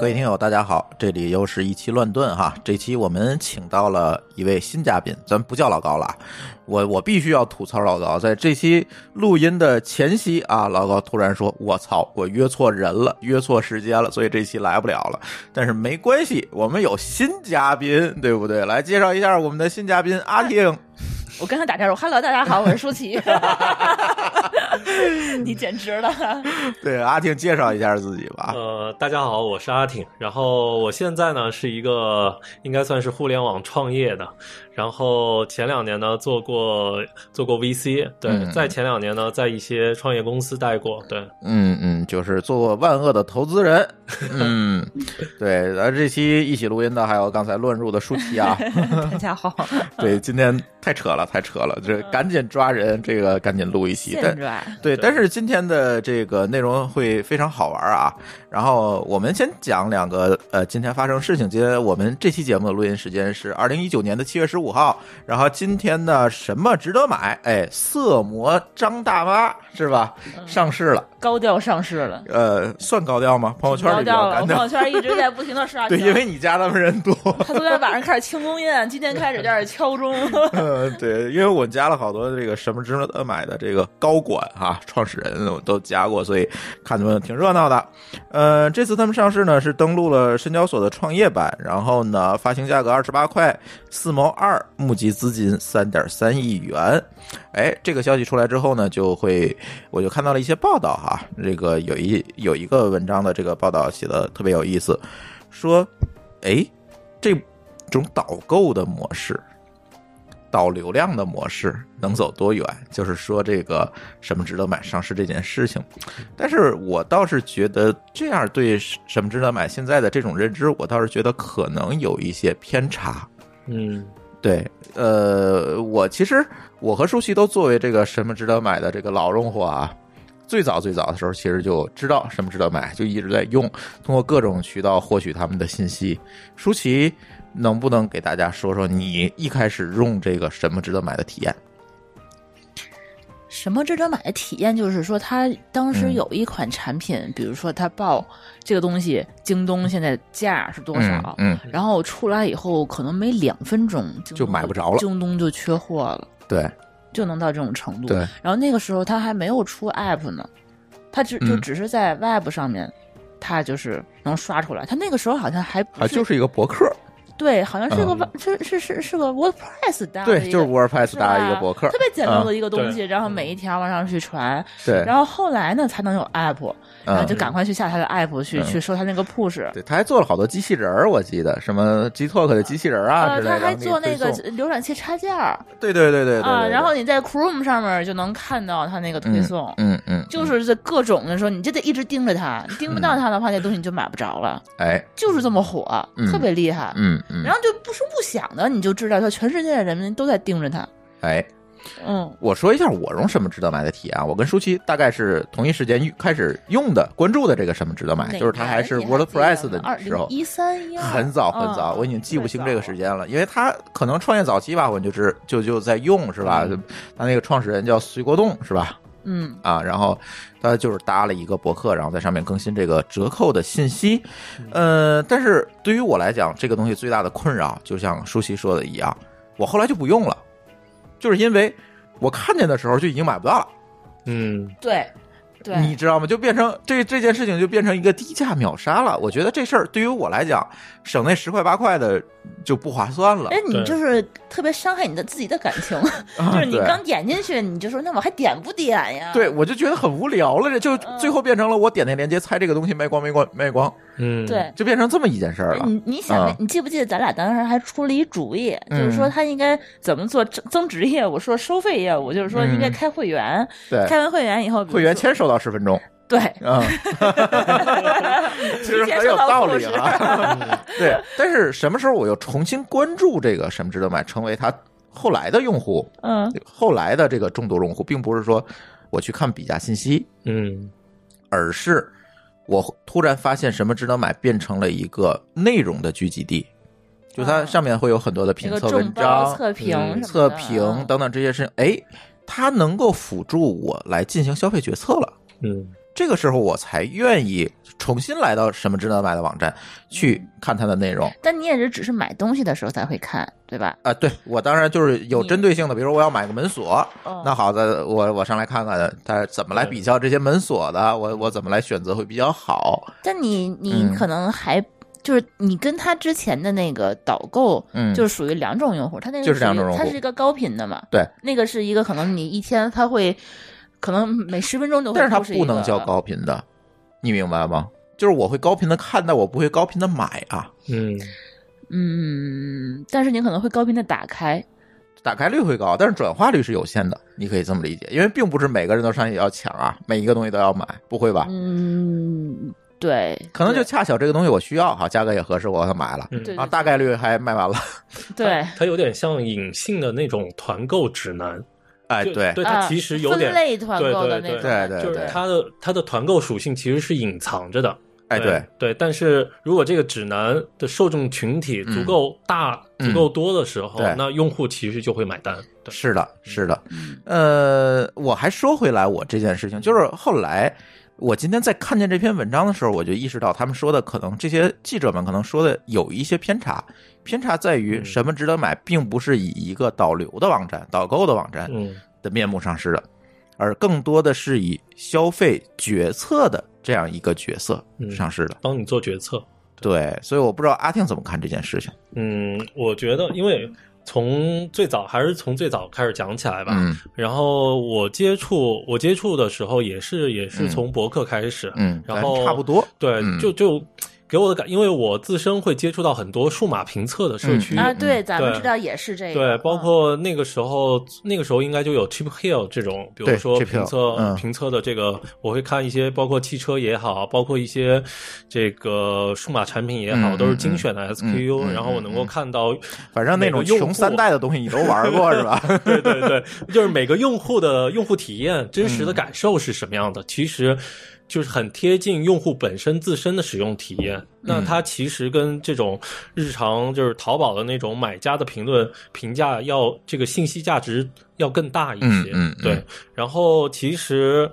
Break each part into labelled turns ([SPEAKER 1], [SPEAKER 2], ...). [SPEAKER 1] 各位听友，大家好，这里又是一期乱炖哈。这期我们请到了一位新嘉宾，咱不叫老高了，我我必须要吐槽老高。在这期录音的前夕啊，老高突然说：“我操，我约错人了，约错时间了，所以这期来不了了。”但是没关系，我们有新嘉宾，对不对？来介绍一下我们的新嘉宾阿听。
[SPEAKER 2] 我跟他打招呼，Hello，大家好，我是 舒淇。 你简直了！
[SPEAKER 1] 对，阿听介绍一下自己吧。
[SPEAKER 3] 呃，大家好，我是阿挺。然后我现在呢是一个应该算是互联网创业的，然后前两年呢做过做过 VC，对，
[SPEAKER 1] 嗯
[SPEAKER 3] 在前两年呢在一些创业公司待过，对，
[SPEAKER 1] 嗯嗯，就是做过万恶的投资人。嗯，对。然后这期一起录音的还有刚才乱入的舒淇啊。
[SPEAKER 2] 大家好，
[SPEAKER 1] 对，今天太扯了，太扯了，这赶紧抓人，这个赶紧录一期。但
[SPEAKER 2] 现拽，
[SPEAKER 1] 对，
[SPEAKER 3] 对
[SPEAKER 1] 但是今天的这个内容会非常好玩啊。然后我们先讲两个呃，今天发生事情。今天我们这期节目的录音时间是二零一九年的七月十五号。然后今天呢，什么值得买？哎，色魔张大妈是吧？上市了。
[SPEAKER 2] 高调上市了，
[SPEAKER 1] 呃，算高调吗？朋友圈
[SPEAKER 2] 高
[SPEAKER 1] 里比较
[SPEAKER 2] 调了。
[SPEAKER 1] 单
[SPEAKER 2] 我朋
[SPEAKER 1] 调
[SPEAKER 2] 友。圈一直在不停 的刷
[SPEAKER 1] 对，
[SPEAKER 2] 新。
[SPEAKER 1] 因为你家他们人多，
[SPEAKER 2] 他昨天晚上开始庆功宴，今天开始就开始敲钟。
[SPEAKER 1] 呃，对，因为我加了好多这个什么值得买的这个高管哈、创始人我都加过，所以看他们挺热闹的。呃，这次他们上市呢是登陆了深交所的创业板，然后呢发行价格二十八块四毛二，募集资金三点三亿元。哎，这个消息出来之后呢，就会我就看到了一些报道哈、这个有一有一个文章的这个报道写的特别有意思，说，哎，这种导购的模式。导流量的模式能走多远？就是说，这个什么值得买上市这件事情，但是我倒是觉得这样对什么值得买现在的这种认知，我倒是觉得可能有一些偏差。
[SPEAKER 3] 嗯
[SPEAKER 1] 对，呃，我其实我和舒淇都作为这个什么值得买的这个老用户啊，最早最早的时候其实就知道什么值得买，就一直在用，通过各种渠道获取他们的信息。舒淇，能不能给大家说说你一开始用这个什么值得买的体验？
[SPEAKER 2] 什么值得买的体验？就是说，他当时
[SPEAKER 1] 嗯
[SPEAKER 2] 有一款产品，比如说他报这个东西，京东现在价是多少？
[SPEAKER 1] 嗯，
[SPEAKER 2] 然后出来以后，可能没两分钟京东
[SPEAKER 1] 就买不着了
[SPEAKER 2] 京东就缺货了，
[SPEAKER 1] 对
[SPEAKER 2] 就能到这种程度。
[SPEAKER 1] 对，
[SPEAKER 2] 然后那个时候他还没有出 app 呢，他只
[SPEAKER 1] 嗯
[SPEAKER 2] 就只是在 web 上面，他就是能刷出来。他那个时候好像还不
[SPEAKER 1] 啊，
[SPEAKER 2] 是、
[SPEAKER 1] 就是一个博客，
[SPEAKER 2] 对，好像是个
[SPEAKER 1] 嗯
[SPEAKER 2] 网是是是是个 WordPress 搭的
[SPEAKER 1] 对，
[SPEAKER 2] 啊一
[SPEAKER 1] 就是
[SPEAKER 2] 个
[SPEAKER 1] WordPress
[SPEAKER 2] 是
[SPEAKER 1] 搭一个
[SPEAKER 2] 吧
[SPEAKER 1] 博客
[SPEAKER 2] 特，别简陋
[SPEAKER 1] 嗯
[SPEAKER 2] 的一个东西，然后每一条往上去传，
[SPEAKER 1] 对，
[SPEAKER 2] 然后后来呢才能有 app，、然后
[SPEAKER 1] 嗯
[SPEAKER 2] 就。赶快去下他的 app 去、
[SPEAKER 1] 嗯
[SPEAKER 2] 去收他那个 push。
[SPEAKER 1] 对，他还做了好多机器人儿，我记得什么 G Talk 的机器人儿啊
[SPEAKER 2] 呃，
[SPEAKER 1] 之类的。
[SPEAKER 2] 他还
[SPEAKER 1] 然后给你
[SPEAKER 2] 做那
[SPEAKER 1] 推
[SPEAKER 2] 个
[SPEAKER 1] 送
[SPEAKER 2] 浏览器插件儿
[SPEAKER 1] 对对对对对
[SPEAKER 2] 啊，
[SPEAKER 1] 对
[SPEAKER 2] 然后你在 Chrome 上面就能看到他那个推送，
[SPEAKER 1] 嗯嗯，
[SPEAKER 2] 就
[SPEAKER 1] 嗯
[SPEAKER 2] 是这各种的说，你就得一直盯着它，你盯不到它的话，那东西你就买不着了，
[SPEAKER 1] 哎，
[SPEAKER 2] 就是这么火，
[SPEAKER 1] 嗯
[SPEAKER 2] 特别厉害。
[SPEAKER 1] 嗯嗯
[SPEAKER 2] 然，后就不声不响的，你就知道说全世界的人民都在盯着它。
[SPEAKER 1] 哎，
[SPEAKER 2] 嗯，
[SPEAKER 1] 我说一下我用什么值得买的体验啊，我跟舒淇大概是同一时间开始用的、关注的这个什么值得买，就是它还
[SPEAKER 2] 哎
[SPEAKER 1] 是 WordPress 的时候，
[SPEAKER 2] 一三一二，
[SPEAKER 1] 很早很早，
[SPEAKER 2] 嗯
[SPEAKER 1] 我已经记不清这个时。
[SPEAKER 2] 嗯
[SPEAKER 1] 间了，因为他可能创业早期吧，我就知就就在用是吧？他那个创始人叫隋国栋是吧？
[SPEAKER 2] 嗯，
[SPEAKER 1] 啊，然后他就是搭了一个博客，然后在上面更新这个折扣的信息。呃，但是对于我来讲，这个东西最大的困扰，就像舒淇说的一样，我后来就不用了，就是因为我看见的时候就已经买不到了，
[SPEAKER 3] 嗯
[SPEAKER 2] 对，对，
[SPEAKER 1] 你知道吗？就变成这这件事情就变成一个低价秒杀了。我觉得这事儿对于我来讲，省那十块八块的就不划算了
[SPEAKER 2] 哎。，你
[SPEAKER 3] 对
[SPEAKER 2] 就是特别伤害你的自己的感情，就是你
[SPEAKER 1] 啊对
[SPEAKER 2] 刚点进去，你就说那我还点不点呀？
[SPEAKER 1] 对，我就觉得很无聊了，这就
[SPEAKER 2] 嗯
[SPEAKER 1] 最后变成了我点那链接猜这个东西卖光没光卖光，
[SPEAKER 3] 嗯，
[SPEAKER 2] 对，
[SPEAKER 1] 就变成这么一件事儿了。
[SPEAKER 2] 你你想没，
[SPEAKER 1] 嗯
[SPEAKER 2] 你记不记得咱俩当时还出了一主意，
[SPEAKER 1] 嗯
[SPEAKER 2] 就是说他应该怎么做增增值业务，说收费业务，就是说应该开会员，
[SPEAKER 1] 对，
[SPEAKER 2] 开完会员以后，
[SPEAKER 1] 嗯
[SPEAKER 2] 比如
[SPEAKER 1] 哎会员
[SPEAKER 2] 说
[SPEAKER 1] 签收到十分钟
[SPEAKER 2] 对，
[SPEAKER 1] 啊，其实很有道理
[SPEAKER 3] 嗯
[SPEAKER 1] 啊。 对，但是什么时候我又重新关注这个什么值得买，成为他后来的用户，
[SPEAKER 2] 嗯，
[SPEAKER 1] 后来的这个重度用户，并不是说我去看比价信息，
[SPEAKER 3] 嗯
[SPEAKER 1] 而是我突然发现什么值得买变成了一个内容的聚集地，就它
[SPEAKER 2] 啊
[SPEAKER 1] 上面会有很多的
[SPEAKER 2] 这
[SPEAKER 1] 评
[SPEAKER 2] 个
[SPEAKER 1] 测
[SPEAKER 2] 众
[SPEAKER 1] 文
[SPEAKER 2] 包
[SPEAKER 1] 章、
[SPEAKER 2] 测评啊什么
[SPEAKER 3] 嗯
[SPEAKER 2] 的、
[SPEAKER 1] 测评
[SPEAKER 2] 的，
[SPEAKER 1] 等等这些事情，哎，它能够辅助我来进行消费决策了。
[SPEAKER 3] 嗯
[SPEAKER 1] 这个时候我才愿意重新来到什么值得买的网站去
[SPEAKER 2] 嗯
[SPEAKER 1] 看它的内容。
[SPEAKER 2] 但你也是只是买东西的时候才会看，对吧？
[SPEAKER 1] 啊，对我当然就是有
[SPEAKER 2] 你
[SPEAKER 1] 针对性的，比如我要买个门锁，
[SPEAKER 2] 哦
[SPEAKER 1] 那好的，我我上来看看它怎么来比较这些门锁的，
[SPEAKER 2] 嗯
[SPEAKER 1] 我我怎么来选择会比较好。
[SPEAKER 2] 但你你
[SPEAKER 1] 嗯
[SPEAKER 2] 可能还、就是你跟他之前的那个导购，
[SPEAKER 1] 嗯
[SPEAKER 2] 就是属于两种用户，他那个
[SPEAKER 1] 就是两
[SPEAKER 2] 属于
[SPEAKER 1] 种用户
[SPEAKER 2] 他是一个高频的嘛，
[SPEAKER 1] 对，
[SPEAKER 2] 那个是一个可能你一天他会，可能每十分钟都会，
[SPEAKER 1] 但是它不能叫，高频的，你明白吗？就是我会高频的看，但我不会高频的买啊，
[SPEAKER 3] 嗯，
[SPEAKER 2] 嗯，但是你可能会高频的打开，
[SPEAKER 1] 打开率会高，但是转化率是有限的，你可以这么理解，因为并不是每个人都上去要抢啊，每一个东西都要买，不会吧？
[SPEAKER 2] 嗯，对，
[SPEAKER 1] 可能就
[SPEAKER 2] 对
[SPEAKER 1] 恰巧这个东西我需要，好价格也合适，我把它买了
[SPEAKER 3] 嗯
[SPEAKER 2] 对
[SPEAKER 1] 啊，大概率还卖完了。
[SPEAKER 2] 对，
[SPEAKER 3] 它有点像隐性的那种团购指南，
[SPEAKER 1] 哎，
[SPEAKER 3] 就
[SPEAKER 1] 对，
[SPEAKER 3] 对，它
[SPEAKER 2] 啊
[SPEAKER 3] 其实有
[SPEAKER 2] 分
[SPEAKER 3] 点，
[SPEAKER 2] 类团购的那种，
[SPEAKER 3] 对
[SPEAKER 1] 对对
[SPEAKER 3] 就是
[SPEAKER 1] 对
[SPEAKER 3] 它的它的团购属性其实是隐藏着的。
[SPEAKER 1] 哎，对，
[SPEAKER 3] 对，但是如果这个指南的受众群体足够大、
[SPEAKER 1] 嗯
[SPEAKER 3] 足够多的时候，
[SPEAKER 1] 对
[SPEAKER 3] 那用户其实就会买单。对，
[SPEAKER 1] 是的，是的。
[SPEAKER 2] 嗯
[SPEAKER 1] 呃，我还说回来，我这件事情就是后来。我今天在看见这篇文章的时候，我就意识到他们说的可能这些记者们可能说的有一些偏差，偏差在于
[SPEAKER 3] 嗯
[SPEAKER 1] 什么值得买，并不是以一个导流的网站、导购的网站
[SPEAKER 3] 嗯
[SPEAKER 1] 的面目上市的，而更多的是以消费决策的这样一个角色
[SPEAKER 3] 嗯，
[SPEAKER 1] 上市的。
[SPEAKER 3] 帮你做决策。
[SPEAKER 1] 对，所以我不知道阿听怎么看这件事情。
[SPEAKER 3] 嗯，我觉得，因为从最早还是从最早开始讲起来吧。
[SPEAKER 1] 嗯
[SPEAKER 3] 然后我接触我接触的时候也是也是从博客开始，
[SPEAKER 1] 嗯，
[SPEAKER 3] 然后
[SPEAKER 1] 咱差不多。
[SPEAKER 3] 对，
[SPEAKER 1] 嗯
[SPEAKER 3] 就就给我的感，因为我自身会接触到很多数码评测的社区。
[SPEAKER 1] 嗯
[SPEAKER 2] 啊，对，咱们
[SPEAKER 3] 对
[SPEAKER 2] 知道也是这
[SPEAKER 3] 对
[SPEAKER 2] 个，，嗯啊
[SPEAKER 3] 包括那个时候，那个时候应该就有 Chip Hill 这种，比如
[SPEAKER 1] 对
[SPEAKER 3] 说
[SPEAKER 1] Chip
[SPEAKER 3] 评
[SPEAKER 1] Hill，
[SPEAKER 3] 测、
[SPEAKER 1] 嗯
[SPEAKER 3] 评测的这个，我会看一些，包括汽车也好，包括一些这个数码产品也好，
[SPEAKER 1] 嗯
[SPEAKER 3] 都是
[SPEAKER 1] 嗯
[SPEAKER 3] 精选的 SKU，、
[SPEAKER 1] 嗯嗯
[SPEAKER 3] 然后我能够看到
[SPEAKER 1] 反正那种
[SPEAKER 3] 每个用户
[SPEAKER 1] 穷三代的东西你都玩 过是吧？
[SPEAKER 3] 对对对，就是每个用户的用户体验真实的感受是什么样的，
[SPEAKER 1] 嗯
[SPEAKER 3] 其实就是很贴近用户本身自身的使用体验。那
[SPEAKER 1] 嗯
[SPEAKER 3] 它其实跟这种日常就是淘宝的那种买家的评论评价要这个信息价值要更大一些。
[SPEAKER 1] 嗯嗯嗯
[SPEAKER 3] 对，然后其实。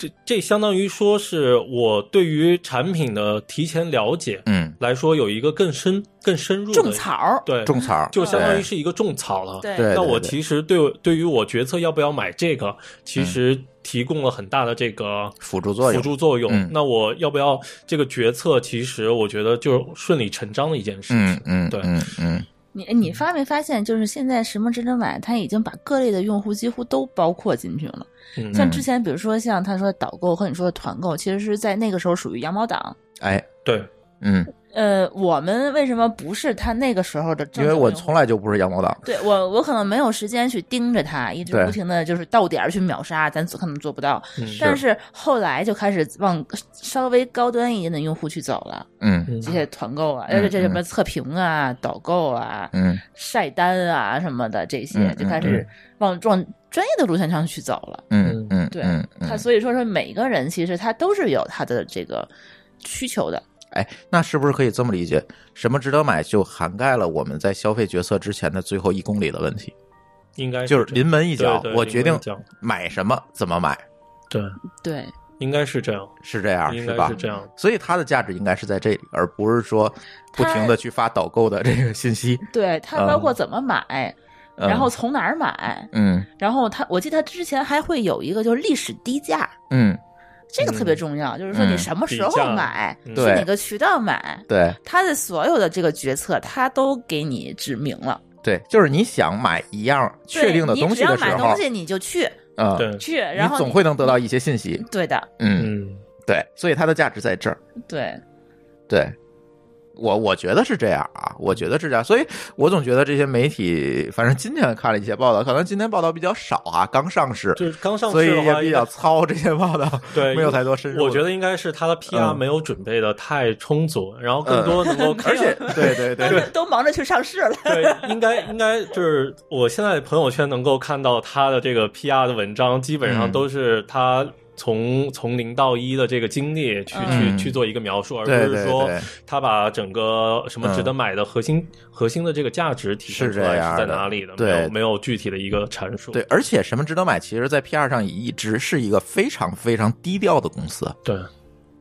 [SPEAKER 3] 这这相当于说是我对于产品的提前了解
[SPEAKER 1] 嗯，
[SPEAKER 3] 来说，有一个更深、更深入的啊
[SPEAKER 2] 种草儿，
[SPEAKER 3] 对
[SPEAKER 1] 种草
[SPEAKER 3] 就相当于是一个种草了。
[SPEAKER 2] 对
[SPEAKER 1] 对
[SPEAKER 3] 那我
[SPEAKER 1] 对嗯
[SPEAKER 3] 其实对我对于我决策要不要买这个，其实提供了很大的这个
[SPEAKER 1] 辅助作
[SPEAKER 3] 辅
[SPEAKER 1] 用。
[SPEAKER 3] 助作用。
[SPEAKER 1] 嗯
[SPEAKER 3] 那我要不要这个决策？其实我觉得就是顺理成章的一件事情。
[SPEAKER 1] 嗯嗯，
[SPEAKER 3] 对
[SPEAKER 1] 嗯嗯，
[SPEAKER 2] 你你发没发现，就是现在什么值得买，它已经把各类的用户几乎都包括进去了。
[SPEAKER 3] 嗯
[SPEAKER 2] 像之前，比如说像他说导购和你说的团购，其实是在那个时候属于羊毛党。
[SPEAKER 1] 哎，
[SPEAKER 3] 对，
[SPEAKER 1] 嗯，
[SPEAKER 2] 呃，我们为什么不是他那个时候的正
[SPEAKER 1] 因
[SPEAKER 2] 统用户？
[SPEAKER 1] 为我从来就不是羊毛党。
[SPEAKER 2] 对我我可能没有时间去盯着他，一直
[SPEAKER 1] 对
[SPEAKER 2] 不停的就是到点儿去秒杀，咱可能做不到。
[SPEAKER 3] 嗯
[SPEAKER 2] 但是后来就开始往稍微高端一点的用户去走了，
[SPEAKER 1] 嗯
[SPEAKER 3] 嗯
[SPEAKER 2] 这些团购啊，
[SPEAKER 1] 嗯
[SPEAKER 2] 而且这什么
[SPEAKER 1] 嗯
[SPEAKER 2] 测评啊、导购啊，
[SPEAKER 1] 嗯
[SPEAKER 2] 晒单啊什么的这些
[SPEAKER 1] 嗯，
[SPEAKER 2] 就开始往往专业的路线上去走了。
[SPEAKER 1] 嗯
[SPEAKER 3] 嗯
[SPEAKER 1] 嗯，
[SPEAKER 2] 对
[SPEAKER 1] 嗯
[SPEAKER 2] 他
[SPEAKER 1] 嗯。
[SPEAKER 2] 所以说说每个人其实他都是有他的这个需求的，
[SPEAKER 1] 哎，那是不是可以这么理解？什么值得买就涵盖了我们在消费决策之前的最后一公里的问题，
[SPEAKER 3] 应该
[SPEAKER 1] 就是
[SPEAKER 3] 这样
[SPEAKER 1] 临门一脚
[SPEAKER 3] 哎对，对
[SPEAKER 1] 我决
[SPEAKER 3] 临
[SPEAKER 1] 定
[SPEAKER 3] 门一脚
[SPEAKER 1] 买什么、怎么买，
[SPEAKER 3] 对，
[SPEAKER 2] 对，
[SPEAKER 3] 应该是这样，
[SPEAKER 1] 是这样
[SPEAKER 3] 应
[SPEAKER 1] 是
[SPEAKER 3] 该
[SPEAKER 1] 吧
[SPEAKER 3] 是？这样。
[SPEAKER 1] 所以它的价值应该是在这里，而不是说不停的去发导购的这个信息。
[SPEAKER 2] 对他包括怎么买，
[SPEAKER 1] 嗯
[SPEAKER 2] 然后从哪儿买，
[SPEAKER 1] 嗯
[SPEAKER 2] 然后他我记得他之前还会有一个就是历史低价，
[SPEAKER 1] 嗯，
[SPEAKER 2] 这个特别重要，就是说你
[SPEAKER 1] 嗯
[SPEAKER 2] 什么时
[SPEAKER 3] 低价
[SPEAKER 2] 候买，
[SPEAKER 3] 嗯
[SPEAKER 2] 去
[SPEAKER 1] 对
[SPEAKER 2] 哪个渠道买，
[SPEAKER 1] 对
[SPEAKER 2] 他的所有的这个决策他都给你指明了。
[SPEAKER 1] 对，就是你想买一样确
[SPEAKER 2] 对
[SPEAKER 1] 定的
[SPEAKER 2] 你
[SPEAKER 1] 东
[SPEAKER 2] 只
[SPEAKER 1] 西
[SPEAKER 2] 要
[SPEAKER 1] 的时
[SPEAKER 2] 买
[SPEAKER 1] 候
[SPEAKER 2] 东，西你就去
[SPEAKER 1] 嗯，
[SPEAKER 3] 对，
[SPEAKER 2] 去，
[SPEAKER 1] 你
[SPEAKER 2] 然后嗯
[SPEAKER 1] 总会能得到一些信息。
[SPEAKER 2] 对的，
[SPEAKER 1] 嗯，
[SPEAKER 3] 嗯，
[SPEAKER 1] 对，所以它的价值在这儿。
[SPEAKER 2] 对。
[SPEAKER 1] 对，我我觉得是这样啊，我觉得是这样，所以我总觉得这些媒体，反正今天看了一些报道，可能今天报道比较少啊，刚上市，
[SPEAKER 3] 就是刚上
[SPEAKER 1] 所
[SPEAKER 3] 市
[SPEAKER 1] 以
[SPEAKER 3] 的
[SPEAKER 1] 也
[SPEAKER 3] 话，
[SPEAKER 1] 比
[SPEAKER 3] 应该
[SPEAKER 1] 较糙这些报道，
[SPEAKER 3] 对
[SPEAKER 1] 没有太多深入的。
[SPEAKER 3] 我觉得应该是他的 PR
[SPEAKER 1] 嗯
[SPEAKER 3] 没有准备的太充足，然后更多能够看
[SPEAKER 1] 而且对对对，
[SPEAKER 2] 都忙着去上市了。
[SPEAKER 3] 对，应该应该就是
[SPEAKER 1] 嗯
[SPEAKER 3] 我现在朋友圈能够看到他的这个 PR 的文章，基本上都是他从从零到一的这个经历去、
[SPEAKER 1] 嗯
[SPEAKER 3] 去去做一个描述，而不
[SPEAKER 1] 对
[SPEAKER 3] 是
[SPEAKER 1] 对
[SPEAKER 3] 说
[SPEAKER 1] 对，嗯
[SPEAKER 3] 他把整个什么值得买的核心、核心的这个价值体现
[SPEAKER 1] 是
[SPEAKER 3] 出
[SPEAKER 1] 这
[SPEAKER 3] 来
[SPEAKER 1] 样
[SPEAKER 3] 是在
[SPEAKER 1] 的
[SPEAKER 3] 哪里的，
[SPEAKER 1] 对
[SPEAKER 3] 没有没有具体的一个阐述。
[SPEAKER 1] 对，而且什么值得买，其实，在 P 二上一直是一个非常非常低调的公司，
[SPEAKER 3] 对，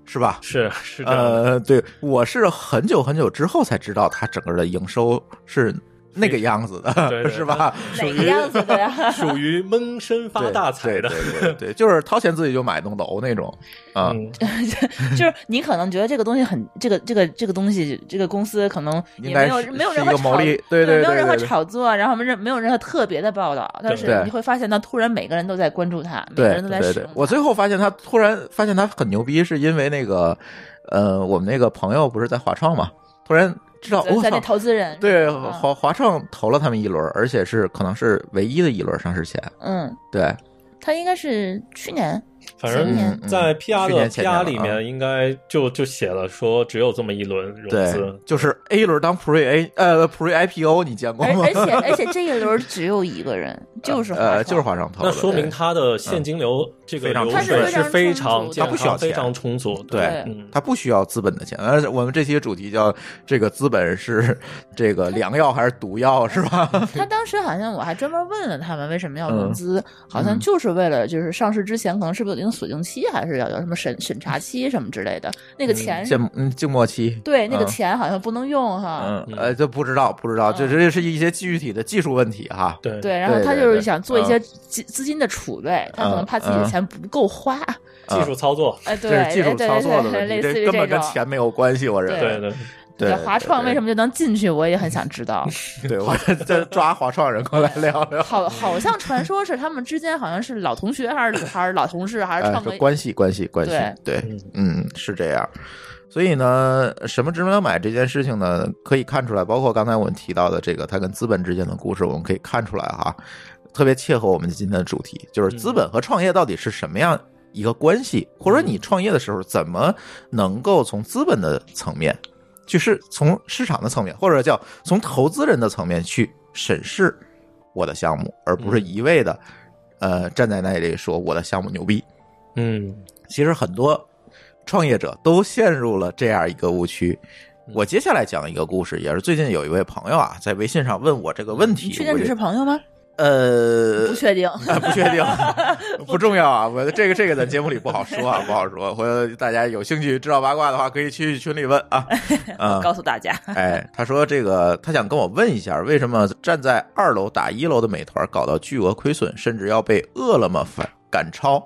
[SPEAKER 1] 是吧？
[SPEAKER 3] 是是这样的。
[SPEAKER 1] 呃，对，我是很久很久之后才知道它整个的营收是那个样子的，
[SPEAKER 3] 对 对
[SPEAKER 1] 是吧？
[SPEAKER 2] 哪个样子的呀？
[SPEAKER 3] 属于闷声发
[SPEAKER 1] 对
[SPEAKER 3] 大财的
[SPEAKER 1] 对，对对对，就是掏钱自己就买栋楼那种啊。
[SPEAKER 3] 嗯，
[SPEAKER 2] 就是你可能觉得这个东西很，这个这个这个东西，这个公司可能
[SPEAKER 1] 应
[SPEAKER 2] 也没
[SPEAKER 1] 该
[SPEAKER 2] 有
[SPEAKER 1] 是
[SPEAKER 2] 没有
[SPEAKER 1] 是
[SPEAKER 2] 任
[SPEAKER 1] 一
[SPEAKER 2] 何
[SPEAKER 1] 个
[SPEAKER 2] 炒
[SPEAKER 1] 牟利，对对
[SPEAKER 2] 没有
[SPEAKER 1] 对
[SPEAKER 2] 任何
[SPEAKER 1] 对对
[SPEAKER 2] 炒作，然后没任没有任何特别的报道，但
[SPEAKER 1] 对
[SPEAKER 2] 是你会发现，他突然每个人都在关注他，每个
[SPEAKER 1] 对
[SPEAKER 2] 人都在
[SPEAKER 1] 对
[SPEAKER 2] 使
[SPEAKER 1] 对
[SPEAKER 2] 用。它。
[SPEAKER 1] 我最后发现他突然发现他很牛逼，是因为那个呃，我们那个朋友不是在华创嘛，突然知道
[SPEAKER 2] 在
[SPEAKER 1] 我
[SPEAKER 2] 在那
[SPEAKER 1] 操。
[SPEAKER 2] 投资人，
[SPEAKER 1] 对
[SPEAKER 2] 嗯
[SPEAKER 1] 华华创投了他们一轮，而且是可能是唯一的一轮上市前。
[SPEAKER 2] 嗯，
[SPEAKER 1] 对，
[SPEAKER 2] 他应该是去年，
[SPEAKER 3] 反
[SPEAKER 2] 前年
[SPEAKER 3] 正
[SPEAKER 1] 嗯嗯
[SPEAKER 3] 在 PR
[SPEAKER 1] 去
[SPEAKER 3] 的
[SPEAKER 1] 年前年
[SPEAKER 3] PR
[SPEAKER 1] 了
[SPEAKER 3] 里
[SPEAKER 1] 啊
[SPEAKER 3] 面，应该就就写了说只有这么一轮融
[SPEAKER 1] 对
[SPEAKER 3] 资，，
[SPEAKER 1] 就是 A 轮当 Pre A 呃 Pre IPO，你见过
[SPEAKER 2] 而
[SPEAKER 1] 吗？
[SPEAKER 2] 而且而且这一轮只有一个人，就是 华
[SPEAKER 1] 呃
[SPEAKER 2] 创
[SPEAKER 1] 就是华创投的，
[SPEAKER 3] 那说明
[SPEAKER 1] 对嗯
[SPEAKER 3] 它的现金流这个
[SPEAKER 1] 非常
[SPEAKER 3] 流
[SPEAKER 1] 充足
[SPEAKER 3] 水是
[SPEAKER 2] 它
[SPEAKER 3] 非常
[SPEAKER 2] 是非常充足
[SPEAKER 1] 它
[SPEAKER 2] 的
[SPEAKER 3] 健
[SPEAKER 1] 不需要钱
[SPEAKER 3] 康、非常充
[SPEAKER 1] 对
[SPEAKER 3] 足。嗯，
[SPEAKER 1] 他不需要资本的钱。而且我们这期的主题叫这个资本是这个良药还是毒药是吧？
[SPEAKER 2] 他当时好像我还专门问了他们为什么要
[SPEAKER 1] 嗯
[SPEAKER 2] 融资，好像
[SPEAKER 1] 嗯
[SPEAKER 2] 就是为了就是上市之前可能是不是有一定锁定期，还是要有什么审审查期什么之类的，那个钱、
[SPEAKER 1] 静嗯静默 期。
[SPEAKER 2] 对那个
[SPEAKER 1] 嗯
[SPEAKER 2] 钱好像不能用哈。
[SPEAKER 1] 嗯，呃，这不知道，不知道，
[SPEAKER 2] 嗯
[SPEAKER 1] 这这是一些具体的技术问题哈。
[SPEAKER 3] 对
[SPEAKER 2] 对，然后他
[SPEAKER 1] 对
[SPEAKER 2] 就
[SPEAKER 1] 对
[SPEAKER 2] 是想做一
[SPEAKER 1] 嗯
[SPEAKER 2] 些资资金的储备，他可能怕自己
[SPEAKER 1] 嗯
[SPEAKER 2] 的
[SPEAKER 1] 嗯
[SPEAKER 2] 钱不 够花，
[SPEAKER 3] 技术操作，
[SPEAKER 2] 哎，对，
[SPEAKER 1] 这是技
[SPEAKER 2] 哎
[SPEAKER 1] 术
[SPEAKER 2] 对
[SPEAKER 1] 操作的
[SPEAKER 2] 对对
[SPEAKER 1] 问题，
[SPEAKER 2] 类似于
[SPEAKER 1] 根本
[SPEAKER 2] 这
[SPEAKER 1] 跟
[SPEAKER 2] 种。
[SPEAKER 1] 钱没有关系，我认
[SPEAKER 3] 对
[SPEAKER 1] 为。
[SPEAKER 3] 对，
[SPEAKER 1] 对，
[SPEAKER 2] 华创为什
[SPEAKER 1] 么？
[SPEAKER 2] 么就能进去，我也很想知道。
[SPEAKER 1] 对，我再抓华创人过来聊聊，
[SPEAKER 2] 好，好像传说是他们之间好像是老同学， 还是还是老同事，还是
[SPEAKER 1] 哎
[SPEAKER 2] 创
[SPEAKER 1] 是
[SPEAKER 2] 个
[SPEAKER 1] 关系，关系，关系，对，嗯，是这样。所以呢，什么值不值得买这件事情呢，可以看出来，包括刚才我们提到的这个它跟资本之间的故事，我们可以看出来哈，特别切合我们今天的主题，就是
[SPEAKER 2] 嗯
[SPEAKER 1] 资本和创业到底是什么样一个关系，或者
[SPEAKER 2] 嗯
[SPEAKER 1] 你创业的时候怎么能够从资本的层面，就是从市场的层面，或者叫从投资人的层面去审视我的项目，而不是
[SPEAKER 2] 嗯
[SPEAKER 1] 一味的。呃，站在那里说我的项目牛逼，
[SPEAKER 3] 嗯，
[SPEAKER 1] 其实很多创业者都陷入了这样一个误区。我接下来讲一个故事，也是最近有一位朋友啊，在微信上问我这个问题
[SPEAKER 2] 你，确定
[SPEAKER 1] 我
[SPEAKER 2] 只
[SPEAKER 1] 就是
[SPEAKER 2] 朋友吗？
[SPEAKER 1] 呃
[SPEAKER 2] 不确定。
[SPEAKER 1] 啊不确定， 不重要啊。我这个这个在节目里不好说啊，不好说。回头大家有兴趣知道八卦的话，可以去群里问啊。啊、
[SPEAKER 2] 告诉大家，
[SPEAKER 1] 哎，他说这个，他想跟我问一下，为什么站在二楼打一楼的美团搞到巨额亏损，甚至要被饿了么反赶超？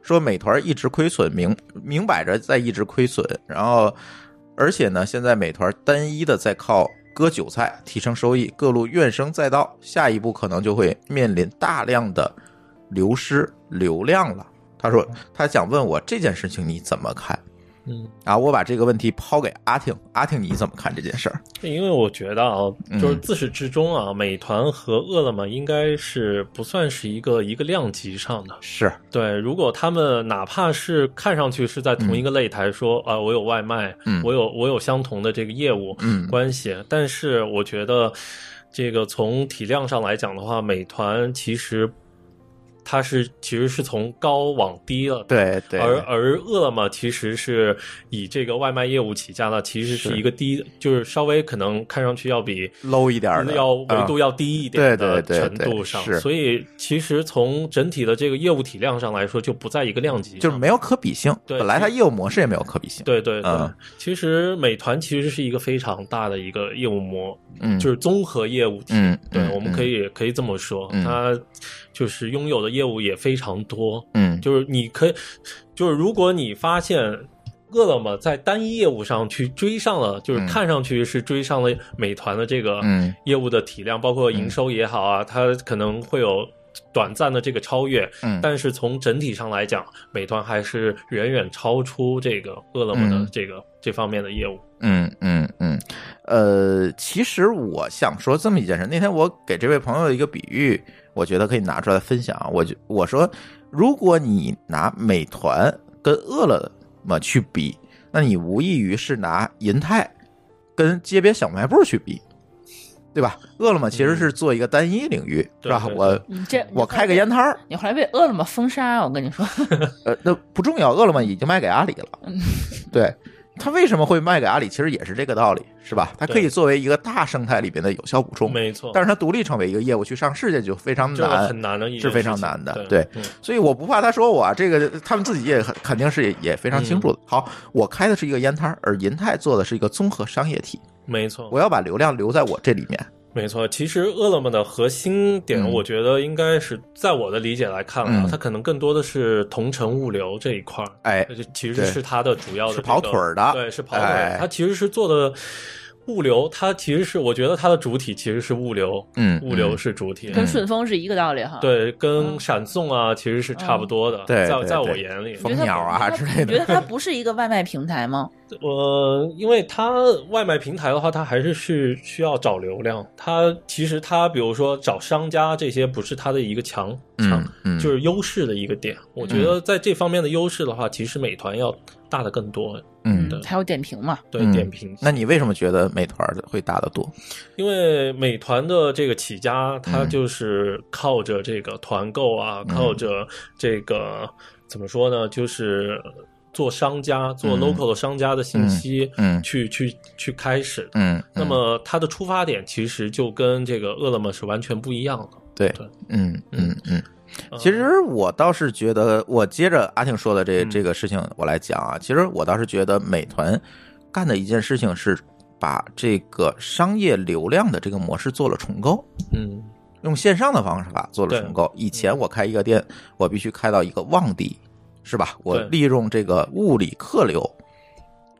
[SPEAKER 1] 说美团一直亏损，明明摆着在一直亏损，然后而且呢，现在美团单一的在靠割韭菜提升收益，各路怨声载道，下一步可能就会面临大量的流失流量了。他说他想问我这件事情你怎么看？
[SPEAKER 3] 嗯，
[SPEAKER 1] 啊，我把这个问题抛给阿挺，阿挺你怎么看这件事儿？
[SPEAKER 3] 因为我觉得啊，
[SPEAKER 1] 嗯
[SPEAKER 3] 就是自始至终啊，美团和饿了么应该是不算是一个一个量级上的。
[SPEAKER 1] 是，
[SPEAKER 3] 对，如果他们哪怕是看上去是在同一个擂台说，啊，我有外卖，
[SPEAKER 1] 嗯
[SPEAKER 3] 我有我有相同的这个业务
[SPEAKER 1] 嗯
[SPEAKER 3] 关系，但是我觉得这个从体量上来讲的话，美团其实它是其实是从高往低了。
[SPEAKER 1] 对对，
[SPEAKER 3] 而而饿了么其实是以这个外卖业务起家的，其实
[SPEAKER 1] 是
[SPEAKER 3] 是一个低，就是稍微可能看上去要比
[SPEAKER 1] low 一点儿的，嗯
[SPEAKER 3] 要维度
[SPEAKER 1] 要、
[SPEAKER 3] 要低一点
[SPEAKER 1] 对
[SPEAKER 3] 的
[SPEAKER 1] 对对
[SPEAKER 3] 程
[SPEAKER 1] 对
[SPEAKER 3] 度上，
[SPEAKER 1] 是
[SPEAKER 3] 所以其实从整体的这个业务体量上来说，就不在一个量级，
[SPEAKER 1] 就是。没有可比性。
[SPEAKER 3] 对
[SPEAKER 1] 本来它
[SPEAKER 3] 其
[SPEAKER 1] 业务模式也没有可比性。
[SPEAKER 3] 对对对，
[SPEAKER 1] 嗯
[SPEAKER 3] 其实美团其实是一个非常大的一个业务模，
[SPEAKER 1] 嗯，
[SPEAKER 3] 就是综合业务体。
[SPEAKER 1] 嗯，
[SPEAKER 3] 对
[SPEAKER 1] 嗯，
[SPEAKER 3] 我们可，以可以这么说，
[SPEAKER 1] 嗯
[SPEAKER 3] 它就是拥有的业务也非常多。
[SPEAKER 1] 嗯，
[SPEAKER 3] 就是你可以，就是如果你发现饿了么在单一业务上去追上了，就是
[SPEAKER 1] 嗯
[SPEAKER 3] 看上去是追上了美团的这个
[SPEAKER 1] 嗯
[SPEAKER 3] 业务的体量，包括营收也好啊，它可能会有。短暂的这个超越，
[SPEAKER 1] 嗯
[SPEAKER 3] 但是从整体上来讲，美团还是远远超出这个饿了么的
[SPEAKER 1] 嗯
[SPEAKER 3] 这个、这方面的业务。
[SPEAKER 1] 嗯嗯嗯，呃，其实我想说这么一件事。那天我给这位朋友一个比喻，我觉得可以拿出来分享啊。我就我说，如果你拿美团跟饿了么去比，那你无异于是拿银泰跟街边小卖部去比。对吧？饿了么其实是做一个单一领域，是
[SPEAKER 3] 嗯对
[SPEAKER 1] 吧？
[SPEAKER 3] 对
[SPEAKER 1] 我
[SPEAKER 2] 你这
[SPEAKER 1] 我开个烟摊儿，
[SPEAKER 2] 你后来被饿了么封杀，啊我跟你说，
[SPEAKER 1] 呃，那不重要，饿了么已经卖给阿里了， 对。它为什么会卖给阿里？其实也是这个道理，是吧？它可以
[SPEAKER 3] 对
[SPEAKER 1] 作为一个大生态里边的有效补充，
[SPEAKER 3] 没错，
[SPEAKER 1] 但是它独立成为一个业务去上市去就非常
[SPEAKER 3] 这个
[SPEAKER 1] 难，
[SPEAKER 3] 很难的一件
[SPEAKER 1] 是非
[SPEAKER 3] 事情，
[SPEAKER 1] 常难的
[SPEAKER 3] 对
[SPEAKER 1] 对，
[SPEAKER 3] 嗯
[SPEAKER 1] 所以我不怕他说我啊这个，他们自己也很肯定是也也非常清楚的。
[SPEAKER 3] 嗯
[SPEAKER 1] 好，我开的是一个烟摊儿，而银泰做的是一个综合商业体，
[SPEAKER 3] 没错。
[SPEAKER 1] 我要把流量留在我这里面。
[SPEAKER 3] 没错，其实饿了么的核心点，
[SPEAKER 1] 嗯
[SPEAKER 3] 我觉得应该是在我的理解来看啊，
[SPEAKER 1] 嗯
[SPEAKER 3] 它可能更多的是同城物流这一块儿，
[SPEAKER 1] 哎，
[SPEAKER 3] 这其实
[SPEAKER 1] 对
[SPEAKER 3] 是它的主要的
[SPEAKER 1] 是
[SPEAKER 3] 这个、
[SPEAKER 1] 跑腿儿的
[SPEAKER 3] 对，是跑腿儿
[SPEAKER 1] 哎
[SPEAKER 3] 的，它其实是做的物流，它其实是我觉得它的主体其实是物流，
[SPEAKER 1] 嗯，
[SPEAKER 3] 物流
[SPEAKER 1] 嗯
[SPEAKER 3] 是主体，
[SPEAKER 2] 跟顺丰是一个道理哈。，
[SPEAKER 3] 对，跟闪送啊其实是差不多的，
[SPEAKER 1] 对
[SPEAKER 3] 在
[SPEAKER 1] 对
[SPEAKER 3] 在我
[SPEAKER 1] 对
[SPEAKER 3] 眼里，
[SPEAKER 1] 蜂鸟啊之类的
[SPEAKER 2] 你觉得它不是一个外卖平台吗？
[SPEAKER 3] 呃，因为它外卖平台的话，它还是是需要找流量。它其实它比如说找商家这些，不是它的一个强强
[SPEAKER 1] 嗯，嗯，
[SPEAKER 3] 就是优势的一个点。我觉得在这方面的优势的话，其实美团要大的更多。
[SPEAKER 1] 嗯。
[SPEAKER 3] 对
[SPEAKER 2] 还有点评嘛，
[SPEAKER 3] 对
[SPEAKER 1] 嗯
[SPEAKER 3] 点评，
[SPEAKER 1] 那你为什么觉得美团会大得多？
[SPEAKER 3] 因为美团的这个起家，它就是靠着这个团购啊，
[SPEAKER 1] 嗯
[SPEAKER 3] 靠着这个怎么说呢，就是做商家、做
[SPEAKER 1] 嗯
[SPEAKER 3] local 的商家的信息，
[SPEAKER 1] 嗯
[SPEAKER 3] 去去去开始的。
[SPEAKER 1] 嗯，
[SPEAKER 3] 那么它的出发点其实就跟这个饿了么是完全不一样的。
[SPEAKER 1] 对
[SPEAKER 3] 对，
[SPEAKER 1] 嗯嗯嗯，
[SPEAKER 3] 呃
[SPEAKER 1] 其实我倒是觉得，我接着阿庆说的这
[SPEAKER 3] 嗯
[SPEAKER 1] 这个事情我来讲啊，其实我倒是觉得美团干的一件事情是把这个商业流量的这个模式做了重构。
[SPEAKER 3] 嗯，
[SPEAKER 1] 用线上的方式法做了
[SPEAKER 3] 对
[SPEAKER 1] 重构。以前我开一个店，我必须开到一个旺地，是吧？我
[SPEAKER 3] 对
[SPEAKER 1] 利用这个物理客流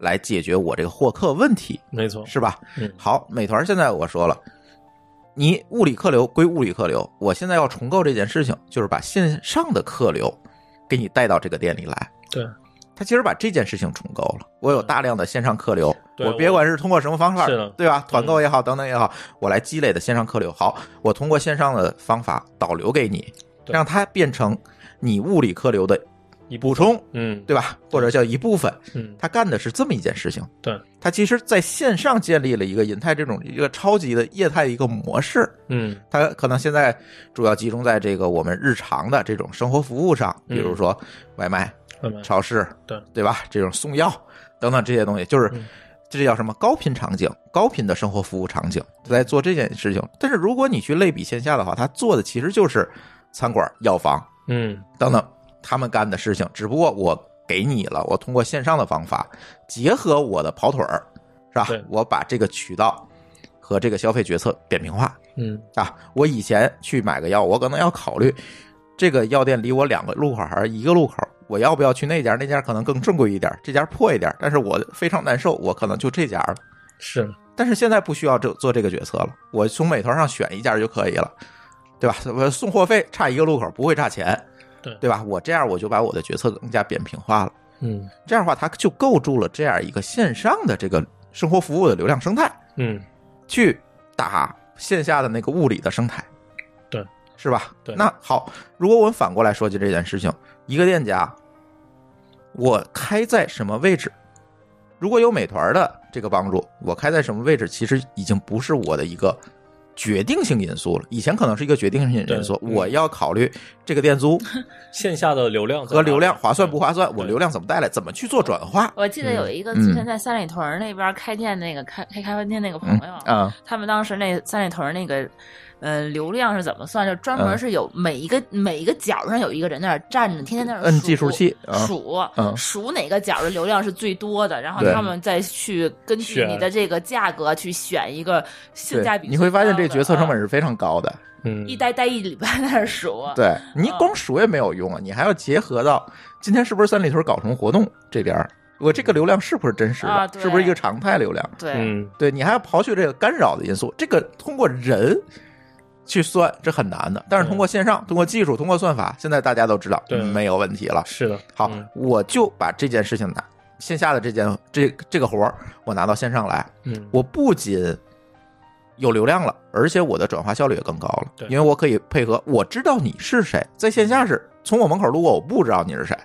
[SPEAKER 1] 来解决我这个获客问题，
[SPEAKER 3] 没错，
[SPEAKER 1] 是吧？
[SPEAKER 3] 嗯
[SPEAKER 1] 好，美团现在我说了，你物理客流归物理客流，我现在要重构这件事情，就是把线上的客流给你带到这个店里来。
[SPEAKER 3] 对，嗯
[SPEAKER 1] 他其实把这件事情重构了。我有大量的线上客流，
[SPEAKER 3] 对
[SPEAKER 1] 我别管是通过什么方法
[SPEAKER 3] 是的，嗯
[SPEAKER 1] 对吧？团购也好，等等也好，我来积累的线上客流。好，我通过线上的方法导流给你，
[SPEAKER 3] 对
[SPEAKER 1] 让它变成你物理客流的
[SPEAKER 3] 一部
[SPEAKER 1] 补充，
[SPEAKER 3] 嗯
[SPEAKER 1] 对吧？或者叫一部分。
[SPEAKER 3] 嗯，
[SPEAKER 1] 他干的是这么一件事情。
[SPEAKER 3] 对，
[SPEAKER 1] 他其实在线上建立了一个银泰这种一个超级的业态一个模式。
[SPEAKER 3] 嗯
[SPEAKER 1] 它可能现在主要集中在这个我们日常的这种生活服务上，比如说外卖、
[SPEAKER 3] 慢慢
[SPEAKER 1] 超市，
[SPEAKER 3] 嗯对
[SPEAKER 1] 对吧？这种送药等等这些东西，就是
[SPEAKER 3] 嗯
[SPEAKER 1] 这叫什么高频场景、高频的生活服务场景，在做这件事情。但是如果你去类比线下的话，它做的其实就是餐馆、药房
[SPEAKER 3] 嗯
[SPEAKER 1] 等等他们干的事情，只不过我给你了，我通过线上的方法，结合我的跑腿儿，是吧
[SPEAKER 3] 对？
[SPEAKER 1] 我把这个渠道和这个消费决策扁平化。
[SPEAKER 3] 嗯
[SPEAKER 1] 啊，我以前去买个药，我可能要考虑这个药店离我两个路口还是一个路口，我要不要去那家？那家可能更正规一点，这家破一点，但是我非常难受，我可能就这家了。
[SPEAKER 3] 是
[SPEAKER 1] 但是现在不需要这做这个决策了，我从美团上选一家就可以了，对吧？我送货费差一个路口不会差钱，
[SPEAKER 3] 对
[SPEAKER 1] 对吧？我这样我就把我的决策更加扁平化了，
[SPEAKER 3] 嗯
[SPEAKER 1] 这样的话它就构筑了这样一个线上的这个生活服务的流量生态。
[SPEAKER 3] 嗯
[SPEAKER 1] 去打线下的那个物理的生态，
[SPEAKER 3] 对，
[SPEAKER 1] 是吧？
[SPEAKER 3] 对
[SPEAKER 1] 那好，如果我们反过来说起这件事情，一个店家，我开在什么位置？如果有美团的这个帮助，我开在什么位置，其实已经不是我的一个决定性因素了。以前可能是一个决定性因素，
[SPEAKER 3] 对嗯
[SPEAKER 1] 我要考虑这个店租
[SPEAKER 3] 线下的流量在
[SPEAKER 1] 和流
[SPEAKER 3] 哪
[SPEAKER 1] 量
[SPEAKER 3] 里
[SPEAKER 1] 划算不划算，
[SPEAKER 3] 对
[SPEAKER 1] 我流量怎么带来，怎么去做转化。
[SPEAKER 2] 我记得有一个
[SPEAKER 1] 嗯
[SPEAKER 2] 之前在三里屯儿那边开店那个开开咖啡店那个朋
[SPEAKER 1] 嗯
[SPEAKER 2] 友，
[SPEAKER 1] 啊，
[SPEAKER 2] 他们当时那三里屯儿那个，呃，流量是怎么算？就专门
[SPEAKER 1] 嗯
[SPEAKER 2] 是有每一个、每一个角上有一个人在那儿站着，天天在那儿
[SPEAKER 1] 摁
[SPEAKER 2] 数
[SPEAKER 1] 计数器啊
[SPEAKER 2] 数、
[SPEAKER 1] 嗯
[SPEAKER 2] 数哪个角的流量是最多的，然后
[SPEAKER 1] 对
[SPEAKER 2] 他们再去根据
[SPEAKER 3] 选
[SPEAKER 2] 你的这个价格去选一个性价
[SPEAKER 1] 对，
[SPEAKER 2] 比。
[SPEAKER 1] 你会发现这个决策成本
[SPEAKER 2] 是、
[SPEAKER 1] 是非常高的。
[SPEAKER 3] 嗯
[SPEAKER 2] 一待待一礼拜在那儿数。
[SPEAKER 1] 对你
[SPEAKER 2] 嗯
[SPEAKER 1] 光数也没有用啊，你还要结合到今天是不是三里屯搞什么活动这边儿，我这个流量是不是真实的，
[SPEAKER 2] 啊对
[SPEAKER 1] 是不是一个常态流量？
[SPEAKER 2] 对
[SPEAKER 3] 嗯
[SPEAKER 1] 对你还要刨去这个干扰的因素，这个通过人去算这很难的，但是通过线上、通过技术、通过算法，现在大家都知道
[SPEAKER 3] 对
[SPEAKER 1] 没有问题了。
[SPEAKER 3] 是的
[SPEAKER 1] 好，
[SPEAKER 3] 嗯
[SPEAKER 1] 我就把这件事情拿线下的这件这这个活儿，我拿到线上来，
[SPEAKER 3] 嗯
[SPEAKER 1] 我不仅有流量了，而且我的转化效率也更高了，
[SPEAKER 3] 对
[SPEAKER 1] 因为我可以配合，我知道你是谁，在线下是从我门口路过，我不知道你是谁，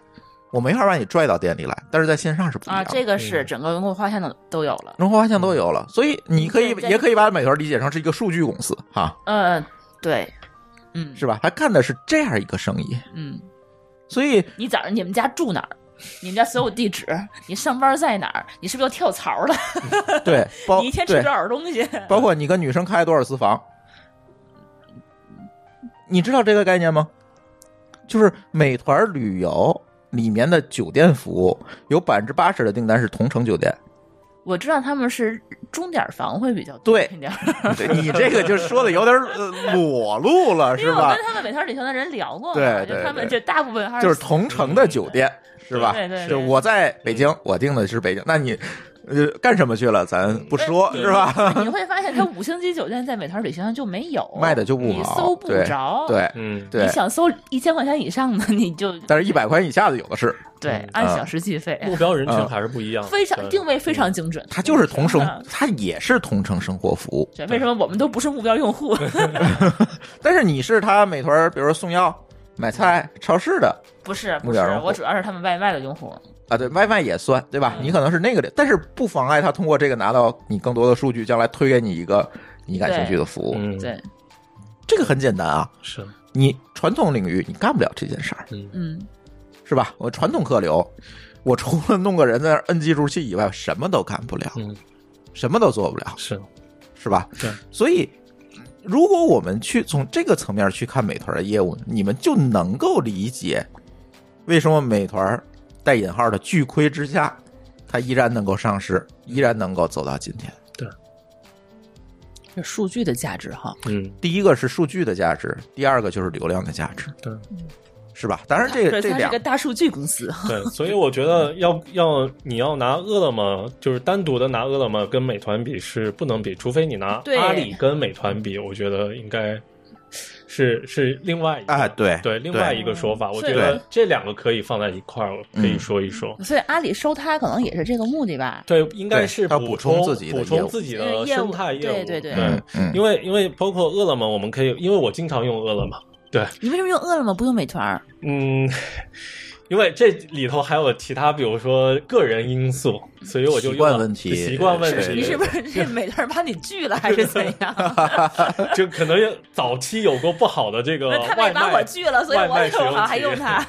[SPEAKER 1] 我没法把你拽到店里来，但是在线上是不一
[SPEAKER 2] 啊，
[SPEAKER 1] 样的。
[SPEAKER 2] 这个是
[SPEAKER 3] 嗯
[SPEAKER 2] 整个文化画像的都有了。
[SPEAKER 1] 融合画像都有了，所以你可以
[SPEAKER 2] 嗯对在
[SPEAKER 1] 也可以把美团理解成是一个数据公司哈，
[SPEAKER 2] 嗯，对，嗯，
[SPEAKER 1] 是吧？他干的是这样一个生意，
[SPEAKER 2] 嗯，
[SPEAKER 1] 所以
[SPEAKER 2] 你早上你们家住哪儿？你们家所有地址？你上班在哪儿？你是不是要跳槽了？
[SPEAKER 1] 对包
[SPEAKER 2] 你一天吃
[SPEAKER 1] 对
[SPEAKER 2] 多少东西？
[SPEAKER 1] 包括你跟女生开多少次房，你知道这个概念吗？就是美团旅游里面的酒店服务，有百分之八十的订单是同城酒店。
[SPEAKER 2] 我知道他们是钟点房会比较多
[SPEAKER 1] 对
[SPEAKER 2] 一点儿，
[SPEAKER 1] 对你这个就说的有点呃裸露了，
[SPEAKER 2] 因
[SPEAKER 1] 是
[SPEAKER 2] 为我
[SPEAKER 1] 吧
[SPEAKER 2] 跟？他们美团旅行的人聊过嘛，
[SPEAKER 1] 对对
[SPEAKER 2] 就他们
[SPEAKER 1] 对
[SPEAKER 2] 这大部分还
[SPEAKER 1] 就是同城的酒店，是吧？
[SPEAKER 2] 对对对
[SPEAKER 1] 就我在北京，我订的是北京，那你呃干什么去了？咱不说，是吧？
[SPEAKER 2] 你会发现，它五星级酒店在美团旅行上就没有
[SPEAKER 1] 卖的就不
[SPEAKER 2] 你
[SPEAKER 1] 好
[SPEAKER 2] 搜不
[SPEAKER 1] 对
[SPEAKER 2] 着。，
[SPEAKER 1] 对
[SPEAKER 3] 嗯，
[SPEAKER 1] 对
[SPEAKER 2] 你，想搜一千块钱以上的，你就
[SPEAKER 1] 但是一百块钱以下的有的是，
[SPEAKER 2] 对
[SPEAKER 3] 嗯
[SPEAKER 2] 按
[SPEAKER 1] 啊
[SPEAKER 2] 小时计费，
[SPEAKER 3] 目标人
[SPEAKER 1] 啊
[SPEAKER 3] 群还是不一样的，
[SPEAKER 2] 非常
[SPEAKER 3] 对
[SPEAKER 2] 定位非常精准。
[SPEAKER 1] 它就是同城
[SPEAKER 2] 嗯，
[SPEAKER 1] 它也是同城生活服务。
[SPEAKER 2] 对，为什么我们都不是目标用户？
[SPEAKER 1] 但是你是他美团，比如说送药、买菜、
[SPEAKER 3] 嗯
[SPEAKER 1] 超市的
[SPEAKER 2] 不是，
[SPEAKER 1] 目
[SPEAKER 2] 不是
[SPEAKER 1] 标用，户
[SPEAKER 2] 我主要是他们外卖的用户。
[SPEAKER 1] 啊，对外卖也算，对
[SPEAKER 3] 嗯
[SPEAKER 1] 吧？你可能是那个的，但是不妨碍他通过这个拿到你更多的数据，将来推给你一个你感兴趣的服务。
[SPEAKER 3] 嗯，
[SPEAKER 2] 对，
[SPEAKER 1] 这个很简单啊，
[SPEAKER 3] 是，
[SPEAKER 1] 你传统领域你干不了这件事儿，
[SPEAKER 2] 嗯，
[SPEAKER 1] 是吧？我传统客流， 我除了弄个人在那儿摁计数器以外，什么都干不了，
[SPEAKER 3] 嗯，
[SPEAKER 1] 什么都做不了，
[SPEAKER 3] 是，
[SPEAKER 1] 是吧？
[SPEAKER 3] 对，
[SPEAKER 1] 所以。如果我们去从这个层面去看美团的业务，你们就能够理解为什么美团带引号的巨亏之下，它依然能够上市，依然能够走到今天。
[SPEAKER 2] 这数据的价值哈，
[SPEAKER 3] 嗯，
[SPEAKER 1] 第一个是数据的价值，第二个就是流量的价值，
[SPEAKER 3] 对，
[SPEAKER 1] 是吧？当然这，
[SPEAKER 2] 对，
[SPEAKER 1] 这
[SPEAKER 2] 它是
[SPEAKER 1] 两
[SPEAKER 2] 个大数据公司。
[SPEAKER 3] 对，所以我觉得要要你要拿饿了么，就是单独的拿饿了么跟美团比是不能比，除非你拿
[SPEAKER 2] 对
[SPEAKER 3] 阿里跟美团比，我觉得应该是是另外一个
[SPEAKER 1] 啊，对
[SPEAKER 3] 对另外一个说法，我
[SPEAKER 2] 所以
[SPEAKER 3] 觉得这两个可以放在一块儿，可
[SPEAKER 1] 嗯
[SPEAKER 3] 以说一说。
[SPEAKER 2] 所以阿里收它可能也是这个目的吧。
[SPEAKER 3] 对，应该是
[SPEAKER 1] 对要
[SPEAKER 3] 补
[SPEAKER 1] 补充
[SPEAKER 3] 充
[SPEAKER 1] 自己的
[SPEAKER 3] 补
[SPEAKER 1] 业务
[SPEAKER 3] 充自己的生态业务，
[SPEAKER 2] 对对对
[SPEAKER 1] 嗯嗯
[SPEAKER 3] 因为因为包括饿了么，我们可以，因为我经常用饿了么，对，
[SPEAKER 2] 你为什么用饿了么不用美团儿？
[SPEAKER 3] 嗯，因为这里头还有其他，比如说个人因素，所以我就
[SPEAKER 1] 习
[SPEAKER 3] 用
[SPEAKER 1] 惯
[SPEAKER 3] 了
[SPEAKER 1] 问题
[SPEAKER 3] 习惯问
[SPEAKER 1] 是
[SPEAKER 3] 题，
[SPEAKER 2] 你是不是 这美团儿把你拒了还是怎 样？
[SPEAKER 3] 哦就可能有早期有过不好的这个
[SPEAKER 2] 他
[SPEAKER 3] 外
[SPEAKER 2] 们把我
[SPEAKER 3] 卖，
[SPEAKER 2] 拒了，所以我
[SPEAKER 3] 外卖使用
[SPEAKER 2] 我好还
[SPEAKER 3] 体
[SPEAKER 2] 用它。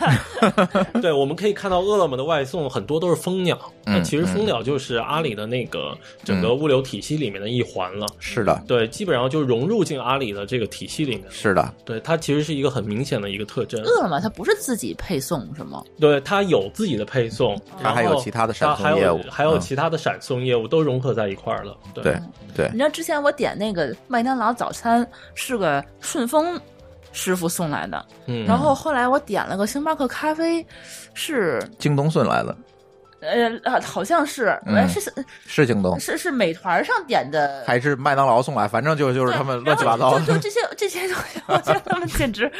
[SPEAKER 3] 对，我们可以看到饿了么的外送很多都是蜂鸟，
[SPEAKER 1] 嗯
[SPEAKER 3] 那其实蜂鸟就是阿里的那个整个物流体系里面的一环了。
[SPEAKER 1] 是的，
[SPEAKER 3] 对，基本上就融入进阿里的这个体系里面。
[SPEAKER 1] 是的，
[SPEAKER 3] 对，它其实是一个很明显的一个特征。
[SPEAKER 2] 饿了么它不是自己配送是吗？
[SPEAKER 3] 对，它有自己的配送，
[SPEAKER 1] 它还有
[SPEAKER 3] 然后
[SPEAKER 1] 其他的闪
[SPEAKER 3] 它
[SPEAKER 1] 送
[SPEAKER 3] 还有
[SPEAKER 1] 业务
[SPEAKER 3] 还有
[SPEAKER 1] 嗯
[SPEAKER 3] 其他的闪送业务都融合在一块儿了。对
[SPEAKER 1] 对对
[SPEAKER 2] 你，知道之前我点那个麦当劳早餐是个顺丰师傅送来的，
[SPEAKER 3] 嗯，
[SPEAKER 2] 然后后来我点了个星巴克咖啡，是
[SPEAKER 1] 京东顺来的，
[SPEAKER 2] 呃啊好像是
[SPEAKER 1] 嗯
[SPEAKER 2] 哎是是
[SPEAKER 1] 是京
[SPEAKER 3] 哦
[SPEAKER 1] 东，
[SPEAKER 2] 是是美团上点的。
[SPEAKER 1] 还是麦当劳送来，反正就就是
[SPEAKER 2] 对
[SPEAKER 1] 他们乱七八糟
[SPEAKER 2] 然后就就
[SPEAKER 1] 的。
[SPEAKER 2] 就这些这些东西，我觉得他们 简直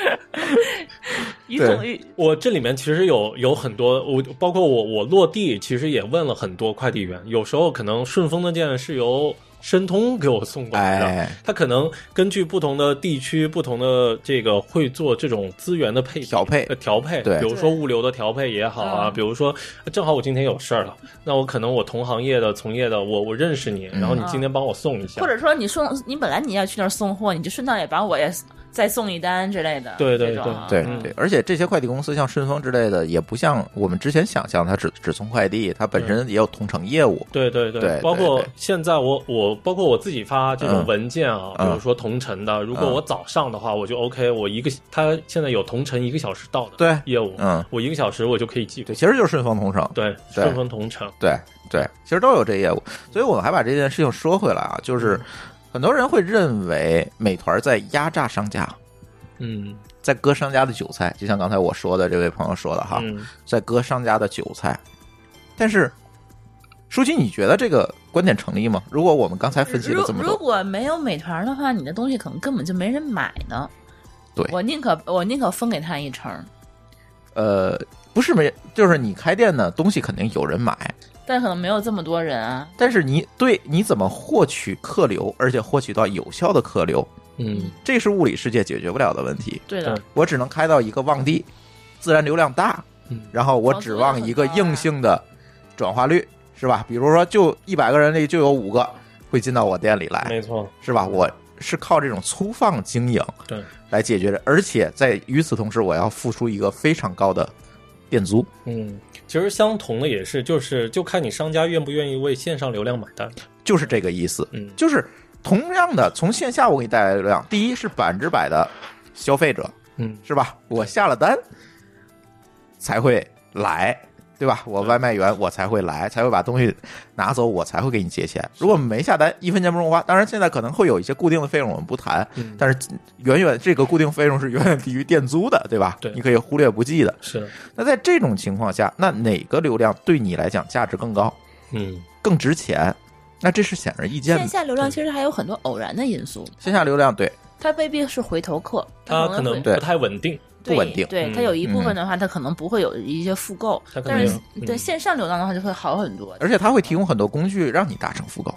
[SPEAKER 2] 一
[SPEAKER 1] 对
[SPEAKER 2] 种一
[SPEAKER 3] 我这里面其实有有很多，我包括我我落地，其实也问了很多快递员，有时候可能顺丰的件是由申通给我送过来的。
[SPEAKER 1] 哎，
[SPEAKER 3] 他可能根据不同的地区、不同的这个会做这种资源的配比
[SPEAKER 1] 调配
[SPEAKER 3] 呃调配，
[SPEAKER 1] 对
[SPEAKER 3] 比如说物流的调配也好啊，
[SPEAKER 2] 嗯
[SPEAKER 3] 比如说呃正好我今天有事儿了，那我可能我同行业的、从业的，我我认识你，
[SPEAKER 1] 嗯
[SPEAKER 3] 然后你今天帮我送一下，
[SPEAKER 2] 或者说你送你本来你要去那儿送货，你就顺道也把我也再送一单之类的。
[SPEAKER 3] 对对
[SPEAKER 2] 这种啊
[SPEAKER 1] 对
[SPEAKER 3] 嗯
[SPEAKER 1] 对，而且这些快递公司像顺丰之类的，也不像我们之前想象，它只只送快递，它本身也有同城业务。
[SPEAKER 3] 对对对，
[SPEAKER 1] 对对
[SPEAKER 3] 包括
[SPEAKER 1] 对
[SPEAKER 3] 现在我我包括我自己发这种
[SPEAKER 1] 嗯
[SPEAKER 3] 文件啊，
[SPEAKER 1] 嗯
[SPEAKER 3] 比如说同城的，如果
[SPEAKER 1] 嗯
[SPEAKER 3] 我早上的话，我就 OK，我一个他现在有同城一个小时到的
[SPEAKER 1] 对
[SPEAKER 3] 业务，
[SPEAKER 1] 嗯，
[SPEAKER 3] 我一个小时我就可以寄
[SPEAKER 1] 对，其实就是顺丰同城。
[SPEAKER 3] 对
[SPEAKER 1] 对
[SPEAKER 3] 顺丰同城，
[SPEAKER 1] 对对，其实都有这业务，所以我们还把这件事情说回来啊，就是很多人会认为美团在压榨商家，
[SPEAKER 3] 嗯
[SPEAKER 1] 在割商家的韭菜，就像刚才我说的这位朋友说的哈，
[SPEAKER 3] 嗯
[SPEAKER 1] 在割商家的韭菜。但是，舒淇，你觉得这个观点成立吗？如果我们刚才分析了
[SPEAKER 2] 如
[SPEAKER 1] 这么
[SPEAKER 2] 如
[SPEAKER 1] 多，
[SPEAKER 2] 果没有美团的话，你的东西可能根本就没人买呢。
[SPEAKER 1] 对
[SPEAKER 2] 我宁可我宁可分给他一成，
[SPEAKER 1] 呃，不是没，就是你开店呢，东西肯定有人买，
[SPEAKER 2] 但可能没有这么多人啊。
[SPEAKER 1] 但是你对你怎么获取客流，而且获取到有效的客流，
[SPEAKER 3] 嗯
[SPEAKER 1] 这是物理世界解决不了的问题。
[SPEAKER 2] 对的，
[SPEAKER 3] 对
[SPEAKER 1] 我只能开到一个旺地，自然流量大，
[SPEAKER 3] 嗯
[SPEAKER 1] 然后我
[SPEAKER 2] 防
[SPEAKER 1] 指
[SPEAKER 2] 缩
[SPEAKER 1] 望
[SPEAKER 2] 也
[SPEAKER 1] 一
[SPEAKER 2] 很
[SPEAKER 1] 个
[SPEAKER 2] 高
[SPEAKER 1] 硬
[SPEAKER 2] 啊
[SPEAKER 1] 性的转化率，是吧？比如说，就一百个人里就有五个会进到我店里来，
[SPEAKER 3] 没错，
[SPEAKER 1] 是吧？我是靠这种粗放经营
[SPEAKER 3] 对，
[SPEAKER 1] 来解决的，而且在与此同时，我要付出一个非常高的店租。
[SPEAKER 3] 嗯，其实相同的也是，就是就看你商家愿不愿意为线上流量买单。
[SPEAKER 1] 就是这个意思。
[SPEAKER 3] 嗯
[SPEAKER 1] 就是同样的，从线下我给你带来的流量，第一是百分之百的消费者，
[SPEAKER 3] 嗯，
[SPEAKER 1] 是吧？我下了单才会来，对吧？我外卖员我才会来，才会把东西拿走，我才会给你结钱。如果没下单，一分钱不用花。当然，现在可能会有一些固定的费用，我们不谈，
[SPEAKER 3] 嗯
[SPEAKER 1] 但是远远这个固定费用是远远低于店租的，对吧？
[SPEAKER 3] 对
[SPEAKER 1] 你可以忽略不计的。
[SPEAKER 3] 是的，
[SPEAKER 1] 那在这种情况下，那哪个流量对你来讲价值更高、
[SPEAKER 3] 嗯，
[SPEAKER 1] 更值钱？那这是显而易见的
[SPEAKER 2] 线。下流量其实还有很多偶然的因素，
[SPEAKER 1] 线下流啊量对
[SPEAKER 2] 它未必是回头客，
[SPEAKER 3] 它
[SPEAKER 2] 可
[SPEAKER 3] 可
[SPEAKER 2] 能
[SPEAKER 3] 能
[SPEAKER 2] 会
[SPEAKER 1] 对
[SPEAKER 3] 不太稳定。
[SPEAKER 1] 不稳定
[SPEAKER 2] 对
[SPEAKER 3] 嗯
[SPEAKER 2] 它有一部分的话，它可能不会有一些复购
[SPEAKER 3] 它，可能
[SPEAKER 2] 但是
[SPEAKER 3] 有
[SPEAKER 2] 对
[SPEAKER 3] 嗯
[SPEAKER 2] 线上流量的话就会好很多。
[SPEAKER 1] 而且它会提供很多工具让你达成复购，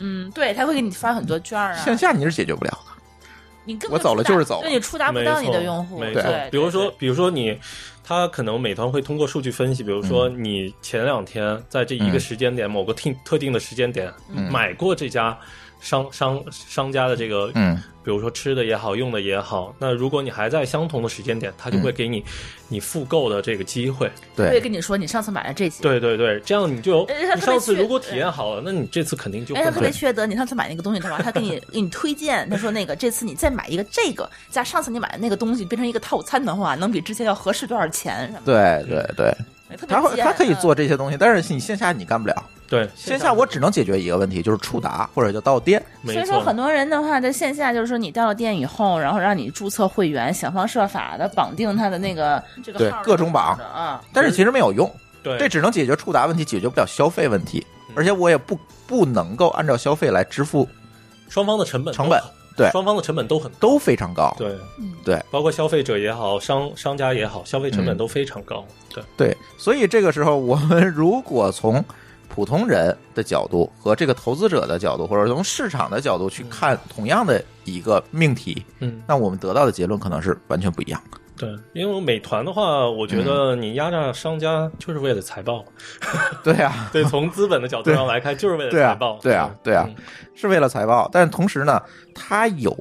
[SPEAKER 2] 嗯，对，它会给你发很多券儿啊，
[SPEAKER 1] 线下你是解决不了的。
[SPEAKER 2] 你根本
[SPEAKER 1] 我走了
[SPEAKER 2] 触达
[SPEAKER 1] 就是走了
[SPEAKER 2] 对你触达不
[SPEAKER 3] 没
[SPEAKER 2] 到
[SPEAKER 3] 错，
[SPEAKER 2] 你的用户。
[SPEAKER 3] 没
[SPEAKER 2] 对
[SPEAKER 3] 错，
[SPEAKER 2] 对，
[SPEAKER 3] 比如说，比如说你，他可能美团会通过数据分析，比如说你前两天在这一个
[SPEAKER 1] 嗯
[SPEAKER 3] 时间点、某个特特定的时间点、
[SPEAKER 1] 嗯
[SPEAKER 3] 买过这家商商商家的这个，
[SPEAKER 1] 嗯，
[SPEAKER 3] 比如说吃的也好，用的也好，那如果你还在相同的时间点，他
[SPEAKER 1] 嗯
[SPEAKER 3] 就会给你、你复购的这个机会。
[SPEAKER 2] 对会
[SPEAKER 1] 对，
[SPEAKER 2] 跟你说你上次买了这些，
[SPEAKER 3] 对对对，这样你就有
[SPEAKER 2] 哎他特别
[SPEAKER 3] 你上次
[SPEAKER 2] 缺
[SPEAKER 3] 如果体验好了，那你这次肯定就
[SPEAKER 2] 哎，他
[SPEAKER 3] 会
[SPEAKER 2] 特别缺德，你上次买那个东西干嘛？他给你给你推荐，他说那个这次你再买一个这个，加上次你买的那个东西变成一个套餐的话，能比之前要合适多少钱什么
[SPEAKER 1] 对对对，
[SPEAKER 2] 的？特别
[SPEAKER 1] 它会
[SPEAKER 2] 贱
[SPEAKER 1] 它可以
[SPEAKER 2] 嗯
[SPEAKER 1] 做这些东西，但是你线下你干不了。
[SPEAKER 3] 对
[SPEAKER 1] 线下我只能解决一个问题，就是触达或者叫到店。
[SPEAKER 3] 没
[SPEAKER 2] 所以说，
[SPEAKER 3] 错
[SPEAKER 2] 很多人的话，在线下就是说，你到了店以后，然后让你注册会员，想方设法的绑定他的那个这个
[SPEAKER 1] 对
[SPEAKER 2] 号儿
[SPEAKER 1] 各种绑嗯
[SPEAKER 2] 啊。
[SPEAKER 1] 但是其实没有用，
[SPEAKER 3] 对
[SPEAKER 1] 这只能解决触达问题，解决不了消费问题。而且我也不不能够按照消费来支付，
[SPEAKER 3] 双方的成本都
[SPEAKER 1] 成本
[SPEAKER 3] 很
[SPEAKER 1] 对
[SPEAKER 3] 双方的成本都很
[SPEAKER 1] 都非常高。
[SPEAKER 3] 对。
[SPEAKER 2] 嗯
[SPEAKER 1] 对嗯
[SPEAKER 3] 包括消费者也好，商商家也好，消费成本都非常高。对，
[SPEAKER 1] 对，所以这个时候，我们如果从普通人的角度和这个投资者的角度，或者从市场的角度去看同样的一个命题，
[SPEAKER 3] 嗯，
[SPEAKER 1] 那我们得到的结论可能是完全不一样。
[SPEAKER 3] 对，因为美团的话，我觉得
[SPEAKER 1] 嗯
[SPEAKER 3] 你压榨商家就是为了财报。
[SPEAKER 1] 对啊，
[SPEAKER 3] 对，从资本的角度上来看，就是为了
[SPEAKER 1] 对啊
[SPEAKER 3] 财报。
[SPEAKER 1] 对啊
[SPEAKER 3] 嗯
[SPEAKER 1] 对啊
[SPEAKER 3] 嗯
[SPEAKER 1] 是为了财报，但同时呢，他有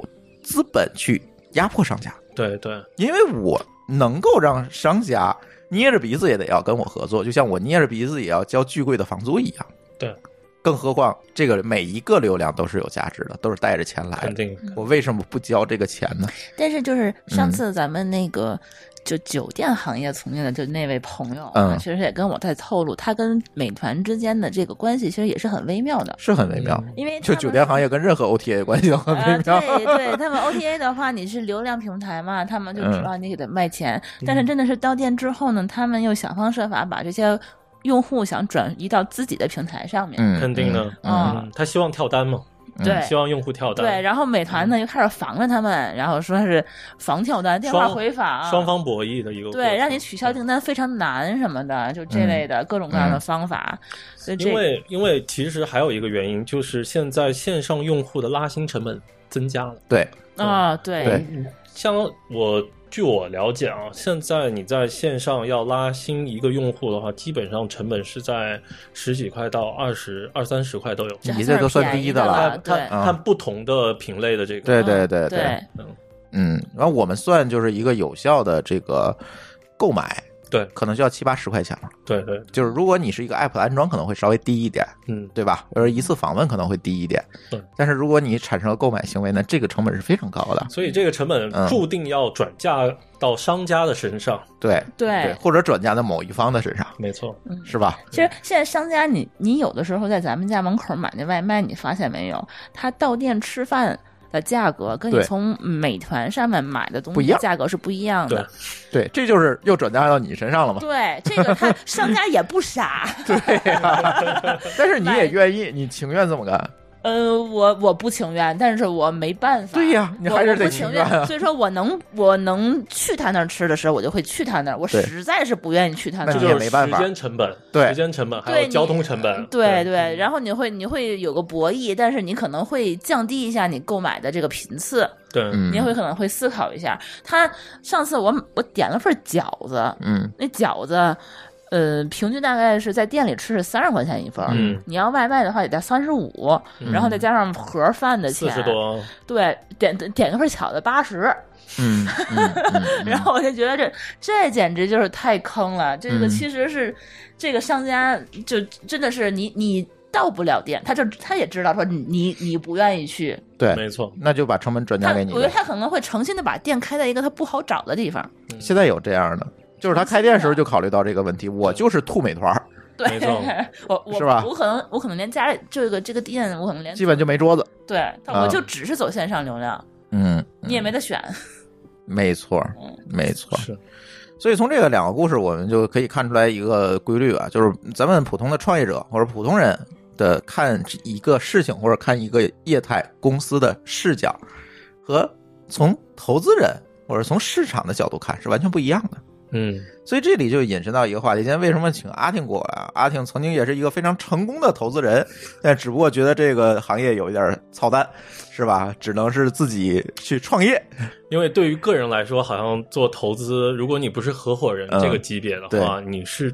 [SPEAKER 1] 资本去压迫商家，
[SPEAKER 3] 对对，
[SPEAKER 1] 因为我能够让商家捏着鼻子也得要跟我合作，就像我捏着鼻子也要交巨贵的房租一样。
[SPEAKER 3] 对，
[SPEAKER 1] 更何况这个每一个流量都是有价值的，都是带着钱来
[SPEAKER 3] 肯
[SPEAKER 1] 的。
[SPEAKER 3] 定。
[SPEAKER 1] 我为什么不交这个钱呢？
[SPEAKER 2] 但是就是上次咱们那个就酒店行业从业的就那位朋友啊，
[SPEAKER 1] 嗯
[SPEAKER 2] 其实也跟我在透露，他跟美团之间的这个关系其实也是很微妙的，
[SPEAKER 1] 是很微妙。
[SPEAKER 3] 嗯
[SPEAKER 2] 因为
[SPEAKER 1] 就
[SPEAKER 2] 他们
[SPEAKER 1] 酒店行业跟任何 OTA 关系都很微
[SPEAKER 2] 啊，
[SPEAKER 1] 妙。
[SPEAKER 2] 对对，他们 OTA 的话，你是流量平台嘛，他们就
[SPEAKER 1] 嗯
[SPEAKER 2] 知道你给他卖钱。但是真的是到店之后呢，他们又想方设法把这些用户想转移到自己的平台上面。
[SPEAKER 1] 嗯，
[SPEAKER 3] 肯定的，
[SPEAKER 2] 嗯
[SPEAKER 3] 嗯，他希望跳单嘛，
[SPEAKER 2] 对
[SPEAKER 3] 希望用户跳
[SPEAKER 2] 对，
[SPEAKER 3] 单，
[SPEAKER 2] 然后美团
[SPEAKER 1] 嗯
[SPEAKER 2] 呢又开始防着他们，然后说是防跳单、电话
[SPEAKER 3] 双
[SPEAKER 2] 回访，
[SPEAKER 3] 嗯双方博弈的一个过程。
[SPEAKER 2] 啊对让你取消订单非常难什么
[SPEAKER 1] 嗯
[SPEAKER 2] 的，就这类的各种各样的方法。所以这
[SPEAKER 3] 嗯因为因为其实还有一个原因，就是现在线上用户的拉新成本增加了。
[SPEAKER 1] 对，
[SPEAKER 2] 啊，对
[SPEAKER 1] 对
[SPEAKER 3] 嗯像我据我了解啊，现在你在线上要拉新一个用户的话，基本上成本是在十几块到二十二三十块都有。
[SPEAKER 2] 这还
[SPEAKER 1] 你这都算
[SPEAKER 2] 算是
[SPEAKER 1] 低
[SPEAKER 2] 便宜
[SPEAKER 1] 的
[SPEAKER 2] 的
[SPEAKER 1] 了
[SPEAKER 2] 了，
[SPEAKER 3] 看
[SPEAKER 2] 对
[SPEAKER 1] 啊
[SPEAKER 3] 看不同的品类的这个，
[SPEAKER 1] 对对对
[SPEAKER 2] 对，
[SPEAKER 3] 嗯，
[SPEAKER 1] 嗯，然后我们算就是一个有效的这个购买，
[SPEAKER 3] 对
[SPEAKER 1] 可能就要七八十块钱了。
[SPEAKER 3] 对对，
[SPEAKER 1] 就是如果你是一个 app 的安装，可能会稍微低一点，
[SPEAKER 3] 嗯，
[SPEAKER 1] 对吧？而一次访问可能会低一点
[SPEAKER 3] 对，
[SPEAKER 1] 但是如果你产生了购买行为呢，这个成本是非常高的。
[SPEAKER 3] 所以这个成本
[SPEAKER 1] 嗯
[SPEAKER 3] 注定要转嫁到商家的身上，
[SPEAKER 1] 对
[SPEAKER 2] 对嗯
[SPEAKER 1] 对，或者转嫁到某一方的身上，
[SPEAKER 3] 没错，
[SPEAKER 1] 是吧？
[SPEAKER 2] 其实现在商家你，你有的时候在咱们家门口买那外卖，你发现没有，他到店吃饭的价格跟你
[SPEAKER 1] 对
[SPEAKER 2] 从美团上面买的东
[SPEAKER 1] 不一
[SPEAKER 2] 西
[SPEAKER 1] 样
[SPEAKER 2] 价格是不一样
[SPEAKER 3] 对
[SPEAKER 2] 的。，
[SPEAKER 1] 对，这就是又转嫁到你身上了嘛。
[SPEAKER 2] 对，这个他商家也不傻，
[SPEAKER 1] 但是你也愿意，你情愿这么干，
[SPEAKER 2] 呃，我我不情愿，但是我没办法。
[SPEAKER 1] 对呀你还是
[SPEAKER 2] 我我
[SPEAKER 1] 得
[SPEAKER 2] 不
[SPEAKER 1] 情
[SPEAKER 2] 情
[SPEAKER 1] 愿啊
[SPEAKER 2] 所以说我能我能去他那儿吃的时候，我就会去他那儿。我
[SPEAKER 1] 对
[SPEAKER 2] 实在是不愿意去他那
[SPEAKER 1] 那
[SPEAKER 2] 儿。
[SPEAKER 1] 你
[SPEAKER 3] 这
[SPEAKER 1] 也
[SPEAKER 3] 就是
[SPEAKER 1] 没办法
[SPEAKER 3] 时间成本，
[SPEAKER 1] 对
[SPEAKER 3] 时间成本还
[SPEAKER 2] 对
[SPEAKER 3] 有
[SPEAKER 2] 你
[SPEAKER 3] 交通成本，
[SPEAKER 2] 对对，
[SPEAKER 1] 嗯
[SPEAKER 2] 然后你会你会有个博弈，但是你可能会降低一下你购买的这个频次，
[SPEAKER 3] 对，
[SPEAKER 1] 嗯
[SPEAKER 2] 你也会可能会思考一下。他上次我我点了份饺子，
[SPEAKER 1] 嗯
[SPEAKER 2] 那饺子，呃，平均大概是在店里吃是三十块钱一份儿，
[SPEAKER 3] 嗯
[SPEAKER 2] 你要外卖的话也在三十五，然后再加上盒饭的
[SPEAKER 3] 四
[SPEAKER 2] 钱，
[SPEAKER 3] 十多，
[SPEAKER 2] 对，点点个份饺子八十，
[SPEAKER 1] 嗯嗯嗯
[SPEAKER 2] 然后我就觉得这这简直就是太坑了。这个
[SPEAKER 1] 嗯
[SPEAKER 2] 其实是、这个商家就真的是你你到不了店，他就他也知道说你你你不愿意去，
[SPEAKER 1] 对，
[SPEAKER 3] 没错，
[SPEAKER 1] 那就把成本转
[SPEAKER 2] 他
[SPEAKER 1] 嫁给你
[SPEAKER 2] 我觉得
[SPEAKER 1] 呗。
[SPEAKER 2] 他可能会诚心的把店开在一个他不好找的地方，
[SPEAKER 1] 现在有这样的，就是他开店的时候就考虑到这个问题，我就是吐美团儿，
[SPEAKER 2] 对
[SPEAKER 3] 没错，
[SPEAKER 2] 我我
[SPEAKER 1] 是吧
[SPEAKER 2] 我可能我可能连家里这个这个店我可能连
[SPEAKER 1] 基本就没桌子。
[SPEAKER 2] 对，但
[SPEAKER 1] 啊
[SPEAKER 2] 我就只是走线上流量，
[SPEAKER 1] 嗯，
[SPEAKER 2] 你也没得选。
[SPEAKER 1] 没错，没错。
[SPEAKER 3] 是
[SPEAKER 1] 所以从这个两个故事，我们就可以看出来一个规律啊，就是咱们普通的创业者或者普通人的看一个事情或者看一个业态公司的视角，和从投资人或者从市场的角度看是完全不一样的。
[SPEAKER 3] 嗯，
[SPEAKER 1] 所以这里就引申到一个话题：今天为什么请阿挺过来啊？阿挺曾经也是一个非常成功的投资人，但只不过觉得这个行业有一点操蛋，是吧？只能是自己去创业。
[SPEAKER 3] 因为对于个人来说，好像做投资，如果你不是合伙人
[SPEAKER 1] 嗯
[SPEAKER 3] 这个级别的话，你是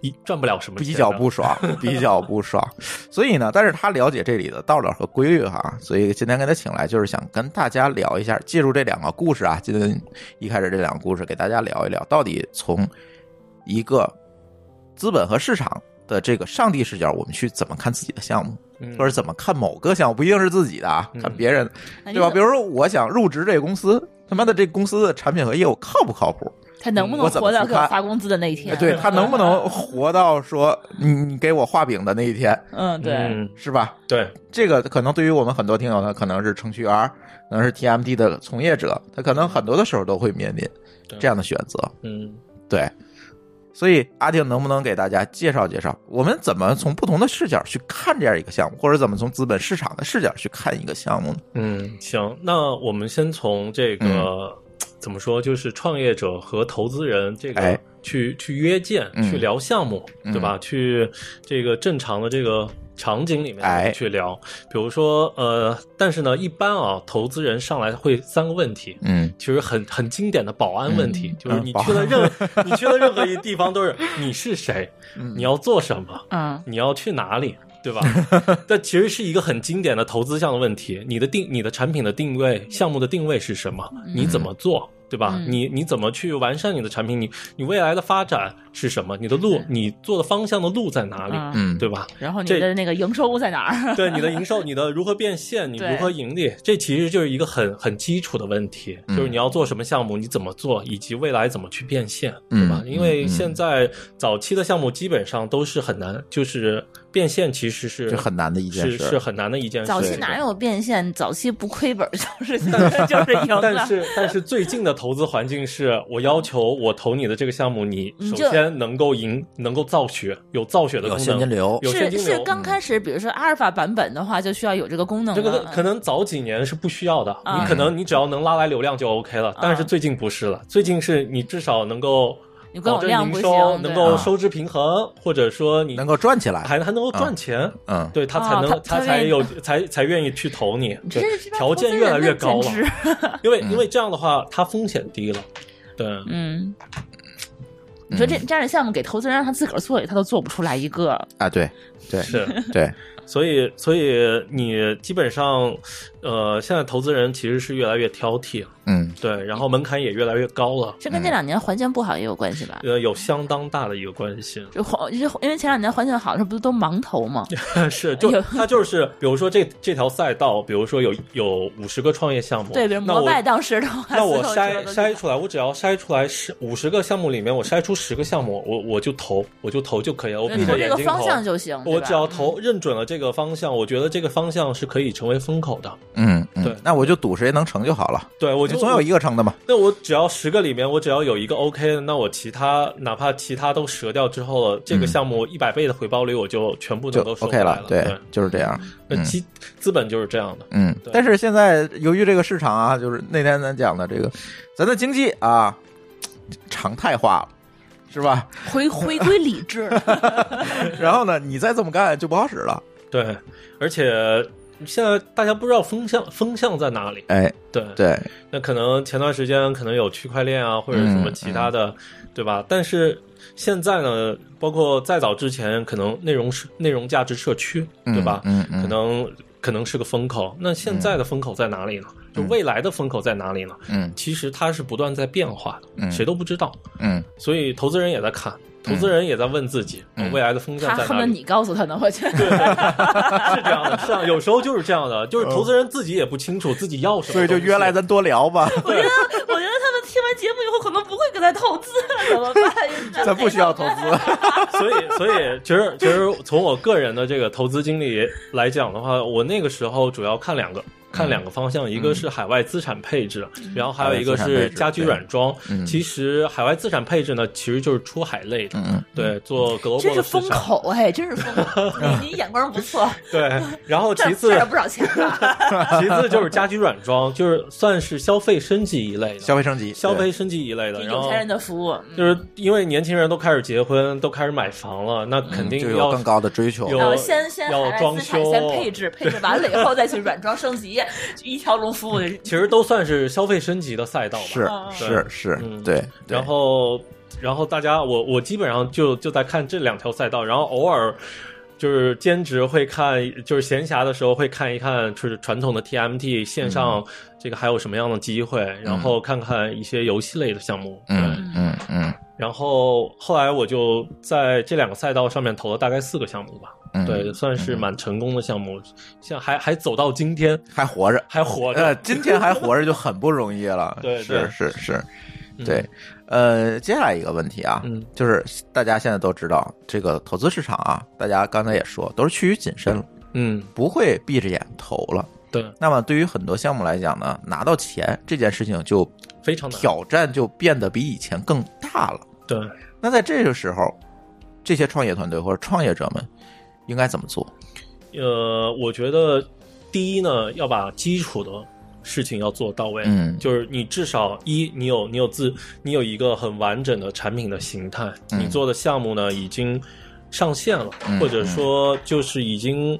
[SPEAKER 3] 一赚不了什么钱的，
[SPEAKER 1] 比较不 爽，比较不爽。所以呢，但是他了解这里的道理和规律哈，所以今天给他请来，就是想跟大家聊一下，借助这两个故事啊，今天一开始这两个故事给大家聊一聊，到底从一个资本和市场的这个上帝视角，我们去怎么看自己的项目，
[SPEAKER 3] 嗯，
[SPEAKER 1] 或者怎么看某个项目，不一定是自己的啊，看别人的
[SPEAKER 2] 那你
[SPEAKER 1] 对吧？比
[SPEAKER 2] 怎
[SPEAKER 1] 如说，我想入职这公司，他妈的这公司的产品和业务靠不靠谱？
[SPEAKER 2] 他能不能
[SPEAKER 1] 我怎么
[SPEAKER 2] 活到
[SPEAKER 1] 去
[SPEAKER 2] 给我
[SPEAKER 1] 看
[SPEAKER 2] 发工资的那一天？
[SPEAKER 3] 哎
[SPEAKER 1] 对他能不能活到说你你给我画饼的那一天？
[SPEAKER 2] 嗯，对，
[SPEAKER 3] 嗯，
[SPEAKER 1] 是吧？
[SPEAKER 3] 对，
[SPEAKER 1] 这个可能对于我们很多听友呢，可能是程序员，可能是 TMT 的从业者，他可能很多的时候都会面临
[SPEAKER 3] 对
[SPEAKER 1] 这样的选择。
[SPEAKER 3] 嗯，
[SPEAKER 1] 对，所以阿定能不能给大家介绍介绍，我们怎么从不同的视角去看这样一个项目，或者怎么从资本市场的视角去看一个项目呢？
[SPEAKER 3] 嗯，行，那我们先从这个、
[SPEAKER 1] 嗯
[SPEAKER 3] 怎么说，就是创业者和投资人这个
[SPEAKER 1] 哎
[SPEAKER 3] 去、去约见、
[SPEAKER 1] 嗯
[SPEAKER 3] 去聊项目，
[SPEAKER 1] 嗯
[SPEAKER 3] 对吧？去这个正常的这个。场景里
[SPEAKER 1] 哎
[SPEAKER 3] 面去聊，比如说，呃，但是呢，一般啊，投资人上来会三个问题，
[SPEAKER 1] 嗯
[SPEAKER 3] 其实很很经典的保安问题，就是
[SPEAKER 1] 嗯
[SPEAKER 3] 你
[SPEAKER 1] 保
[SPEAKER 3] 去了任、 你去了任何一地方都是你是谁，你要做什么，
[SPEAKER 2] 嗯，
[SPEAKER 3] 你要去哪里，对吧？这其实是一个很经典的投资项的问题。你的定、你的产品的定位、项目的定位是什么？你怎么做？对吧？
[SPEAKER 2] 嗯
[SPEAKER 3] 你你怎么去完善你的产品？你你未来的发展是什么？你的路，你做的方向的路在哪里？
[SPEAKER 2] 嗯
[SPEAKER 1] 嗯，
[SPEAKER 3] 对吧？
[SPEAKER 2] 然后你
[SPEAKER 3] 这
[SPEAKER 2] 的那个营收在哪 儿？
[SPEAKER 3] 对你的营售，你的如何变现，你
[SPEAKER 2] 对
[SPEAKER 3] 如何盈利，这其实就是一个很很基础的问题，
[SPEAKER 1] 嗯
[SPEAKER 3] 就是你要做什么项目，你怎么做，以及未来怎么去变现，
[SPEAKER 1] 嗯
[SPEAKER 3] 对吧？因为
[SPEAKER 1] 嗯
[SPEAKER 3] 现在早期的项目基本上都是很难，就是变现其实是
[SPEAKER 1] 这很难的一件
[SPEAKER 3] 是
[SPEAKER 1] 事
[SPEAKER 3] 是很难的一件事。
[SPEAKER 2] 早期哪有变现？早期不亏本 就是就是赢了。
[SPEAKER 3] 但是但是最近的投资环境是我要求我投你的这个项目，你
[SPEAKER 2] 你
[SPEAKER 3] 首
[SPEAKER 2] 就
[SPEAKER 3] 先能够赢，能够造血，有造血的
[SPEAKER 1] 有
[SPEAKER 3] 功能，
[SPEAKER 1] 现金流
[SPEAKER 3] 有现
[SPEAKER 2] 是
[SPEAKER 3] 金
[SPEAKER 2] 是
[SPEAKER 3] 流。嗯
[SPEAKER 2] 刚开始，比如说阿尔法版本的话，就需要有这个功能
[SPEAKER 3] 这个
[SPEAKER 2] 了
[SPEAKER 3] 可能早几年是不需要的，
[SPEAKER 2] 嗯
[SPEAKER 3] 你可能你只要能拉来流量就 OK 了，但是最近不是了，最近是你至少能够
[SPEAKER 2] 你光
[SPEAKER 3] 保
[SPEAKER 2] 有
[SPEAKER 3] 证
[SPEAKER 2] 量
[SPEAKER 3] 营
[SPEAKER 2] 不
[SPEAKER 3] 收，
[SPEAKER 2] 行，对
[SPEAKER 3] 能够收支平衡，或者说你
[SPEAKER 1] 嗯能够赚起来。
[SPEAKER 3] 还还能够赚钱，
[SPEAKER 1] 嗯，
[SPEAKER 3] 对他
[SPEAKER 2] 啊
[SPEAKER 3] 才能
[SPEAKER 2] 他
[SPEAKER 3] 他
[SPEAKER 2] 他
[SPEAKER 3] 才
[SPEAKER 2] 愿意
[SPEAKER 3] 有才才愿意去投你，
[SPEAKER 2] 你
[SPEAKER 3] 对
[SPEAKER 2] 这是这帮
[SPEAKER 3] 条件越来越高
[SPEAKER 2] 投
[SPEAKER 3] 了
[SPEAKER 2] 资，人的简直
[SPEAKER 3] 因
[SPEAKER 1] 嗯
[SPEAKER 3] 为因为这样的话他风险低了，对，
[SPEAKER 2] 嗯。你说这
[SPEAKER 3] 嗯
[SPEAKER 2] 这样的项目给投资人让他自个儿做，他都做不出来一个。
[SPEAKER 1] 啊，对，对，
[SPEAKER 3] 是。
[SPEAKER 1] 对，
[SPEAKER 3] 所以，所以你基本上，呃，现在投资人其实是越来越挑剔，
[SPEAKER 1] 嗯，
[SPEAKER 3] 对，然后门槛也越来越高了，
[SPEAKER 2] 这跟这两年环境不好也有关系吧？
[SPEAKER 3] 呃，有相当大的一个关系。
[SPEAKER 2] 就环，就因为前两年环境好的时候不是都盲投 吗？
[SPEAKER 3] 是，就
[SPEAKER 2] 有
[SPEAKER 3] 它就是，比如说这这条赛道，比如说有有五十个创业项目，
[SPEAKER 2] 对，比如
[SPEAKER 3] 那
[SPEAKER 2] 摩
[SPEAKER 3] 我
[SPEAKER 2] 拜当时的话，
[SPEAKER 3] 那我
[SPEAKER 2] 四六
[SPEAKER 3] 筛
[SPEAKER 2] 九都
[SPEAKER 3] 筛出来，我只要筛出来十五十个项目里面，我筛出十个项目，我我就投，我就投就可以了，我闭
[SPEAKER 2] 投
[SPEAKER 3] 着
[SPEAKER 2] 这
[SPEAKER 3] 眼
[SPEAKER 2] 个
[SPEAKER 3] 睛
[SPEAKER 2] 方
[SPEAKER 3] 投。
[SPEAKER 2] 向就行。对吧嗯
[SPEAKER 3] 我只要投认准了这个方向，我觉得这个方向是可以成为风口的，
[SPEAKER 1] 嗯，嗯
[SPEAKER 3] 对
[SPEAKER 1] 那我就赌谁能成就好了，
[SPEAKER 3] 对我
[SPEAKER 1] 我
[SPEAKER 3] 就
[SPEAKER 1] 总有一个成的嘛。
[SPEAKER 3] 那我只要十个里面，我只要有一个 OK 的，那我其他哪怕其他都折掉之后了，这个项目一百倍的回报率，我就全部
[SPEAKER 1] 嗯就
[SPEAKER 3] 能够收
[SPEAKER 1] OK
[SPEAKER 3] 回来
[SPEAKER 1] 了，嗯
[SPEAKER 3] 对，
[SPEAKER 1] 就是这样。
[SPEAKER 3] 那基资本就是这样的。
[SPEAKER 1] 嗯
[SPEAKER 3] 对，
[SPEAKER 1] 但是现在由于这个市场啊，就是那天咱讲的这个，咱的经济啊，常态化了，是吧？
[SPEAKER 2] 回回归理 智，
[SPEAKER 1] 然后呢，你再这么干就不好使了。
[SPEAKER 3] 对，而且现在大家不知道风向风向在哪里。
[SPEAKER 1] 哎，
[SPEAKER 3] 对，
[SPEAKER 1] 对，
[SPEAKER 3] 那可能前段时间可能有区块链啊，或者什
[SPEAKER 1] 嗯
[SPEAKER 3] 么其他的，对吧？但是现在呢，包括再早之前，可能内容是内容价值社区，
[SPEAKER 1] 嗯
[SPEAKER 3] 对吧？
[SPEAKER 1] 嗯嗯，
[SPEAKER 3] 可能可能是个风口。那现在的风口在哪里呢？就未来的风口在哪里呢？
[SPEAKER 1] 嗯
[SPEAKER 3] 其实它是不断在变化的，
[SPEAKER 1] 嗯
[SPEAKER 3] 谁都不知道。
[SPEAKER 1] 嗯，
[SPEAKER 3] 所以投资人也在看，投资人也在问自己，
[SPEAKER 1] 嗯
[SPEAKER 3] 呃未来的风向
[SPEAKER 2] 他
[SPEAKER 3] 在
[SPEAKER 2] 恨不
[SPEAKER 3] 哪
[SPEAKER 2] 得
[SPEAKER 3] 里？
[SPEAKER 2] 你告诉他呢，我觉得。
[SPEAKER 3] 是这样的，是这样，有时候就是这样的，就是投资人自己也不清楚自己要什么，
[SPEAKER 1] 所以就约来。咱多聊 吧，
[SPEAKER 2] 我觉得，我觉得他们听完节目以后可能不会跟他投资了，怎么办？
[SPEAKER 1] 咱不需要投资。
[SPEAKER 3] 所以，所以其实其实从我个人的这个投资经历来讲的话，我那个时候主要看两个。看两个方向，一个是海外资产配置，然后还有一个
[SPEAKER 1] 嗯海外资产配
[SPEAKER 3] 是
[SPEAKER 1] 置
[SPEAKER 3] 家居软装
[SPEAKER 1] 嗯。
[SPEAKER 3] 其实海外资产配置呢，其实就是出海类的，
[SPEAKER 1] 嗯
[SPEAKER 3] 对，做格
[SPEAKER 2] 真是
[SPEAKER 3] 罗的市
[SPEAKER 2] 风
[SPEAKER 3] 场。
[SPEAKER 2] 口哎，真是风 口！你你眼光不错，
[SPEAKER 3] 对， 然后其
[SPEAKER 2] 赚
[SPEAKER 3] 次
[SPEAKER 2] 赚了不少钱 了。
[SPEAKER 3] 其次就是家居软装，就是算是消费升级一类的，
[SPEAKER 1] 消费升级，
[SPEAKER 3] 消费升级一类的，
[SPEAKER 2] 给
[SPEAKER 3] 然
[SPEAKER 2] 有
[SPEAKER 3] 后
[SPEAKER 2] 钱人的服务，嗯
[SPEAKER 3] 就是因为年轻人都开始结婚，都开始买房了，那肯
[SPEAKER 1] 对嗯就
[SPEAKER 3] 定
[SPEAKER 1] 有
[SPEAKER 3] 要
[SPEAKER 1] 更高的追求。
[SPEAKER 3] 有
[SPEAKER 2] 然后先先
[SPEAKER 3] 要
[SPEAKER 2] 海外
[SPEAKER 3] 装
[SPEAKER 2] 资产
[SPEAKER 3] 修
[SPEAKER 2] 先配置，配置完了以后再去软装升级，一条龙服务。
[SPEAKER 3] 其实都算是消费升级的赛道吧。
[SPEAKER 1] 是
[SPEAKER 2] 嗯
[SPEAKER 1] 是是，
[SPEAKER 3] 嗯
[SPEAKER 1] 对。对
[SPEAKER 3] 然后然后大家，我我基本上就就在看这两条赛道，然后偶尔。就是兼职会看，就是闲暇的时候会看一看，就是传统的 TMT
[SPEAKER 1] 嗯
[SPEAKER 3] 线上这个还有什么样的机会，然后看看一些游戏类的项目。对，
[SPEAKER 1] 嗯嗯嗯
[SPEAKER 3] 然后后来我就在这两个赛道上面投了大概四个项目吧。
[SPEAKER 1] 嗯，
[SPEAKER 3] 对，，算是蛮成功的项目，像还还走到今天
[SPEAKER 1] 还活着。
[SPEAKER 3] 还活
[SPEAKER 1] 呃
[SPEAKER 3] 着，，
[SPEAKER 1] 今天还活着就很不容易了。
[SPEAKER 3] 对
[SPEAKER 1] 是
[SPEAKER 3] 对
[SPEAKER 1] 是是，
[SPEAKER 3] 嗯
[SPEAKER 1] 对，呃，接下来一个问题啊，
[SPEAKER 3] 嗯
[SPEAKER 1] 就是大家现在都知道这个投资市场啊，大家刚才也说都是趋于谨慎了，
[SPEAKER 3] 嗯，
[SPEAKER 1] 不会闭着眼投了。
[SPEAKER 3] 对，
[SPEAKER 1] 那么对于很多项目来讲呢，拿到钱这件事情就
[SPEAKER 3] 非常难，
[SPEAKER 1] 挑战就变得比以前更大了。
[SPEAKER 3] 对，
[SPEAKER 1] 那在这个时候，这些创业团队或者创业者们应该怎么做？
[SPEAKER 3] 呃，我觉得第一呢，要把基础的事情要做到位，
[SPEAKER 1] 嗯
[SPEAKER 3] 就是你至少一，你有你有自你有一个很完整的产品的形态，
[SPEAKER 1] 嗯
[SPEAKER 3] 你做的项目呢已经上线了，
[SPEAKER 1] 嗯
[SPEAKER 3] 或者说就是已经。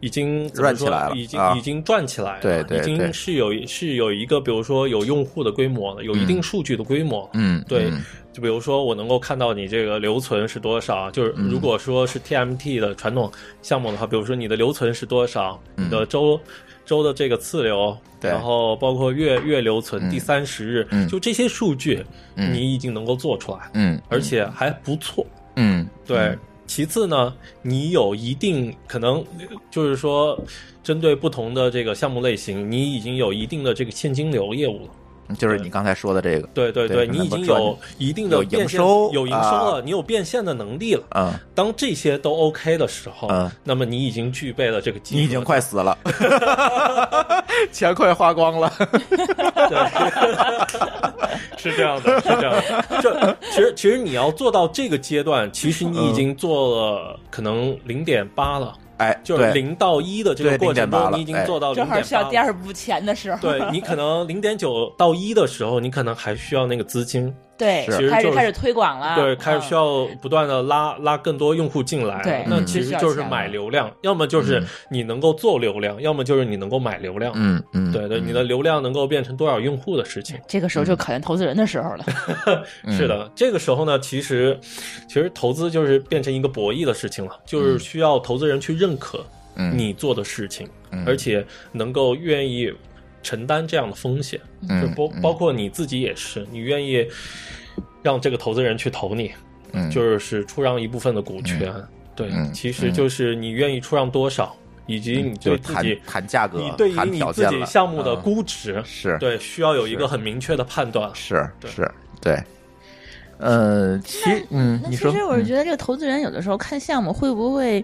[SPEAKER 3] 已经怎么
[SPEAKER 1] 转起
[SPEAKER 3] 说
[SPEAKER 1] 来了
[SPEAKER 3] 已经、
[SPEAKER 1] 啊
[SPEAKER 3] 已经转起来了，
[SPEAKER 1] 对对
[SPEAKER 3] 已
[SPEAKER 1] 对
[SPEAKER 3] 经是有是有一个，比如说有用户的规模了，有一定数据的规模了，
[SPEAKER 1] 嗯，
[SPEAKER 3] 对
[SPEAKER 1] 嗯，
[SPEAKER 3] 就比如说我能够看到你这个留存是多少，就是
[SPEAKER 1] 嗯
[SPEAKER 3] 如果说是 TMT 的传统项目的话，比如说你的留存是多少，
[SPEAKER 1] 嗯
[SPEAKER 3] 你的周周的这个次流，
[SPEAKER 1] 对
[SPEAKER 3] 然后包括月月留
[SPEAKER 1] 嗯
[SPEAKER 3] 存、第三十日
[SPEAKER 1] 嗯，
[SPEAKER 3] 就这些数据，
[SPEAKER 1] 嗯
[SPEAKER 3] 你已经能够做出来，
[SPEAKER 1] 嗯，
[SPEAKER 3] 而且还不错。
[SPEAKER 1] 嗯，
[SPEAKER 3] 对
[SPEAKER 1] 嗯，，
[SPEAKER 3] 其次呢，你有一定可能，就是说针对不同的这个项目类型，你已经有一定的这个现金流业务了。
[SPEAKER 1] 嗯就是你刚才说的这个，
[SPEAKER 3] 对对
[SPEAKER 1] 对
[SPEAKER 3] 对，你已经
[SPEAKER 1] 能够
[SPEAKER 3] 有
[SPEAKER 1] 赚
[SPEAKER 3] 一定
[SPEAKER 1] 有
[SPEAKER 3] 的
[SPEAKER 1] 营
[SPEAKER 3] 变现
[SPEAKER 1] 收
[SPEAKER 3] 有营收
[SPEAKER 1] 啊
[SPEAKER 3] 了，你有变现的能力了。
[SPEAKER 1] 嗯，
[SPEAKER 3] 当这些都 OK 的时候
[SPEAKER 1] 嗯，
[SPEAKER 3] 那么你已经具备了这个基础，
[SPEAKER 1] 你已经快死 了，钱快花光了。
[SPEAKER 3] 对是这样的，是这样的。这其实其实你要做到这个阶段，其实
[SPEAKER 1] 嗯
[SPEAKER 3] 你已经做了可能零点八了，
[SPEAKER 1] 哎，
[SPEAKER 3] 就是
[SPEAKER 1] 对，
[SPEAKER 3] 零到一的这
[SPEAKER 1] 对
[SPEAKER 3] 个过程
[SPEAKER 1] 0.8
[SPEAKER 3] 中，
[SPEAKER 1] 了哎
[SPEAKER 3] 你已经 做到零
[SPEAKER 2] 正好
[SPEAKER 3] 点
[SPEAKER 2] 需
[SPEAKER 3] 八
[SPEAKER 2] 要第。二步钱的时候，
[SPEAKER 3] 对你可能零点九到一的时候，你可能还需要那个资金，
[SPEAKER 2] 对
[SPEAKER 1] 是
[SPEAKER 2] 开
[SPEAKER 3] 其实就
[SPEAKER 2] 始
[SPEAKER 3] 是
[SPEAKER 2] 开始推广了，嗯
[SPEAKER 3] 对，开始需
[SPEAKER 2] 要
[SPEAKER 3] 要不断的拉拉更多用户进来，
[SPEAKER 2] 啊对
[SPEAKER 3] 那
[SPEAKER 1] 嗯
[SPEAKER 3] 其
[SPEAKER 2] 是
[SPEAKER 3] 实
[SPEAKER 2] 需要
[SPEAKER 3] 就是
[SPEAKER 2] 钱的
[SPEAKER 3] 买流量，要么就是你能够做流量，要么就是你能够买流量。
[SPEAKER 1] 嗯嗯，
[SPEAKER 3] 对对，
[SPEAKER 1] 嗯
[SPEAKER 3] 你的流量能够变成多少用户的事情，
[SPEAKER 2] 这个时候就考验投资人的时候了。
[SPEAKER 1] 嗯
[SPEAKER 3] 是的。这个时候呢，其实其实投资就是变成一个博弈的事情了，就是需要投资人去认可
[SPEAKER 1] 嗯
[SPEAKER 3] 你做的事情，
[SPEAKER 1] 嗯
[SPEAKER 3] 而且能够愿意承担这样的风险，
[SPEAKER 1] 嗯
[SPEAKER 3] 就包包括你自己也是，你愿意让这个投资人去投你，
[SPEAKER 1] 嗯
[SPEAKER 3] 就是出让一部分的股权。对，
[SPEAKER 1] 嗯
[SPEAKER 3] 其实就是你愿意出让多少，以及你
[SPEAKER 1] 就
[SPEAKER 3] 对
[SPEAKER 1] 是
[SPEAKER 3] 自
[SPEAKER 1] 谈
[SPEAKER 3] 己，
[SPEAKER 1] 谈价格，
[SPEAKER 3] 你对于
[SPEAKER 1] 谈
[SPEAKER 3] 你
[SPEAKER 1] 条
[SPEAKER 3] 自
[SPEAKER 1] 件
[SPEAKER 3] 己
[SPEAKER 1] 了
[SPEAKER 3] 项目的
[SPEAKER 1] 嗯
[SPEAKER 3] 估值，
[SPEAKER 1] 是
[SPEAKER 3] 对，需要有一
[SPEAKER 1] 是
[SPEAKER 3] 个很明确的判断。
[SPEAKER 1] 是
[SPEAKER 3] 对
[SPEAKER 1] 是，对，呃，其嗯，
[SPEAKER 2] 那
[SPEAKER 1] 你
[SPEAKER 2] 其
[SPEAKER 1] 说
[SPEAKER 3] 嗯
[SPEAKER 2] 实我是觉得这个投资人有的时候看项目会不会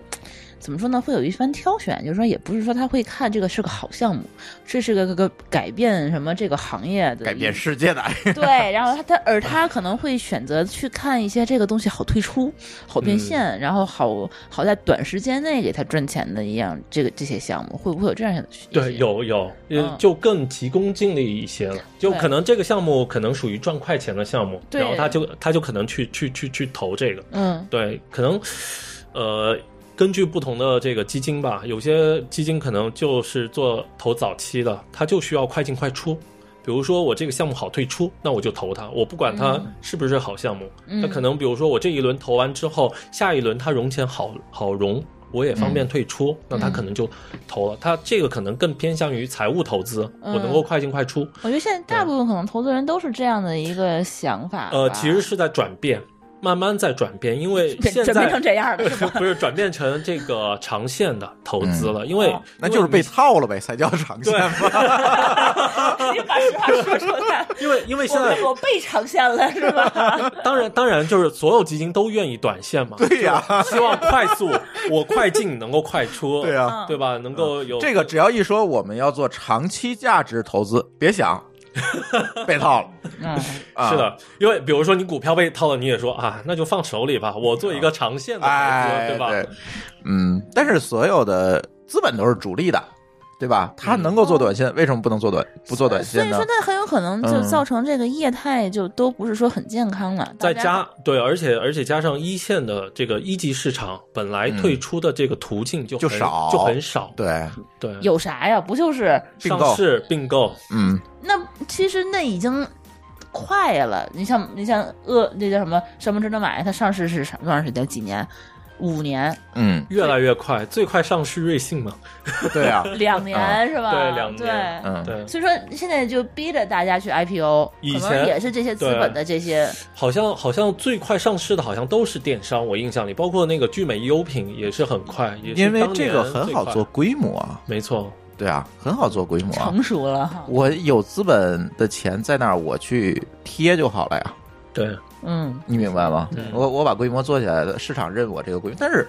[SPEAKER 2] 怎么说呢，会有一番挑选，就是说也不是说他会看这个是个好项目，这是个个个改变什么这个行业的
[SPEAKER 1] 改变世界的，
[SPEAKER 2] 对，然后他他而他可能会选择去看一些这个东西好退出、好变现，然后好好在短时间内给他赚钱的一样，这个这些项目会不会有这样的？
[SPEAKER 3] 对，，有有，
[SPEAKER 2] 嗯
[SPEAKER 3] 呃，就更急功近利一些了。就可能这个项目可能属于赚快钱的项目，
[SPEAKER 2] 对
[SPEAKER 3] 然后他就他就可能去去去去投这个。
[SPEAKER 2] 嗯
[SPEAKER 3] 对，可能呃，根据不同的这个基金吧，有些基金可能就是做投早期的，它就需要快进快出。比如说我这个项目好退出，那我就投它，我不管它
[SPEAKER 2] 嗯
[SPEAKER 3] 是不是好项目。
[SPEAKER 2] 嗯
[SPEAKER 3] 那可能比如说我这一轮投完之后，下一轮它融钱好好融，我也
[SPEAKER 2] 嗯
[SPEAKER 3] 方便退出，那它可能就投了。它这个可能更偏向于财务投资，
[SPEAKER 2] 嗯
[SPEAKER 3] 我能够快进快出。
[SPEAKER 2] 我觉得现在大部分可能投资人都是这样的一个想法吧。
[SPEAKER 3] 呃，其实是在转变，慢慢在转变，因为
[SPEAKER 2] 变
[SPEAKER 3] 现
[SPEAKER 2] 转变
[SPEAKER 3] 在
[SPEAKER 2] 成这样了， 是吧？
[SPEAKER 3] 不是转变成这个长线的投资了，因为
[SPEAKER 2] 哦
[SPEAKER 1] 那就是被
[SPEAKER 3] 被
[SPEAKER 1] 套了呗，才叫长线嘛。
[SPEAKER 2] 你把实话说出来，
[SPEAKER 3] 因为因为 现在
[SPEAKER 2] 我我被长线了，是吧？
[SPEAKER 3] 当然当然就是所有基金都愿意短线嘛，
[SPEAKER 1] 对呀、
[SPEAKER 3] 希望快速，我快进能够快出，
[SPEAKER 1] 对呀、啊
[SPEAKER 2] 嗯
[SPEAKER 3] 啊对吧？能够有
[SPEAKER 1] 这个只要一说我们要做长期价值投资，别 想被套了。
[SPEAKER 2] 嗯，
[SPEAKER 1] 啊、
[SPEAKER 3] 是，的，因为比如说你股票被套了，你也说啊，那就放手里吧，我做一个长线的投资，
[SPEAKER 1] 啊哎，
[SPEAKER 3] 对吧？
[SPEAKER 1] 嗯，但是所有的资本都是主力的，对吧？他能够做短线，为什么不能做短不做短
[SPEAKER 2] 嗯所
[SPEAKER 1] 线
[SPEAKER 2] 以
[SPEAKER 1] 呢
[SPEAKER 2] 说？那很有可能就造成这个业态就都不是说很健康了。
[SPEAKER 3] 再
[SPEAKER 2] 大家
[SPEAKER 3] 加对，而且而且加上一线的这个一级市场，本来退出的这个途径就
[SPEAKER 1] 嗯就
[SPEAKER 3] 很
[SPEAKER 1] 少
[SPEAKER 3] 就很少，
[SPEAKER 1] 对，
[SPEAKER 3] 对，
[SPEAKER 2] 有啥呀？不就是
[SPEAKER 1] 并
[SPEAKER 3] 上
[SPEAKER 1] 购
[SPEAKER 3] 市并购，
[SPEAKER 1] 嗯，
[SPEAKER 2] 那其实那已经快了。你像你像呃，那叫什么什么值得买？它上市是什么多长时间？几年？五年？
[SPEAKER 1] 嗯，
[SPEAKER 3] 越来越快，最快上市瑞幸嘛，
[SPEAKER 1] 对 啊，
[SPEAKER 2] 两年、
[SPEAKER 1] 啊
[SPEAKER 2] 是吧？
[SPEAKER 3] 对两年
[SPEAKER 2] 对
[SPEAKER 1] 嗯，
[SPEAKER 3] 对，
[SPEAKER 2] 所以说现在就逼着大家去 IPO，
[SPEAKER 3] 以
[SPEAKER 2] 可能
[SPEAKER 3] 前
[SPEAKER 2] 也是这些资本的这些，
[SPEAKER 3] 好像好像最快上市的好像都是电商，我印象里，包括那个聚美优品也是很快，也是
[SPEAKER 1] 因为
[SPEAKER 3] 当
[SPEAKER 1] 这
[SPEAKER 3] 年
[SPEAKER 1] 个很好
[SPEAKER 3] 最
[SPEAKER 1] 做
[SPEAKER 3] 快，
[SPEAKER 1] 规模啊，
[SPEAKER 3] 没错，
[SPEAKER 1] 对啊，很好做规模啊。
[SPEAKER 2] 成熟了哈。
[SPEAKER 1] 我有资本的钱在那儿，我去贴就好了呀，
[SPEAKER 3] 对，
[SPEAKER 2] 嗯，
[SPEAKER 1] 你明白吗
[SPEAKER 3] 嗯？
[SPEAKER 1] 我我把规模做起来了，市场认我这个规模，但是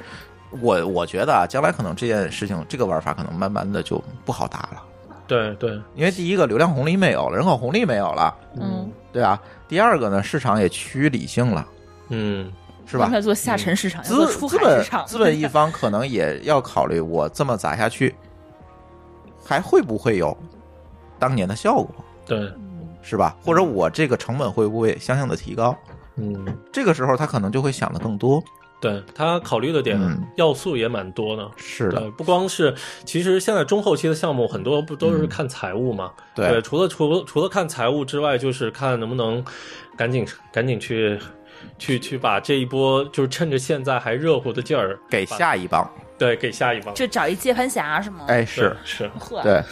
[SPEAKER 1] 我我觉得啊，将来可能这件事情这个玩法可能慢慢的就不好打了，
[SPEAKER 3] 对对，
[SPEAKER 1] 因为第一个流量红利没有了，人口红利没有了，
[SPEAKER 2] 嗯，
[SPEAKER 1] 对啊，第二个呢，市场也趋于理性了，
[SPEAKER 3] 嗯，
[SPEAKER 1] 是吧
[SPEAKER 2] 应？该做下沉市场，要
[SPEAKER 1] 资
[SPEAKER 2] 做出
[SPEAKER 1] 资
[SPEAKER 2] 海
[SPEAKER 1] 本
[SPEAKER 2] 市场，
[SPEAKER 1] 资本一方可能也要考虑，我这么砸下去，还会不会有当年的效果，
[SPEAKER 3] 对，嗯
[SPEAKER 1] 是吧？或者我这个成本会不会相应的提高？
[SPEAKER 3] 嗯。
[SPEAKER 1] 这个时候他可能就会想的更多。
[SPEAKER 3] 对他考虑的点
[SPEAKER 1] 嗯
[SPEAKER 3] 要素也蛮多的，
[SPEAKER 1] 是
[SPEAKER 3] 对，，不光是，其实现在中后期的项目很多不
[SPEAKER 1] 嗯
[SPEAKER 3] 都是看财务嘛？
[SPEAKER 1] 对，
[SPEAKER 3] 除了除了除了看财务之外，就是看能不能赶紧赶紧去去去把这一波，就是趁着现在还热乎的劲儿，
[SPEAKER 1] 给下一帮，
[SPEAKER 3] 对给下一帮。
[SPEAKER 2] 就找一接盘侠是吗？，
[SPEAKER 1] 哎，
[SPEAKER 3] 对
[SPEAKER 1] 是
[SPEAKER 3] 是，
[SPEAKER 2] 呵，
[SPEAKER 1] 对。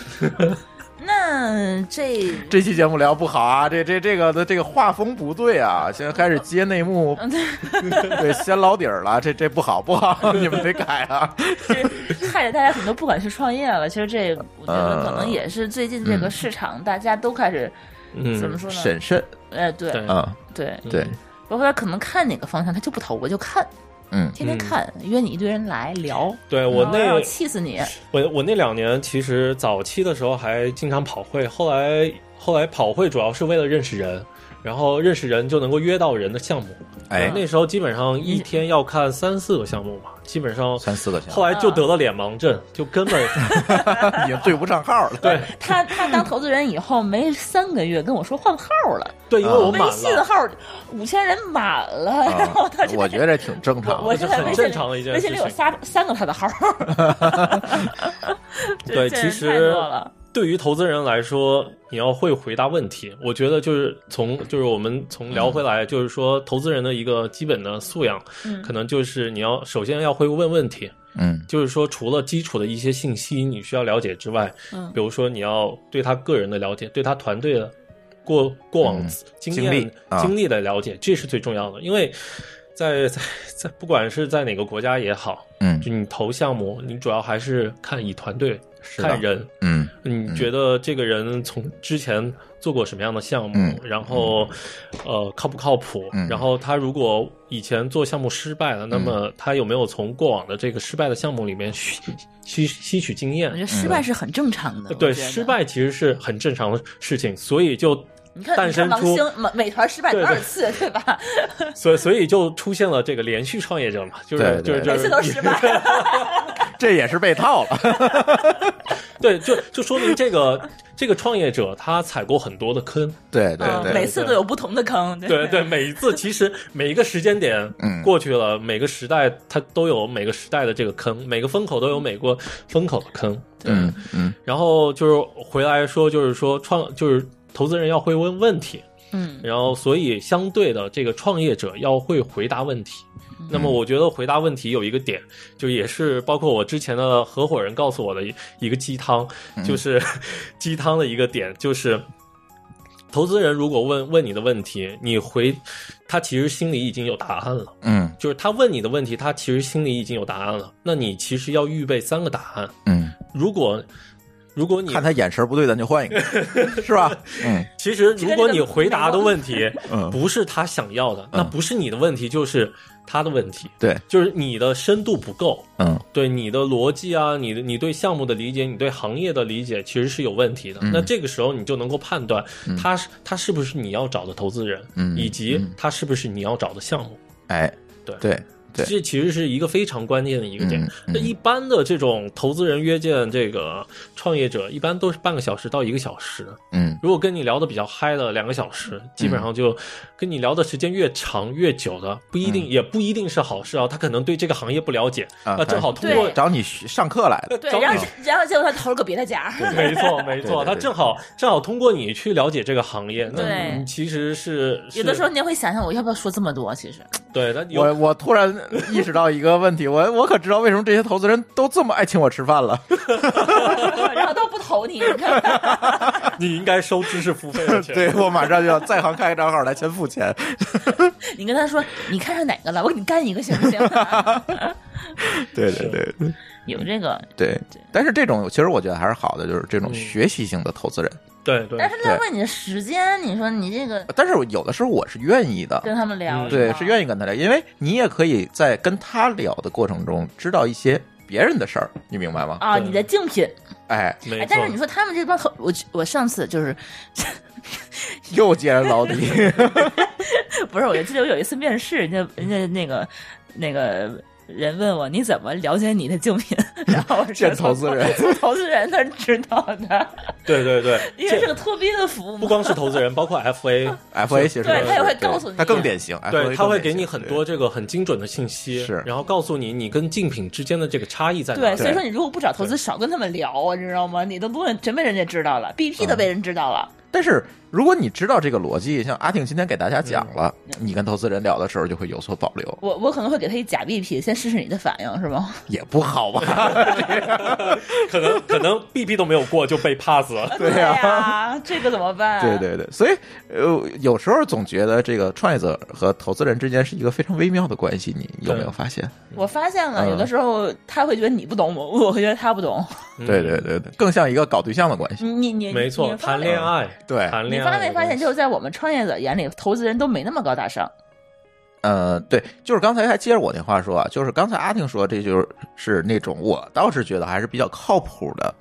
[SPEAKER 2] 那这
[SPEAKER 1] 这期节目聊不好啊，这这这个的这个画风不对啊，现在开始接内幕， 对，掀老底儿了，这这不好不好，你们得改啊。
[SPEAKER 2] 这害得大家很多不敢去创业了。其实这我觉得可能也是最近这个
[SPEAKER 1] 嗯
[SPEAKER 2] 市场，大家都开始
[SPEAKER 3] 嗯，
[SPEAKER 2] 怎么说呢？
[SPEAKER 1] 审慎，
[SPEAKER 2] 哎，对
[SPEAKER 3] 对
[SPEAKER 1] 嗯，
[SPEAKER 2] 对，
[SPEAKER 1] 对，
[SPEAKER 2] 包括他可能看哪个方向，他就不投，我就看，
[SPEAKER 1] 嗯
[SPEAKER 2] 天天看，约你一堆人来聊，
[SPEAKER 3] 对嗯我
[SPEAKER 2] 然后
[SPEAKER 3] 那
[SPEAKER 2] 要气死你。
[SPEAKER 3] 我我那两年其实早期的时候还经常跑会，后来后来跑会主要是为了认识人，然后认识人就能够约到人的项目。
[SPEAKER 1] 哎，
[SPEAKER 3] 那时候基本上一天要看三四个项目吧，基本上
[SPEAKER 1] 三四个小
[SPEAKER 3] 后
[SPEAKER 1] 时，
[SPEAKER 2] 嗯
[SPEAKER 3] 来就得了脸盲症，就根本
[SPEAKER 1] 已经对不上号了。
[SPEAKER 3] 对
[SPEAKER 2] 他他当投资人以后没三个月跟我说换 号了，
[SPEAKER 3] 对，因为
[SPEAKER 1] 嗯
[SPEAKER 3] 我满
[SPEAKER 2] 微信
[SPEAKER 3] 了，
[SPEAKER 2] 号五千人满了，
[SPEAKER 1] 啊
[SPEAKER 2] 然后他就
[SPEAKER 1] 我觉得这挺正常
[SPEAKER 2] 我
[SPEAKER 1] 的。
[SPEAKER 2] 现
[SPEAKER 3] 这
[SPEAKER 2] 在
[SPEAKER 3] 很
[SPEAKER 2] 微信
[SPEAKER 3] 正常的一件
[SPEAKER 2] 微信里
[SPEAKER 3] 事
[SPEAKER 2] 有
[SPEAKER 3] 情
[SPEAKER 2] 三三个他的号， 这
[SPEAKER 3] 对
[SPEAKER 2] 这
[SPEAKER 3] 其
[SPEAKER 2] 人
[SPEAKER 3] 实
[SPEAKER 2] 太多了
[SPEAKER 3] 对于投资人来说，你要会回答问题。我觉得就是从就是我们从聊回来，就是说投资人的一个基本的素养，
[SPEAKER 2] 嗯
[SPEAKER 3] 可能就是你要首先要会问问题，
[SPEAKER 1] 嗯
[SPEAKER 3] 就是说除了基础的一些信息你需要了解之外，
[SPEAKER 2] 嗯
[SPEAKER 3] 比如说你要对他个人的了解，对他团队的过过往
[SPEAKER 1] 嗯
[SPEAKER 3] 经
[SPEAKER 1] 经
[SPEAKER 3] 验、
[SPEAKER 1] 历啊
[SPEAKER 3] 经历的了解，这是最重要的，因为在在在不管是在哪个国家也好，
[SPEAKER 1] 嗯
[SPEAKER 3] 就你投项目，你主要还是看以团队、
[SPEAKER 1] 是的
[SPEAKER 3] 看人，
[SPEAKER 1] 嗯
[SPEAKER 3] 你觉得这个人从之前做过什么样的项目，
[SPEAKER 1] 嗯
[SPEAKER 3] 然后呃靠不靠谱？
[SPEAKER 1] 嗯
[SPEAKER 3] 然后他如果以前做项目失败了，那
[SPEAKER 1] 嗯
[SPEAKER 3] 么他有没有从过往的这个失败的项目里面吸吸吸取经
[SPEAKER 2] 我
[SPEAKER 3] 验
[SPEAKER 2] 觉？得失败是很正常的。
[SPEAKER 3] 嗯对，
[SPEAKER 2] 我觉得
[SPEAKER 3] 失，败其实是很正常的事情，所以就
[SPEAKER 2] 你看，
[SPEAKER 3] 诞
[SPEAKER 2] 你看
[SPEAKER 3] 生
[SPEAKER 2] 王
[SPEAKER 3] 出
[SPEAKER 2] 兴美美团失败
[SPEAKER 3] 对
[SPEAKER 2] 多
[SPEAKER 3] 对
[SPEAKER 2] 少次，对吧？
[SPEAKER 3] 所以所以就出现了这个连续创业者嘛，就是
[SPEAKER 1] 对对
[SPEAKER 3] 就是就
[SPEAKER 2] 每
[SPEAKER 3] 是
[SPEAKER 2] 次都失 败。
[SPEAKER 1] 这也是被套了。
[SPEAKER 3] 对，就就说明这个这个创业者他踩过很多的坑，
[SPEAKER 1] 对对
[SPEAKER 2] 嗯
[SPEAKER 1] 对，
[SPEAKER 2] 每次都有不同的坑。
[SPEAKER 3] 对对，每一次其实每一个时间点
[SPEAKER 1] 嗯
[SPEAKER 3] 过去了，每个时代它都有每个时代的这个坑，每个风口都有每个风口的坑。
[SPEAKER 1] 嗯嗯
[SPEAKER 3] 然后就是回来说，就是说创就是投资人要会问问题，
[SPEAKER 2] 嗯，
[SPEAKER 3] 然后所以相对的这个创业者要会回答问题。那么我觉得回答问题有一个点，就也是包括我之前的合伙人告诉我的一一个鸡汤，就是 鸡汤的一个点，就是投资人如果问问你的问题，你回他其实心里已经有答案了，
[SPEAKER 1] 嗯
[SPEAKER 3] 就是他问你的问题，他其实心里已经有答案了。那你其实要预备三个答案，
[SPEAKER 1] 嗯，
[SPEAKER 3] 如果如果你
[SPEAKER 1] 看他眼神不对，咱就换一个，是吧？嗯
[SPEAKER 3] 其实，如果你回答的问题
[SPEAKER 1] 嗯
[SPEAKER 3] 不是他想要的，那不是你的问题，就是他的问题，
[SPEAKER 1] 对，
[SPEAKER 3] 就是你的深度不够，
[SPEAKER 1] 嗯
[SPEAKER 3] 对你的逻辑啊，你的你对项目的理解，你对行业的理解其实是有问题的。
[SPEAKER 1] 嗯
[SPEAKER 3] 那这个时候你就能够判断他是他是不是你要找的投资人，
[SPEAKER 1] 嗯
[SPEAKER 3] 以及
[SPEAKER 1] 嗯
[SPEAKER 3] 他是不是你要找的项目。
[SPEAKER 1] 哎，
[SPEAKER 3] 对
[SPEAKER 1] 对对
[SPEAKER 3] 这其实是一个非常关键的一个点
[SPEAKER 1] 嗯。嗯
[SPEAKER 3] 那、一般的这种投资人约见这个创业者，一般都是半个小时到一个小时。
[SPEAKER 1] 嗯
[SPEAKER 3] 如果跟你聊的比较嗨的，两个小时，基本上就跟你聊的时间越长越久的，不一定、也不一定是好事啊。他可能对这个行业不了解，
[SPEAKER 1] 嗯啊
[SPEAKER 3] 那正好通过
[SPEAKER 2] 对
[SPEAKER 1] 找你学上课来的，
[SPEAKER 2] 对
[SPEAKER 3] 找，你
[SPEAKER 2] 然后然后结果他投了个别的家。
[SPEAKER 3] 没错，没
[SPEAKER 1] 对对
[SPEAKER 3] 错， 他
[SPEAKER 1] 对
[SPEAKER 3] 正好正好通过你去了解这个行业，那
[SPEAKER 2] 对
[SPEAKER 3] 你其实是是
[SPEAKER 2] 有的时候你也会想想，我要不要说这么多？ 其实，
[SPEAKER 3] 对，他有
[SPEAKER 1] 我我突然意识到一个问题，我我可知道为什么这些投资人都这么爱请我吃饭了。
[SPEAKER 2] 然后都不投你，你看，
[SPEAKER 3] 你应该收知识付费 的钱，
[SPEAKER 1] 对我马上就要在行开个账号来先付钱。
[SPEAKER 2] 你跟他说你看上哪个了，我给你干一个行不行？
[SPEAKER 1] 对对对对
[SPEAKER 2] 有这个，
[SPEAKER 1] 对，但是这种其实我觉得还是好的，就是这
[SPEAKER 3] 嗯
[SPEAKER 1] 种学习性的投资人。
[SPEAKER 3] 对对
[SPEAKER 2] 但是浪费你的时间，你说你这个
[SPEAKER 1] 但是我有的时候我是愿意的，
[SPEAKER 2] 跟他们聊，
[SPEAKER 3] 嗯
[SPEAKER 1] 对，是
[SPEAKER 2] 意
[SPEAKER 1] 愿意跟他聊，因为你也可以在跟他聊的过程中知道一些别人的事儿，你明白吗？
[SPEAKER 2] 啊，
[SPEAKER 3] 对
[SPEAKER 2] 你的竞品。
[SPEAKER 1] 哎，
[SPEAKER 3] 没
[SPEAKER 2] 哎，
[SPEAKER 3] 错
[SPEAKER 2] 但是你。说他们这帮投，我我上次就是
[SPEAKER 1] 又接着老李，
[SPEAKER 2] 不是，我就记得我有一次面试，人家人家那个那个人问我你怎么了解你的竞品，然后我说
[SPEAKER 1] 见投资 人，
[SPEAKER 2] 从投资人那儿知道的，
[SPEAKER 3] 对对对，
[SPEAKER 2] 因为是
[SPEAKER 3] 这
[SPEAKER 2] 个特别的服务
[SPEAKER 3] 不
[SPEAKER 2] 嘛。
[SPEAKER 3] 光是 投资人，包括 FA，
[SPEAKER 1] FA 写出来的，
[SPEAKER 2] 对他也会告诉你
[SPEAKER 1] 他更典型，FA
[SPEAKER 3] 对，他会
[SPEAKER 1] 更典型
[SPEAKER 3] 给你很多这个很精准的信息，
[SPEAKER 1] 是
[SPEAKER 3] 然后告诉你你跟竞品之间的这个差异在哪
[SPEAKER 2] 对，
[SPEAKER 3] 里。
[SPEAKER 2] 所以说你如果不找投资，少跟他们聊，啊你知道吗？你的东西全被人家知道了，BP 都被人知道了，
[SPEAKER 1] 对但是如果你知道这个逻辑，像阿挺今天给大家讲了，你跟投资人聊的时候就会有所保留，
[SPEAKER 2] 我我可能会给他一假 BP，先试试你的反应，是吗？
[SPEAKER 1] 也不好吧？
[SPEAKER 3] 可能可能 BP 都没有过就被 pass 了。
[SPEAKER 1] 对呀
[SPEAKER 2] 呀、这个怎么办？啊
[SPEAKER 1] 对对对，所以呃，有时候总觉得这个创业者和投资人之间是一个非常微妙的关系，你有没有发现？
[SPEAKER 2] 我发现了，
[SPEAKER 1] 嗯
[SPEAKER 2] 有的时候他会觉得你不懂我，我会觉得他不懂。
[SPEAKER 3] 嗯
[SPEAKER 1] 对对对对，更像一个搞对象的关系。
[SPEAKER 2] 你你你
[SPEAKER 3] 没错，
[SPEAKER 2] 嗯你发
[SPEAKER 3] 谈
[SPEAKER 2] 没
[SPEAKER 3] 恋爱，
[SPEAKER 1] 对
[SPEAKER 3] 谈
[SPEAKER 2] 你
[SPEAKER 3] 恋爱
[SPEAKER 2] 发
[SPEAKER 3] 的东西。
[SPEAKER 2] 没发现，就是在我们创业者眼里，投资人都没那么高大上。
[SPEAKER 1] 呃，对，就是刚才还接着我那话说啊，就是刚才阿婷说，这就是是那种我倒是觉得还是比较靠谱的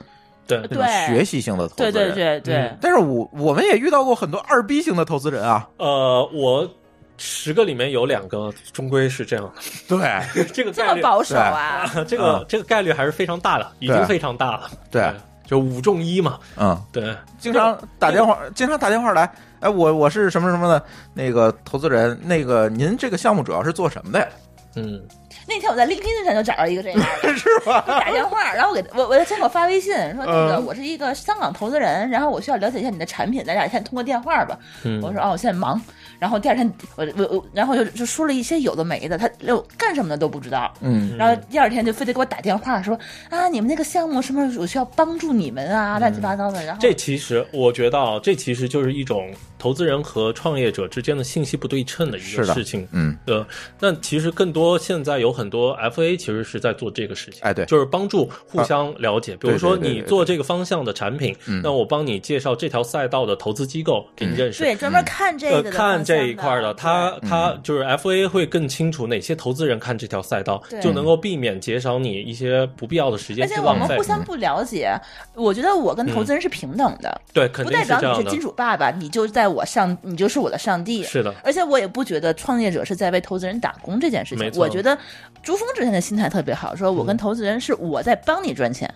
[SPEAKER 3] 对
[SPEAKER 1] 那种
[SPEAKER 2] 对
[SPEAKER 1] 学习性的投资
[SPEAKER 2] 对
[SPEAKER 1] 人。
[SPEAKER 2] 对对对，
[SPEAKER 3] 嗯
[SPEAKER 1] 但是我我们也遇到过很多二逼型的投资人啊，
[SPEAKER 3] 呃，我十个里面有两个终归是 这样的，
[SPEAKER 1] 对
[SPEAKER 3] 这个
[SPEAKER 2] 这
[SPEAKER 3] 概
[SPEAKER 2] 么
[SPEAKER 3] 率，
[SPEAKER 2] 保守啊！
[SPEAKER 3] 这个这个概率还是非常大的，已
[SPEAKER 1] 嗯对啊
[SPEAKER 3] 经非常大了。
[SPEAKER 1] 对，，啊
[SPEAKER 3] 就五中一嘛。
[SPEAKER 1] 嗯，
[SPEAKER 3] 对，
[SPEAKER 1] 经常打电话，经常打电话来，哎，我我是什么什么的那个投资人，那个您这个项目主要是做什么的呀？
[SPEAKER 3] 嗯，
[SPEAKER 2] 那天我在 LinkedIn 上就找到一个这样的。
[SPEAKER 1] 是吧？
[SPEAKER 2] 打电话，然后我给我我先给我发微信说那个我是一个香港投资人，然后我需要了解一下你的产品，咱俩先通过电话吧。
[SPEAKER 3] 嗯
[SPEAKER 2] 我说哦，我现在忙。然后第二天我我我，然后就就说了一些有的没的，他就干什么的都不知道。
[SPEAKER 1] 嗯
[SPEAKER 2] 然后第二天就非得给我打电话说啊，你们那个项目是不是我需要帮助你们啊，乱七八糟的。然后
[SPEAKER 3] 这其实我觉得啊，这其实就是一种投资人和创业者之间的信息不对称的一
[SPEAKER 1] 是
[SPEAKER 3] 个
[SPEAKER 1] 的
[SPEAKER 3] 事情。
[SPEAKER 1] 嗯
[SPEAKER 3] 呃，那其实更多现在在有很多 FA 其实是在做这个事情，
[SPEAKER 1] 哎对啊
[SPEAKER 3] 就是帮助互相了解。比如说
[SPEAKER 1] 对对对
[SPEAKER 3] 你
[SPEAKER 1] 对
[SPEAKER 3] 做这个方向的产品，
[SPEAKER 1] 嗯
[SPEAKER 3] 那我帮你介绍这条赛道的投资机构，给你认识。
[SPEAKER 2] 对，专门看这个
[SPEAKER 3] 呃，
[SPEAKER 2] 的
[SPEAKER 3] 看这一
[SPEAKER 2] 方向
[SPEAKER 3] 块儿的，他
[SPEAKER 1] 对
[SPEAKER 3] 他
[SPEAKER 1] 嗯
[SPEAKER 3] 就是 FA 会更清楚哪些投资人看这条赛道
[SPEAKER 2] 对，
[SPEAKER 3] 就能够避免减少你一些不必要的时
[SPEAKER 2] 而
[SPEAKER 3] 间
[SPEAKER 2] 且
[SPEAKER 3] 去
[SPEAKER 2] 我们
[SPEAKER 3] 浪费
[SPEAKER 2] 互。相不了解，我觉得我跟投资人是平等的，
[SPEAKER 3] 对，嗯肯
[SPEAKER 2] 不
[SPEAKER 3] 定
[SPEAKER 2] 代
[SPEAKER 3] 是
[SPEAKER 2] 表
[SPEAKER 3] 这样
[SPEAKER 2] 你是
[SPEAKER 3] 的
[SPEAKER 2] 金。主爸爸，你就在我上，你就是我的上帝。
[SPEAKER 3] 是的，
[SPEAKER 2] 而且我也不觉得创业者是在为投资人打工这件事情
[SPEAKER 3] 没，错
[SPEAKER 2] 我觉得朱峰之前的心态特别好，说我跟投资人是我在帮你赚钱，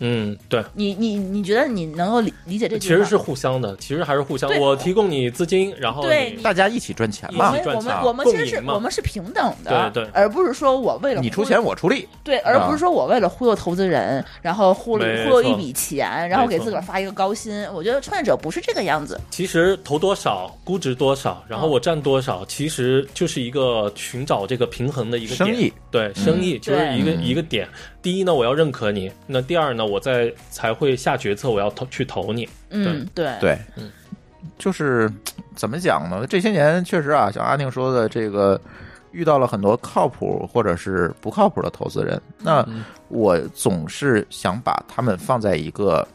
[SPEAKER 3] 嗯，对。
[SPEAKER 2] 你你你觉得你能够理理解这
[SPEAKER 3] 其
[SPEAKER 2] 句话？
[SPEAKER 3] 实是互相的，其实还是互相。
[SPEAKER 2] 对
[SPEAKER 3] 我提供你资金，然后
[SPEAKER 2] 对
[SPEAKER 3] 你
[SPEAKER 1] 大家一起赚钱
[SPEAKER 2] 我
[SPEAKER 1] 嘛
[SPEAKER 3] 一，起
[SPEAKER 2] 们
[SPEAKER 3] 赚
[SPEAKER 2] 我们我们
[SPEAKER 3] 钱啊
[SPEAKER 2] 其
[SPEAKER 3] 共
[SPEAKER 2] 实
[SPEAKER 3] 赢
[SPEAKER 2] 是
[SPEAKER 3] 嘛
[SPEAKER 2] 我们是平等的，
[SPEAKER 3] 对对
[SPEAKER 2] 而不是说我为了
[SPEAKER 1] 你出
[SPEAKER 2] 忽悠
[SPEAKER 1] 钱我出力，
[SPEAKER 2] 对，而
[SPEAKER 1] 啊
[SPEAKER 2] 不是说我为了忽悠投资人，然后忽悠
[SPEAKER 3] 没
[SPEAKER 2] 忽悠
[SPEAKER 3] 错
[SPEAKER 2] 一笔钱，然后给
[SPEAKER 3] 没错
[SPEAKER 2] 自个儿发一个高薪。我觉得创业者不是这个样子，
[SPEAKER 3] 其实投多少，估值多少，然后我占多少，其实就是一个寻找这个平衡的一个点
[SPEAKER 1] 生意。
[SPEAKER 3] 对，生意就是一个
[SPEAKER 1] 嗯
[SPEAKER 3] 一个点。第一呢，我要认可你；那第二呢，我再才会下决策，我要投去投你。
[SPEAKER 2] 嗯，对，
[SPEAKER 1] 对，
[SPEAKER 3] 嗯
[SPEAKER 1] 就是怎么讲呢？这些年确实啊，像阿宁说的，这个遇到了很多靠谱或者是不靠谱的投资人。那
[SPEAKER 3] 嗯
[SPEAKER 1] 我总是想把他们放在一个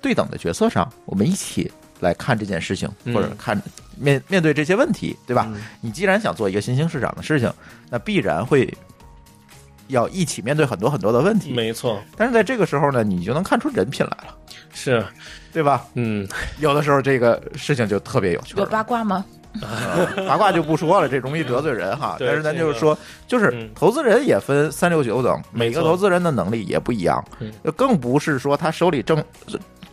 [SPEAKER 1] 对等的角色上，我们一起来看这件事情，
[SPEAKER 3] 嗯
[SPEAKER 1] 或者看面面对这些问题，对吧？
[SPEAKER 3] 嗯
[SPEAKER 1] 你既然想做一个新兴市场的事情，那必然会。要一起面对很多很多的问题，
[SPEAKER 3] 没错，
[SPEAKER 1] 但是在这个时候呢，你就能看出人品来了，
[SPEAKER 3] 是，
[SPEAKER 1] 对吧？
[SPEAKER 3] 嗯，
[SPEAKER 1] 有的时候这个事情就特别有趣儿
[SPEAKER 2] 有
[SPEAKER 1] 了，
[SPEAKER 2] 八卦吗？
[SPEAKER 3] 嗯
[SPEAKER 1] 呃八卦就不说了，这容易得罪人哈。
[SPEAKER 3] 对
[SPEAKER 1] 但是咱就是说，就是
[SPEAKER 3] 嗯
[SPEAKER 1] 投资人也分三六九等，每个
[SPEAKER 3] 没错
[SPEAKER 1] 投资人的能力也不一样
[SPEAKER 3] 嗯，
[SPEAKER 1] 更不是说他手里挣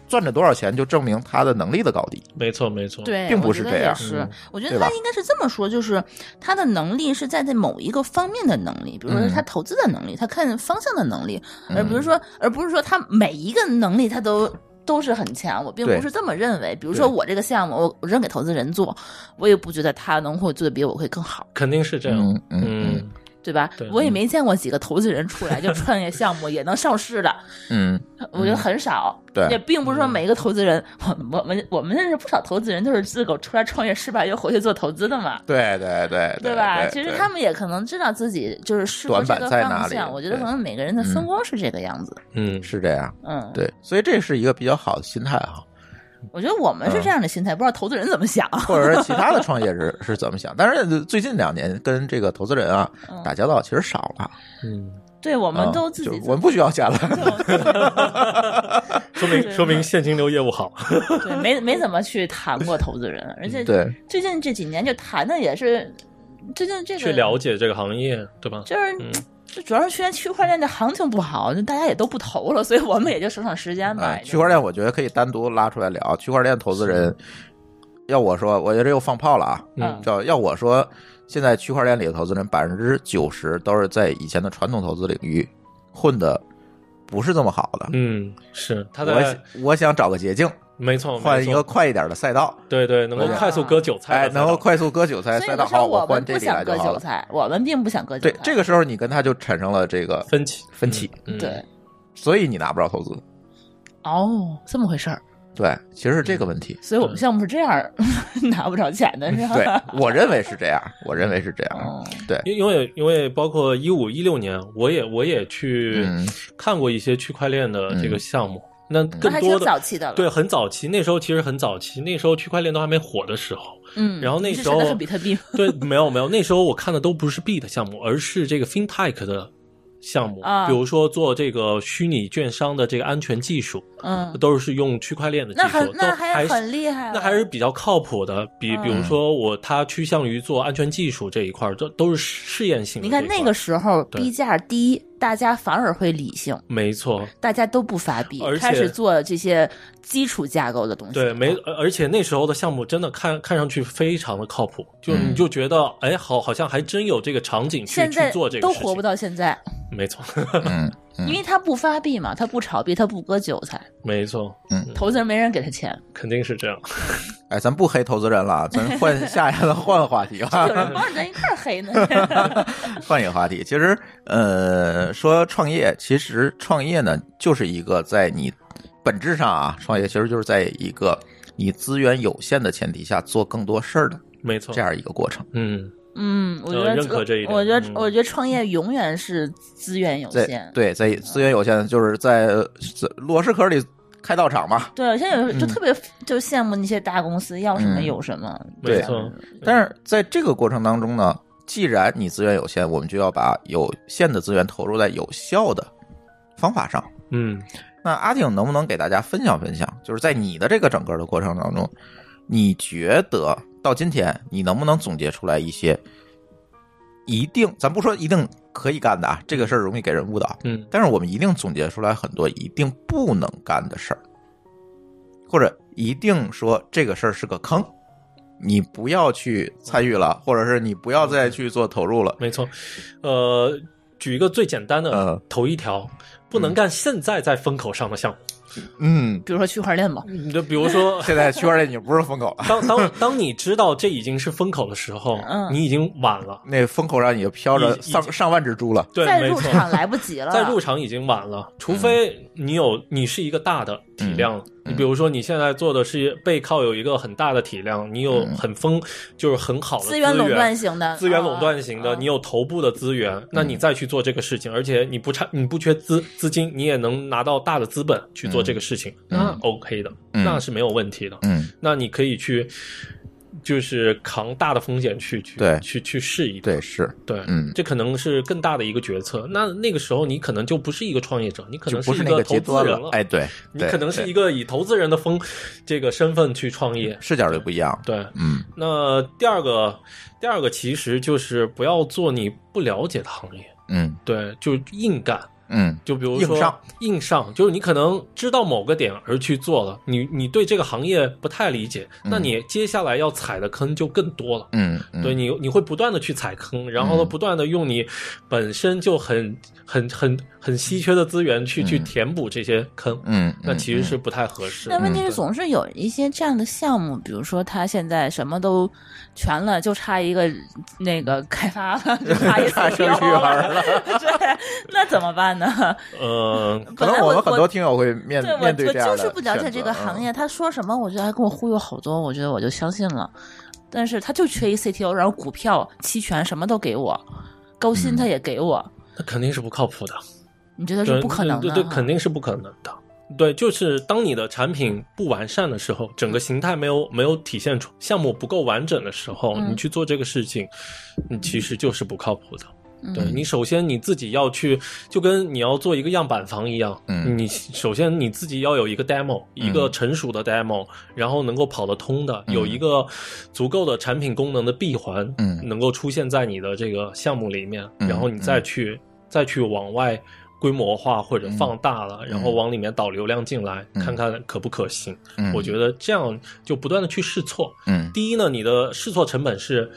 [SPEAKER 1] 攥着多少钱就证明他的能力的高低。
[SPEAKER 3] 没错，没错。
[SPEAKER 2] 对，
[SPEAKER 1] 并不
[SPEAKER 2] 我
[SPEAKER 1] 是
[SPEAKER 2] 觉得
[SPEAKER 1] 这
[SPEAKER 2] 也
[SPEAKER 1] 样
[SPEAKER 2] 是
[SPEAKER 3] 嗯，
[SPEAKER 2] 我觉
[SPEAKER 1] 对
[SPEAKER 2] 得
[SPEAKER 1] 吧
[SPEAKER 2] 他应该是这么说，就是他的能力是在这某一个方面的能力，比如说
[SPEAKER 1] 嗯
[SPEAKER 2] 他投资的能力，他看方向的能力，
[SPEAKER 1] 嗯
[SPEAKER 2] 而不是说，而不是说他每一个能力他都。都是很强，我并
[SPEAKER 1] 对
[SPEAKER 2] 不是这么认为。比如说
[SPEAKER 3] 对
[SPEAKER 2] 我这个项目，我我扔给投资人做，我也不觉得他能会做的比我会更好。
[SPEAKER 3] 肯定是这样。
[SPEAKER 1] 嗯嗯
[SPEAKER 3] 嗯，
[SPEAKER 2] 对吧？
[SPEAKER 3] 对
[SPEAKER 2] 我也没见过几个投资人出 来就创业项目也能上市的，
[SPEAKER 1] 嗯，
[SPEAKER 2] 我觉得很少。
[SPEAKER 1] 对
[SPEAKER 2] 也并不
[SPEAKER 3] 嗯
[SPEAKER 2] 是说每一个投资人，我我们我们认识不少投资人都是自个儿出来创业失败又回去做投资的嘛。
[SPEAKER 1] 对对对
[SPEAKER 2] 对吧？其实他们也可能知道自己就是适合
[SPEAKER 1] 短板
[SPEAKER 2] 这个
[SPEAKER 1] 在哪
[SPEAKER 2] 方
[SPEAKER 1] 里
[SPEAKER 2] 向。我觉得
[SPEAKER 1] 对
[SPEAKER 2] 可能每个人的分
[SPEAKER 1] 嗯
[SPEAKER 2] 工是这个样子。
[SPEAKER 3] 嗯，
[SPEAKER 1] 是这样，
[SPEAKER 2] 嗯，
[SPEAKER 1] 对，所以这是一个比较好的心态啊，
[SPEAKER 2] 我觉得我们是
[SPEAKER 1] 嗯
[SPEAKER 2] 这样的心态，不知道投资人怎么想。
[SPEAKER 1] 或者是其他的创业者是 怎么想。但是最近两年跟这个投资人啊
[SPEAKER 2] 嗯
[SPEAKER 1] 打交道其实少了，
[SPEAKER 3] 嗯，
[SPEAKER 2] 对，我
[SPEAKER 1] 我
[SPEAKER 2] 们都自己
[SPEAKER 1] 我们不需要钱了。
[SPEAKER 3] 说明说明现金流业务好。
[SPEAKER 2] 对，没没怎么去谈过投资人， 而且
[SPEAKER 1] 对，
[SPEAKER 2] 最近这几年就谈的也是，最近这个
[SPEAKER 3] 去了解这个行业，对吧？
[SPEAKER 2] 就是
[SPEAKER 3] 嗯，
[SPEAKER 2] 这主要是现在区块链的行情不好，就大家也都不投了，所以我们也就省省时间
[SPEAKER 3] 嗯
[SPEAKER 2] 吧
[SPEAKER 1] 哎。区块链我觉得可以单独拉出来聊。区块链投资人，要我说，我觉得又放炮了啊！
[SPEAKER 2] 嗯
[SPEAKER 1] 叫要我说，现在区块链里的投资人百分之九十都是在以前的传统投资领域混的不是这么好的。
[SPEAKER 3] 嗯，是他在
[SPEAKER 1] 我我想找个捷径，
[SPEAKER 3] 没
[SPEAKER 2] 哦
[SPEAKER 3] 错，没错
[SPEAKER 1] 换一个快一点的赛道，
[SPEAKER 3] 对对，能够
[SPEAKER 1] 对
[SPEAKER 3] 快速割韭菜
[SPEAKER 1] 哎，
[SPEAKER 3] 的赛道，
[SPEAKER 1] 能够快速割韭菜
[SPEAKER 2] 所以
[SPEAKER 1] 赛
[SPEAKER 2] 有
[SPEAKER 1] 道，
[SPEAKER 2] 的时
[SPEAKER 1] 好，
[SPEAKER 2] 候
[SPEAKER 1] 我
[SPEAKER 2] 们
[SPEAKER 1] 换这
[SPEAKER 2] 不
[SPEAKER 1] 里来
[SPEAKER 2] 想
[SPEAKER 1] 就
[SPEAKER 2] 割
[SPEAKER 1] 好
[SPEAKER 2] 韭
[SPEAKER 1] 了。
[SPEAKER 2] 菜，我们并不想割韭
[SPEAKER 1] 对
[SPEAKER 2] 菜。，
[SPEAKER 1] 这个时候你跟他就产生了这个，
[SPEAKER 3] 分歧
[SPEAKER 1] 分歧，
[SPEAKER 3] 嗯
[SPEAKER 2] 对，
[SPEAKER 1] 所以你拿不着投资。
[SPEAKER 2] 哦，这么回事儿。
[SPEAKER 1] 对，其实是这个问题。
[SPEAKER 2] 所以我
[SPEAKER 3] 嗯
[SPEAKER 2] 们项目是这样儿 拿不着钱的，是吧？
[SPEAKER 1] 对，我认为是这样，我认为是
[SPEAKER 3] 嗯
[SPEAKER 1] 这样。
[SPEAKER 2] 哦，
[SPEAKER 1] 对，
[SPEAKER 3] 因因为因为包括一五一六年，我也我也去
[SPEAKER 1] 嗯
[SPEAKER 3] 看过一些区块链的这个项目，那
[SPEAKER 2] 那
[SPEAKER 3] 更
[SPEAKER 2] 还挺
[SPEAKER 3] 多的
[SPEAKER 2] 早期的了。
[SPEAKER 3] 对，很早期，那时候其实很早期，那时候区块链都还没火的时候，
[SPEAKER 2] 嗯。
[SPEAKER 3] 然后那
[SPEAKER 2] 你是
[SPEAKER 3] 时候
[SPEAKER 2] 真的是比特 币吗，
[SPEAKER 3] 对，没有没有，那时候我看的都不是 B 的项目，而是这个 FinTech 的项目，
[SPEAKER 2] 啊
[SPEAKER 3] 比如说做这个虚拟券商的这个安全技术，
[SPEAKER 2] 嗯，
[SPEAKER 3] 都是用区块链的技
[SPEAKER 2] 那
[SPEAKER 3] 术，
[SPEAKER 2] 很
[SPEAKER 3] 都
[SPEAKER 2] 那
[SPEAKER 3] 还是
[SPEAKER 2] 很厉害了，哦
[SPEAKER 3] 那还是比较靠谱的，比比如
[SPEAKER 1] 嗯
[SPEAKER 3] 说我，它趋向于做安全技术这一块儿，这都是试验性的
[SPEAKER 2] 你
[SPEAKER 3] 这一块儿。
[SPEAKER 2] 看那个时候
[SPEAKER 3] 对
[SPEAKER 2] 币价低，大家反而会理性，
[SPEAKER 3] 没错，
[SPEAKER 2] 大家都不发币
[SPEAKER 3] 而，且
[SPEAKER 2] 开始做这些基础架构的东西。嗯
[SPEAKER 3] 对，没，而而且那时候的项目真的看看上去非常的靠谱，就
[SPEAKER 1] 嗯
[SPEAKER 3] 你就觉得，哎，好，好像还真有这个场景去
[SPEAKER 2] 现在
[SPEAKER 3] 去做这个
[SPEAKER 2] 都
[SPEAKER 3] 事情
[SPEAKER 2] 活不，到现在，
[SPEAKER 3] 没错，
[SPEAKER 1] 嗯嗯
[SPEAKER 2] 因为他不发币嘛，他不炒币，他不割韭菜，
[SPEAKER 3] 没错，
[SPEAKER 2] 投资人没人给他 钱，
[SPEAKER 3] 肯定是这样。
[SPEAKER 1] 哎，咱不黑投资人了啊，咱 换下一个换个话题
[SPEAKER 2] 有
[SPEAKER 1] 啊，
[SPEAKER 2] 人帮着咱一块儿黑呢。
[SPEAKER 1] 换一个话题。其实，呃，说创业，其实创业呢，就是一个在你本质上啊，创业其实就是在一个你资源有限的前提下做更多事儿的
[SPEAKER 3] 没错，
[SPEAKER 1] 这样一个过程。
[SPEAKER 3] 嗯，
[SPEAKER 2] 嗯，我觉
[SPEAKER 3] 呃
[SPEAKER 2] 得
[SPEAKER 3] 认可这一点
[SPEAKER 2] 我觉得
[SPEAKER 3] 嗯
[SPEAKER 2] 我觉得创业永远是资源有
[SPEAKER 1] 在
[SPEAKER 2] 限。
[SPEAKER 1] 对在资源有限，就是在在裸视壳里开道场嘛。
[SPEAKER 2] 对，现在有就
[SPEAKER 3] 嗯
[SPEAKER 2] 特别就羡慕那些大公司要什么
[SPEAKER 1] 嗯
[SPEAKER 2] 有什么，
[SPEAKER 1] 对
[SPEAKER 3] 没错，
[SPEAKER 1] 但是在这个过程当中呢，既然你资源有限，我们就要把有限的资源投入在有效的方法上。
[SPEAKER 3] 嗯
[SPEAKER 1] 那阿挺能不能给大家分享分享？就是在你的这个整个的过程当中，你觉得到今天你能不能总结出来一些一定，咱不说一定可以干的啊，这个事儿容易给人误导，
[SPEAKER 3] 嗯
[SPEAKER 1] 但是我们一定总结出来很多一定不能干的事儿，或者一定说这个事儿是个坑，你不要去参与了，或者是你不要再去做投入了。
[SPEAKER 3] 没错，呃，举一个最简单的
[SPEAKER 1] 嗯
[SPEAKER 3] 头一条，不
[SPEAKER 2] 嗯
[SPEAKER 3] 能干现在在风口上的项目，
[SPEAKER 1] 嗯，
[SPEAKER 2] 比如说区块链嘛，
[SPEAKER 3] 你就比如说
[SPEAKER 1] 现在圈里你不是风口了，
[SPEAKER 3] 当当当你知道这已经是风口的时候，
[SPEAKER 2] 嗯
[SPEAKER 3] 你已经晚了。
[SPEAKER 1] 那风口上已经飘着
[SPEAKER 3] 已已
[SPEAKER 1] 上上万只猪了。
[SPEAKER 3] 对，
[SPEAKER 2] 再
[SPEAKER 3] 没
[SPEAKER 2] 入
[SPEAKER 3] 错，
[SPEAKER 2] 场来不及 了，
[SPEAKER 3] 在入场已经晚了，除非
[SPEAKER 1] 嗯
[SPEAKER 3] 你有你是一个大的体量，你比如说你现在做的是背靠有一个很大的体量，你有
[SPEAKER 1] 嗯
[SPEAKER 3] 很丰就是很好的
[SPEAKER 2] 资
[SPEAKER 3] 源
[SPEAKER 2] 源垄断。型的，
[SPEAKER 3] 资源垄断型的，
[SPEAKER 1] 嗯
[SPEAKER 2] 啊
[SPEAKER 3] 你有头部的资源，那你再去做这个事情，而且你不差，你不缺资资金，你也能拿到大的资本去做这个事情，那 OK 的，
[SPEAKER 1] 嗯
[SPEAKER 3] 那是没有问题的。
[SPEAKER 1] 嗯，
[SPEAKER 3] 那你可以去，就是扛大的风险去去
[SPEAKER 1] 对
[SPEAKER 3] 去去试一
[SPEAKER 1] 对，是，
[SPEAKER 3] 对，
[SPEAKER 1] 嗯
[SPEAKER 3] 这可能是更大的一个决策。那那个时候你可能就不是一个创业者，你可
[SPEAKER 1] 就
[SPEAKER 3] 能
[SPEAKER 1] 不
[SPEAKER 3] 一
[SPEAKER 1] 那个
[SPEAKER 3] 投
[SPEAKER 1] 极
[SPEAKER 3] 资
[SPEAKER 1] 端
[SPEAKER 3] 人
[SPEAKER 1] 了。哎，对，
[SPEAKER 3] 你
[SPEAKER 1] 对
[SPEAKER 3] 可能是
[SPEAKER 1] 对
[SPEAKER 3] 一个以投资人的风这个身份去创业。
[SPEAKER 1] 视角就不一样。
[SPEAKER 3] 对，
[SPEAKER 1] 嗯
[SPEAKER 3] 那第二个，第二个其实就是不要做你不了解的行业，
[SPEAKER 1] 嗯
[SPEAKER 3] 对，就硬干。
[SPEAKER 1] 嗯
[SPEAKER 3] 就比如
[SPEAKER 1] 硬
[SPEAKER 3] 说
[SPEAKER 1] 上，
[SPEAKER 3] 硬上就是你可能知道某个点而去做了，你你对这个行业不太理解，那你接下来要踩的坑就更多了。
[SPEAKER 1] 嗯嗯，
[SPEAKER 3] 对你，你会不断的去踩坑，然后呢，
[SPEAKER 1] 嗯
[SPEAKER 3] 不断的用你本身就很、很、很、很稀缺的资源去、去填补这些坑，
[SPEAKER 1] 嗯，
[SPEAKER 3] 那
[SPEAKER 1] 嗯
[SPEAKER 3] 其实是不太合适的。嗯
[SPEAKER 2] 但问题是，
[SPEAKER 3] 对
[SPEAKER 2] 总是有一些这样的项目，比如说他现在什么都全了，就差一个那个开发了，就差一
[SPEAKER 1] 差
[SPEAKER 2] 个
[SPEAKER 1] 生育儿
[SPEAKER 2] 了。对，那怎么办呢？
[SPEAKER 3] 呃，
[SPEAKER 1] 可能
[SPEAKER 2] 本来
[SPEAKER 1] 我
[SPEAKER 2] 我
[SPEAKER 1] 们很多听友会面
[SPEAKER 2] 对我
[SPEAKER 1] 面
[SPEAKER 2] 我
[SPEAKER 1] 这样
[SPEAKER 2] 就
[SPEAKER 1] 的
[SPEAKER 2] 是不了解
[SPEAKER 1] 选
[SPEAKER 2] 这
[SPEAKER 1] 择啊嗯
[SPEAKER 2] 个行。业，他说什么，我觉得还跟我忽悠好多，我觉得我就相信了。但是他就缺一 CTO，然后股票、期权什么都给我，高薪他也给我，
[SPEAKER 3] 那肯定是不靠谱的，
[SPEAKER 2] 你觉得
[SPEAKER 3] 对嗯
[SPEAKER 2] 是不可能的
[SPEAKER 3] 对
[SPEAKER 2] 哈？
[SPEAKER 3] 对，肯定是不可能的。对，就是当你的产品不完善的时候，整个形态没有没有体现出，项目不够完整的时候，
[SPEAKER 2] 嗯
[SPEAKER 3] 你去做这个事情，你其实就是不靠谱的。
[SPEAKER 2] 嗯
[SPEAKER 3] 对你首先你自己要去，就跟你要做一个样板房一样，
[SPEAKER 1] 嗯
[SPEAKER 3] 你首先你自己要有一个 demo，、一个成熟的 demo，然后能够跑得通的，
[SPEAKER 1] 嗯
[SPEAKER 3] 有一个足够的产品功能的闭环，
[SPEAKER 1] 嗯
[SPEAKER 3] 能够出现在你的这个项目里面，
[SPEAKER 1] 嗯
[SPEAKER 3] 然后你再去、再去往外。规模化或者放大了，然后往里面导流量进来，
[SPEAKER 1] 嗯
[SPEAKER 3] 看看可不可行。
[SPEAKER 1] 嗯
[SPEAKER 3] 我觉得这样就不断的去试错，
[SPEAKER 1] 嗯
[SPEAKER 3] 第一呢，你的试错成本是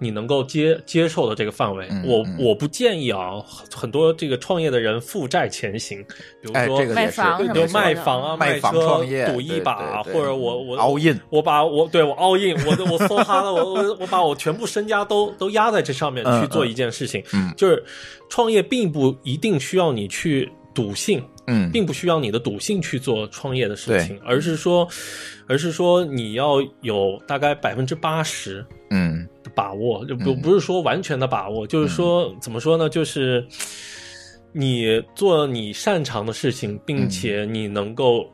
[SPEAKER 3] 你能够接接受的这个范围。
[SPEAKER 1] 嗯
[SPEAKER 3] 我
[SPEAKER 1] 嗯
[SPEAKER 3] 我不建议啊，很多这个创业的人负债前行，比如
[SPEAKER 1] 哎，
[SPEAKER 3] 说、
[SPEAKER 1] 这个
[SPEAKER 2] 卖
[SPEAKER 1] 也是
[SPEAKER 2] 房
[SPEAKER 3] 对
[SPEAKER 2] 什么
[SPEAKER 3] 对
[SPEAKER 2] 的
[SPEAKER 3] 卖房啊、
[SPEAKER 1] 卖房
[SPEAKER 3] 车
[SPEAKER 1] 创业
[SPEAKER 3] 赌一把，
[SPEAKER 1] 对对
[SPEAKER 3] 或
[SPEAKER 1] 对
[SPEAKER 3] 者我我
[SPEAKER 1] all in
[SPEAKER 3] 我把我对我 all in，我的我梭哈 了，我我我把我全部身家都都压在这上面
[SPEAKER 1] 嗯
[SPEAKER 3] 去做一件事情，
[SPEAKER 1] 嗯
[SPEAKER 3] 就是创业并不一定需要你去赌性，
[SPEAKER 1] 嗯
[SPEAKER 3] 并不需要你的赌性去做创业的事
[SPEAKER 1] 对
[SPEAKER 3] 情，而是说，而是说你要有大概百分之八十
[SPEAKER 1] 嗯
[SPEAKER 3] 的把握，就不
[SPEAKER 1] 嗯
[SPEAKER 3] 不是说完全的把握，就是说怎么说呢，就是你做你擅长的事情，
[SPEAKER 1] 嗯
[SPEAKER 3] 并且你能够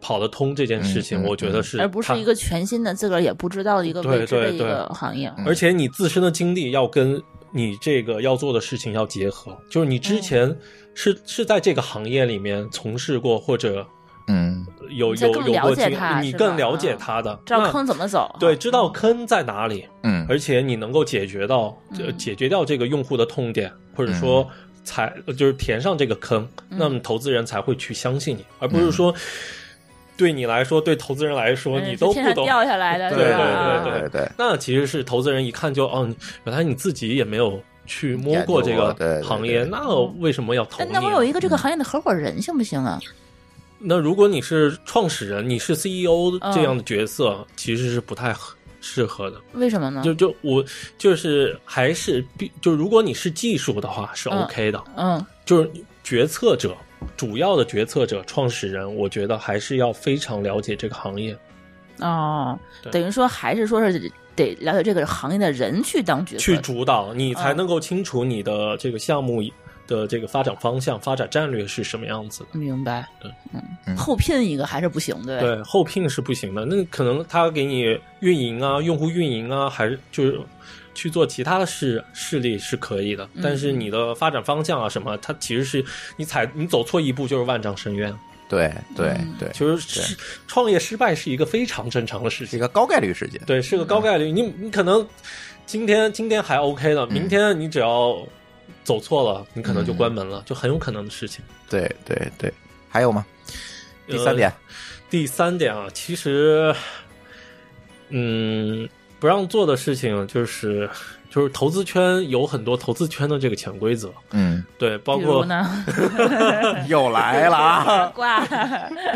[SPEAKER 3] 跑得通这件事情，
[SPEAKER 1] 嗯嗯
[SPEAKER 3] 我觉得是
[SPEAKER 2] 而不是
[SPEAKER 3] 它
[SPEAKER 2] 一个全新的自个儿也不知道的一个
[SPEAKER 3] 对
[SPEAKER 2] 未知的
[SPEAKER 3] 对
[SPEAKER 2] 一
[SPEAKER 3] 对
[SPEAKER 2] 个行业。
[SPEAKER 1] 嗯
[SPEAKER 3] 而且你自身的经历要跟你这个要做的事情要结合，就是你
[SPEAKER 2] 嗯
[SPEAKER 3] 之前是、是在这个行业里面从事过或者
[SPEAKER 1] 嗯
[SPEAKER 3] 有
[SPEAKER 2] 你再
[SPEAKER 3] 有
[SPEAKER 2] 更
[SPEAKER 3] 有
[SPEAKER 2] 了
[SPEAKER 3] 过
[SPEAKER 2] 解
[SPEAKER 3] 经历
[SPEAKER 2] 它，
[SPEAKER 3] 你
[SPEAKER 2] 是
[SPEAKER 3] 更
[SPEAKER 2] 吧
[SPEAKER 3] 了解
[SPEAKER 2] 嗯
[SPEAKER 3] 它的，
[SPEAKER 2] 知道
[SPEAKER 3] 那
[SPEAKER 2] 坑怎么嗯走？
[SPEAKER 3] 对，知道坑在哪里，
[SPEAKER 1] 嗯
[SPEAKER 3] 而且你能够解决到、呃
[SPEAKER 2] 嗯
[SPEAKER 3] 解决掉这个用户的痛点，或者说
[SPEAKER 1] 嗯
[SPEAKER 3] 才呃就是填上这个坑，
[SPEAKER 2] 嗯
[SPEAKER 3] 那么投资人才会去相信你，而不
[SPEAKER 1] 嗯
[SPEAKER 3] 是说。对你来说，对投资人来说，
[SPEAKER 2] 嗯
[SPEAKER 3] 你
[SPEAKER 2] 是
[SPEAKER 3] 都
[SPEAKER 2] 天
[SPEAKER 3] 不
[SPEAKER 2] 上
[SPEAKER 3] 懂，
[SPEAKER 2] 掉下来的，
[SPEAKER 3] 对
[SPEAKER 2] 是吧
[SPEAKER 3] 对
[SPEAKER 2] 啊
[SPEAKER 3] 对
[SPEAKER 1] 对对，
[SPEAKER 3] 那其实是投资人一看就哦，你原来你自己也没有去摸过这
[SPEAKER 1] 研究过对对
[SPEAKER 3] 个
[SPEAKER 1] 对
[SPEAKER 3] 行业，那为什么要投
[SPEAKER 2] 哎
[SPEAKER 3] 你
[SPEAKER 2] 那
[SPEAKER 3] 啊？
[SPEAKER 2] 我有一个这个行业的合伙人行不行啊？
[SPEAKER 3] 那如果你是创始人，你是 CEO
[SPEAKER 2] 嗯
[SPEAKER 3] 这样的角色，其实是不太合适合的。
[SPEAKER 2] 为什么呢？
[SPEAKER 3] 就就我就是还是必就如果你是技术的话是
[SPEAKER 2] 嗯
[SPEAKER 3] OK 的，
[SPEAKER 2] 嗯，
[SPEAKER 3] 就是决策者主要的决策者创始人，我觉得还是要非常了解这个行业。
[SPEAKER 2] 哦，
[SPEAKER 3] 对
[SPEAKER 2] 等于说还是说是得了解这个行业的人去当决策
[SPEAKER 3] 去主导，你才能够清楚你的这个项目的这个发展方向、发展战略是什么样子的。
[SPEAKER 2] 明白
[SPEAKER 3] 对，
[SPEAKER 2] 嗯，后聘一个还是不行，对吧
[SPEAKER 3] 对，后聘是不行的，那可能他给你运营啊、用户运营啊，还是就是去做其他的事事例是可以的，但是你的发展方向啊什么，它其实是你踩你走错一步就是万丈深渊。
[SPEAKER 1] 对对
[SPEAKER 2] 嗯
[SPEAKER 1] 对，
[SPEAKER 3] 其实失创业失败是一个非常正常的事
[SPEAKER 1] 是一
[SPEAKER 3] 情，
[SPEAKER 1] 个高概率事件。
[SPEAKER 3] 对，是个高概率。你你可能今天今天还 OK 了，明天你只要走错了，你可能就关门了，就很有可能的事情。
[SPEAKER 1] 对对对，还有吗？第三
[SPEAKER 3] 呃
[SPEAKER 1] 点，
[SPEAKER 3] 第三点啊，其实，嗯，不让做的事情就是就是投资圈有很多投资圈的这个潜规则，
[SPEAKER 1] 嗯，
[SPEAKER 3] 对，包
[SPEAKER 2] 比如
[SPEAKER 3] 括
[SPEAKER 2] 呢，
[SPEAKER 1] 又来了啊！
[SPEAKER 2] 挂，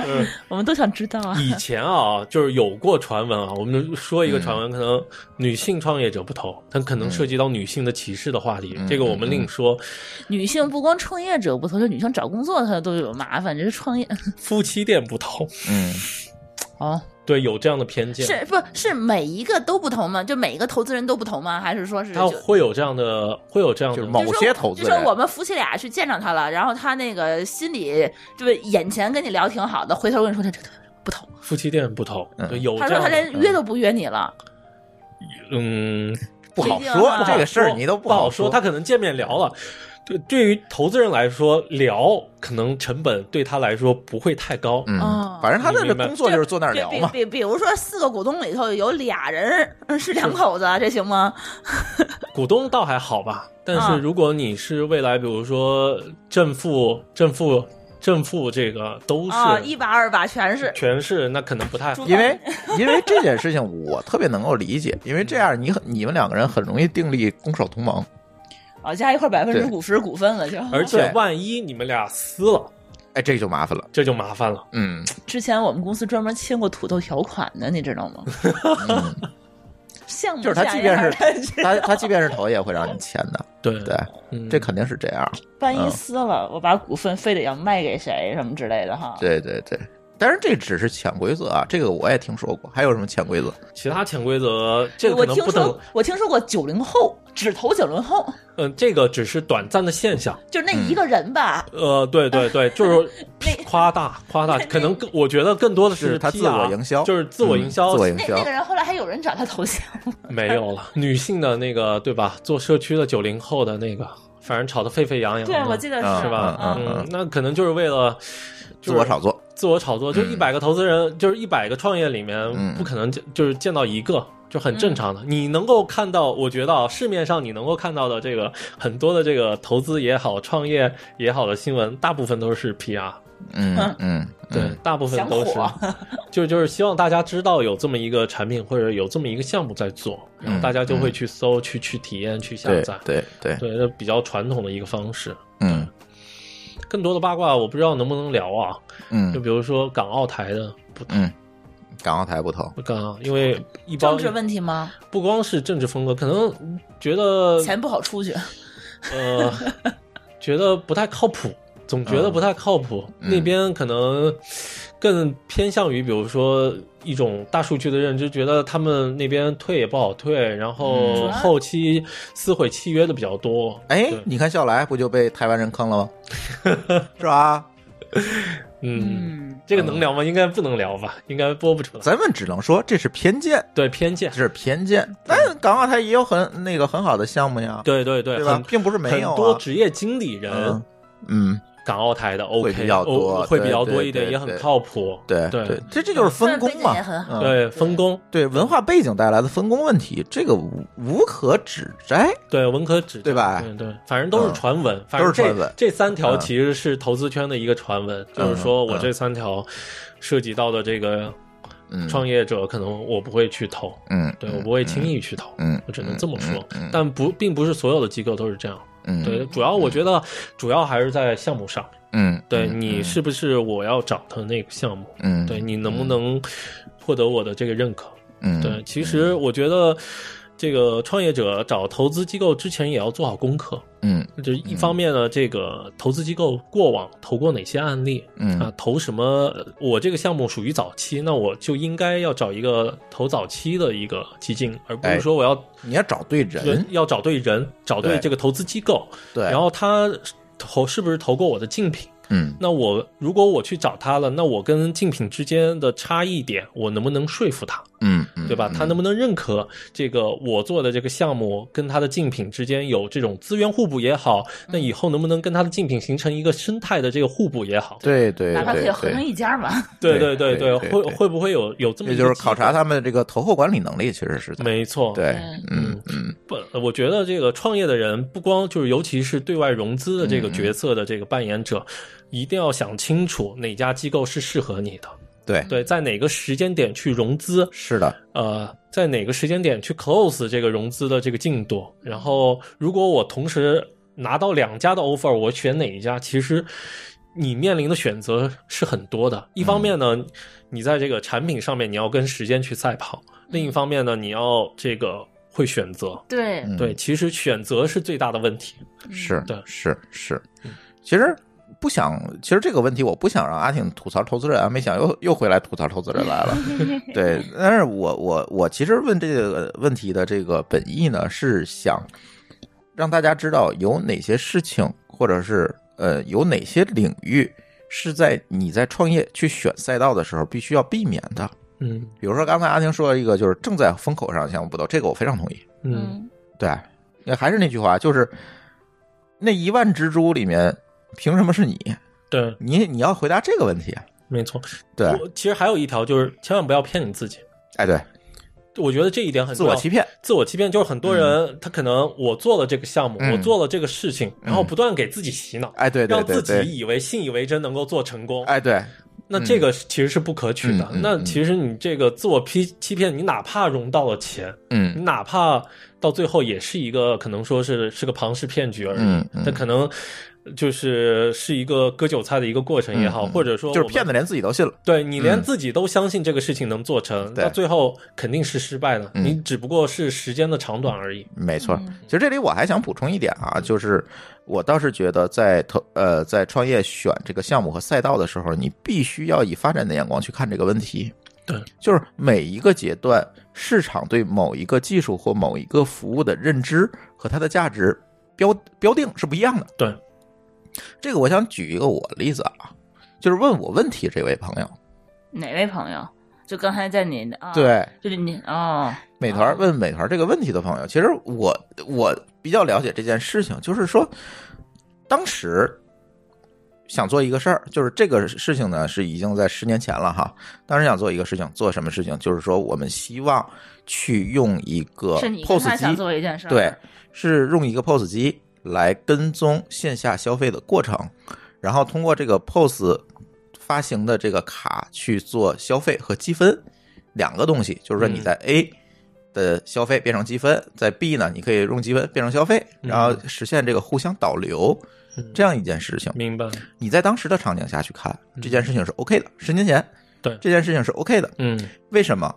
[SPEAKER 3] 嗯
[SPEAKER 2] 我们都想知道啊。
[SPEAKER 3] 以前啊，就是有过传闻啊，我们说
[SPEAKER 1] 嗯
[SPEAKER 3] 一个传闻，可能女性创业者不投，但可能涉及到女性的歧视的话题，
[SPEAKER 1] 嗯
[SPEAKER 3] 这个我们另说。
[SPEAKER 2] 女性不光创业者不投，就女性找工作她都有麻烦，这个创业
[SPEAKER 3] 夫妻店不投，
[SPEAKER 1] 嗯，
[SPEAKER 2] 哦，
[SPEAKER 3] 对，有这样的偏见，
[SPEAKER 2] 是不是每一个都不投吗？就每一个投资人都不投吗？还是说是
[SPEAKER 3] 他
[SPEAKER 2] 就
[SPEAKER 3] 会有这样的，会有这样的
[SPEAKER 1] 就是某
[SPEAKER 2] 就说
[SPEAKER 1] 些投资
[SPEAKER 2] 就说
[SPEAKER 1] 人
[SPEAKER 2] 我们夫妻俩去见着他了，然后他那个心里就是眼前跟你聊挺好的，回头跟你说这这这不投，
[SPEAKER 1] 哦
[SPEAKER 3] 夫妻店不投，
[SPEAKER 1] 嗯
[SPEAKER 3] 对，有
[SPEAKER 2] 他
[SPEAKER 3] 这
[SPEAKER 2] 说
[SPEAKER 3] 样
[SPEAKER 2] 他
[SPEAKER 3] 的，
[SPEAKER 2] 连约都不约你了，
[SPEAKER 3] 嗯，
[SPEAKER 1] 不好
[SPEAKER 2] 毕竟
[SPEAKER 1] 说
[SPEAKER 2] 啊
[SPEAKER 1] 这个事儿，你都
[SPEAKER 3] 不
[SPEAKER 1] 不好
[SPEAKER 3] 说，他可能见面聊了。对，对于投资人来说，聊可能成本对他来说不会太高。
[SPEAKER 1] 嗯
[SPEAKER 2] 哦，
[SPEAKER 1] 反正他的这
[SPEAKER 3] 你明白
[SPEAKER 1] 工作就是坐那儿
[SPEAKER 2] 比
[SPEAKER 1] 聊
[SPEAKER 2] 比
[SPEAKER 1] 嘛。
[SPEAKER 2] 比比如说四个股东里头有俩人嗯是两口子，这行吗？
[SPEAKER 3] 股东倒还好吧，但
[SPEAKER 2] 啊
[SPEAKER 3] 是如果你是未来，比如说正负、正负、正负这个都
[SPEAKER 2] 啊，
[SPEAKER 3] 是
[SPEAKER 2] 一把二把全是，
[SPEAKER 3] 全是，那可能不太好。
[SPEAKER 1] 因为因为这件事情我特别能够理解，因为这样你很你们两个人很容易订立攻守同盟。
[SPEAKER 2] 啊，加一块百分之
[SPEAKER 1] 对
[SPEAKER 2] 五十股份了就。
[SPEAKER 3] 而且
[SPEAKER 1] 对
[SPEAKER 3] 万一你们俩撕了，
[SPEAKER 1] 哎，这就麻烦了。
[SPEAKER 3] 这就麻烦了。
[SPEAKER 1] 嗯，
[SPEAKER 2] 之前我们公司专门签过土豆条款的，你知 道吗？
[SPEAKER 1] 嗯
[SPEAKER 2] 项目
[SPEAKER 1] 就是他
[SPEAKER 2] 下
[SPEAKER 1] 即
[SPEAKER 2] 一
[SPEAKER 1] 便是
[SPEAKER 2] 块儿他知
[SPEAKER 1] 他 他即便是投也会让你签的，
[SPEAKER 3] 对
[SPEAKER 1] 对，，
[SPEAKER 3] 嗯
[SPEAKER 1] 这肯定是这样。
[SPEAKER 2] 万一
[SPEAKER 1] 嗯
[SPEAKER 2] 撕了，我把股份非得要卖给谁什么之类的哈。
[SPEAKER 1] 对对对，当然这只是潜规则啊，这个我也听说过。还有什么潜规则？
[SPEAKER 3] 其他潜规则，这个可
[SPEAKER 2] 我
[SPEAKER 3] 能
[SPEAKER 2] 听
[SPEAKER 3] 不等
[SPEAKER 2] 说，，我听说过九零后只投九零后，
[SPEAKER 3] 嗯、这个只是短暂的现象。
[SPEAKER 2] 就是那一个人吧，
[SPEAKER 3] 呃，对对对，就是
[SPEAKER 2] 那
[SPEAKER 3] 夸大夸大，可能更我觉得更多的
[SPEAKER 1] 是他自
[SPEAKER 3] PR
[SPEAKER 1] 我营销
[SPEAKER 3] 啊就是自我营销，
[SPEAKER 1] 嗯自我营
[SPEAKER 2] 那
[SPEAKER 1] 销
[SPEAKER 2] 那个人后来还有人找他投降，
[SPEAKER 3] 没有了。女性的那个对吧？做社区的九零后的那个，反正吵得沸沸扬扬的。
[SPEAKER 2] 对我记得
[SPEAKER 1] 嗯
[SPEAKER 2] 是
[SPEAKER 3] 是吧？
[SPEAKER 1] 嗯嗯
[SPEAKER 3] 嗯，那可能就是为了
[SPEAKER 1] 自我炒
[SPEAKER 3] 作，
[SPEAKER 1] 作。
[SPEAKER 3] 自我炒作，就一百个投资人，就是一百个创业里
[SPEAKER 1] 嗯
[SPEAKER 3] 面，不可能就就是见到一个。就很
[SPEAKER 2] 嗯
[SPEAKER 3] 正常的，你能够看到，我觉得啊，市面上你能够看到的这个很多的这个投资也好、创业也好的新闻，大部分都是 PR，
[SPEAKER 1] 嗯
[SPEAKER 2] 嗯
[SPEAKER 1] 嗯，
[SPEAKER 3] 对，
[SPEAKER 1] 嗯
[SPEAKER 3] 大部分都是
[SPEAKER 2] 想，
[SPEAKER 3] 就就是希望大家知道有这么一个产品或者有这么一个项目在做，然后大家就会去搜、去去体验、去
[SPEAKER 1] 嗯
[SPEAKER 3] 下
[SPEAKER 1] 对
[SPEAKER 3] 载，
[SPEAKER 1] 对对，
[SPEAKER 3] 啊对，这比较传统的一个方式。
[SPEAKER 1] 嗯
[SPEAKER 3] 更多的八卦我不知道能不能聊啊，就
[SPEAKER 1] 嗯
[SPEAKER 3] 比如说港澳台的不
[SPEAKER 1] 嗯，港澳台不投。
[SPEAKER 3] 不港澳，因为一
[SPEAKER 2] 政
[SPEAKER 3] 帮
[SPEAKER 2] 治问题吗？
[SPEAKER 3] 不光是政治风格，可能觉得
[SPEAKER 2] 钱不好出去，
[SPEAKER 3] 呃觉得不太靠谱，总觉得不太靠谱。
[SPEAKER 1] 嗯
[SPEAKER 3] 那边可能更偏向于，比如说一种大数据的认知，觉得他们那边退也不好退，然后
[SPEAKER 2] 嗯
[SPEAKER 3] 后期撕毁契约的比较多。
[SPEAKER 1] 哎
[SPEAKER 3] 对，
[SPEAKER 1] 你看笑来不就被台湾人坑了 吗？是吧？
[SPEAKER 3] 嗯，
[SPEAKER 2] 嗯，
[SPEAKER 3] 这个能聊吗？应该不能聊吧，应该播不出来。
[SPEAKER 1] 咱们只能说这是偏见，
[SPEAKER 3] 对偏见
[SPEAKER 1] 这，是偏见。但港澳台也有很那个很好的项目呀，
[SPEAKER 3] 对对对，
[SPEAKER 1] 对吧
[SPEAKER 3] 很？
[SPEAKER 1] 并不是没有
[SPEAKER 3] 很多
[SPEAKER 1] 啊。
[SPEAKER 3] 职业经理人。
[SPEAKER 1] 嗯嗯，
[SPEAKER 3] 港澳台的 OK
[SPEAKER 1] 比较多
[SPEAKER 3] 哦会比较
[SPEAKER 1] 对
[SPEAKER 3] 多
[SPEAKER 1] 对
[SPEAKER 3] 一点，
[SPEAKER 1] 对
[SPEAKER 3] 也
[SPEAKER 1] 对
[SPEAKER 3] 很靠谱。
[SPEAKER 1] 对
[SPEAKER 3] 对
[SPEAKER 1] 对，这这就是分工嘛
[SPEAKER 2] 虽然背景也很。好
[SPEAKER 1] 嗯
[SPEAKER 3] 对分工，
[SPEAKER 1] 对文化背景带来的分工问题，这个无无可指摘。
[SPEAKER 3] 对文科指
[SPEAKER 1] 对吧
[SPEAKER 3] 对对，反正都是传闻，反
[SPEAKER 1] 哎嗯都
[SPEAKER 3] 正
[SPEAKER 1] 是
[SPEAKER 3] 这
[SPEAKER 1] 传闻
[SPEAKER 3] 这三条
[SPEAKER 1] 嗯
[SPEAKER 3] 其实是投资圈的一个传闻，就是说我这三条涉及到的这个
[SPEAKER 1] 嗯，
[SPEAKER 3] 创业者，可能我不会去投，
[SPEAKER 1] 嗯，
[SPEAKER 3] 对我不会轻易去投，
[SPEAKER 1] 嗯，
[SPEAKER 3] 我只能这么说
[SPEAKER 1] 嗯。
[SPEAKER 3] 但不，并不是所有的机构都是这样。
[SPEAKER 1] 嗯，
[SPEAKER 3] 对，主要我觉得主要还是在项目上，
[SPEAKER 1] 嗯，
[SPEAKER 3] 对
[SPEAKER 1] 嗯
[SPEAKER 3] 你是不是我要找的那个项目，
[SPEAKER 1] 嗯，
[SPEAKER 3] 对你能不能获得我的这个认可。
[SPEAKER 1] 嗯，
[SPEAKER 3] 对，其实我觉得这个创业者找投资机构之前也要做好功课，
[SPEAKER 1] 嗯
[SPEAKER 3] 就一方面呢，这个投资机构过往投过哪些案例啊
[SPEAKER 1] 嗯，
[SPEAKER 3] 投什么？我这个项目属于早期，那我就应该要找一个投早期的一个基金，而不
[SPEAKER 1] 哎
[SPEAKER 3] 是说我要
[SPEAKER 1] 你要找对人，
[SPEAKER 3] 要找对人，找对
[SPEAKER 1] 对
[SPEAKER 3] 这个投资机构，
[SPEAKER 1] 对，
[SPEAKER 3] 然后他投是不是投过我的竞品？
[SPEAKER 1] 嗯
[SPEAKER 3] 那我如果我去找他了，那我跟竞品之间的差异点，我能不能说服他，
[SPEAKER 1] 嗯，嗯
[SPEAKER 3] 对吧？他能不能认可这个我做的这个项目跟他的竞品之间有这种资源互补也好，
[SPEAKER 1] 嗯
[SPEAKER 3] 那以后能不能跟他的竞品形成一个生态的这个互补也好？
[SPEAKER 1] 对对
[SPEAKER 2] 哪怕可
[SPEAKER 1] 对
[SPEAKER 2] 以合成
[SPEAKER 1] 对，
[SPEAKER 2] 一家嘛。
[SPEAKER 3] 对
[SPEAKER 1] 对
[SPEAKER 3] 对
[SPEAKER 1] 对对
[SPEAKER 3] 会
[SPEAKER 1] 对
[SPEAKER 3] 会不会有有这么
[SPEAKER 1] 这
[SPEAKER 3] 一个
[SPEAKER 1] 就是
[SPEAKER 3] 机
[SPEAKER 1] 考
[SPEAKER 3] 会
[SPEAKER 1] 察他们的这个投后管理能力，其实是在
[SPEAKER 3] 没错，
[SPEAKER 1] 对，嗯
[SPEAKER 3] 嗯
[SPEAKER 1] 嗯
[SPEAKER 3] 不，我觉得这个创业的人不光就是，尤其是对外融资的这
[SPEAKER 1] 嗯
[SPEAKER 3] 个角色的这个扮演者，一定要想清楚哪家机构是适合你的，
[SPEAKER 1] 对，
[SPEAKER 3] 对，在哪个时间点去融资，
[SPEAKER 1] 是的，
[SPEAKER 3] 呃，在哪个时间点去 close 这个融资的这个进度。然后，如果我同时拿到两家的 offer，我选哪一家？其实你面临的选择是很多的。一方面呢，
[SPEAKER 1] 嗯
[SPEAKER 3] 你在这个产品上面你要跟时间去赛跑；
[SPEAKER 1] 嗯
[SPEAKER 3] 另一方面呢，你要这个会选择。
[SPEAKER 2] 对，
[SPEAKER 1] 嗯
[SPEAKER 3] 对，其实选择是最大的问题。
[SPEAKER 2] 嗯
[SPEAKER 1] 是
[SPEAKER 3] 对
[SPEAKER 1] 是是，其实。不想，其实这个问题我不想让阿挺吐槽投资人啊，没想又又回来吐槽投资人来了。对，但是我我我其实问这个问题的这个本意呢，是想让大家知道有哪些事情，或者是呃有哪些领域是在你在创业去选赛道的时候必须要避免的。
[SPEAKER 3] 嗯
[SPEAKER 1] 比如说刚才阿婷说了一个，就是正在风口上的项目不斗，这个我非常同意。
[SPEAKER 3] 嗯，
[SPEAKER 1] 对，那还是那句话，就是那一万只猪里面，凭什么是你？
[SPEAKER 3] 对，
[SPEAKER 1] 你你要回答这个问题。啊
[SPEAKER 3] 没错。
[SPEAKER 1] 对，
[SPEAKER 3] 我其实还有一条就是，千万不要骗你自己。
[SPEAKER 1] 哎对，
[SPEAKER 3] 我觉得这一点很
[SPEAKER 1] 自
[SPEAKER 3] 重要。
[SPEAKER 1] 我欺骗，
[SPEAKER 3] 自我欺骗就是很多人他可能我做了这个项目，
[SPEAKER 1] 嗯
[SPEAKER 3] 我做了这个事情，然后不断给自己洗脑，
[SPEAKER 1] 哎对对
[SPEAKER 3] 让
[SPEAKER 1] 对
[SPEAKER 3] 自
[SPEAKER 1] 对，
[SPEAKER 3] 己以为信以为真能够做成功。
[SPEAKER 1] 哎对，
[SPEAKER 3] 那这个其实是不可取的
[SPEAKER 1] 嗯嗯。嗯
[SPEAKER 3] 那其实你这个自我欺欺骗，你哪怕融到了钱，你
[SPEAKER 1] 嗯
[SPEAKER 3] 哪怕到最后也是一个可能说是是个庞氏骗局而已。
[SPEAKER 1] 嗯嗯
[SPEAKER 3] 这可能就是是一个割韭菜的一个过程也好，
[SPEAKER 1] 嗯嗯
[SPEAKER 3] 或者说
[SPEAKER 1] 就是
[SPEAKER 3] 我们
[SPEAKER 1] 骗子连自己都信了。
[SPEAKER 3] 对你连
[SPEAKER 1] 嗯
[SPEAKER 3] 自己都相信这个事情能做成，
[SPEAKER 1] 对
[SPEAKER 3] 那最后肯定是失败的。
[SPEAKER 1] 嗯
[SPEAKER 3] 你只不过是时间的长短而已。
[SPEAKER 1] 没错
[SPEAKER 2] 嗯，
[SPEAKER 1] 其实这里我还想补充一点啊，就是我倒是觉得在投呃在创业选这个项目和赛道的时候，你必须要以发展的眼光去看这个问题。
[SPEAKER 3] 对，
[SPEAKER 1] 就是每一个阶段市场对某一个技术或某一个服务的认知和它的价值标标定是不一样的。
[SPEAKER 3] 对，
[SPEAKER 1] 这个我想举一个我的例子啊，就是问我问题这位朋友，
[SPEAKER 2] 哪位朋友？就刚才在你啊，，
[SPEAKER 1] 对，
[SPEAKER 2] 就是你哦，
[SPEAKER 1] 美团问美团这个问题的朋友，其实我我比较了解这件事情，就是说，当时想做一个事儿，就是这个事情呢是已经在十年前了哈。当时想做一个事情，做什么事情？就是说我们希望去用一个
[SPEAKER 2] 是你跟
[SPEAKER 1] POS
[SPEAKER 2] 他想
[SPEAKER 1] 机，
[SPEAKER 2] 做一件事儿，
[SPEAKER 1] 对，是用一个 POS 机来跟踪线下消费的过程，然后通过这个 POS 发行的这个卡去做消费和积分两个东西，就是说
[SPEAKER 3] 嗯
[SPEAKER 1] 你在 A 的消费变成积分，在 B 呢你可以用积分变成消费，
[SPEAKER 3] 嗯
[SPEAKER 1] 然后实现这个互相导流
[SPEAKER 3] 嗯
[SPEAKER 1] 这样一件事情。
[SPEAKER 3] 明白。
[SPEAKER 1] 你在当时的场景下去看这件事情是 OK 的，十年前
[SPEAKER 3] 对
[SPEAKER 1] 这件事情是 OK 的，
[SPEAKER 3] 嗯
[SPEAKER 1] 为什么？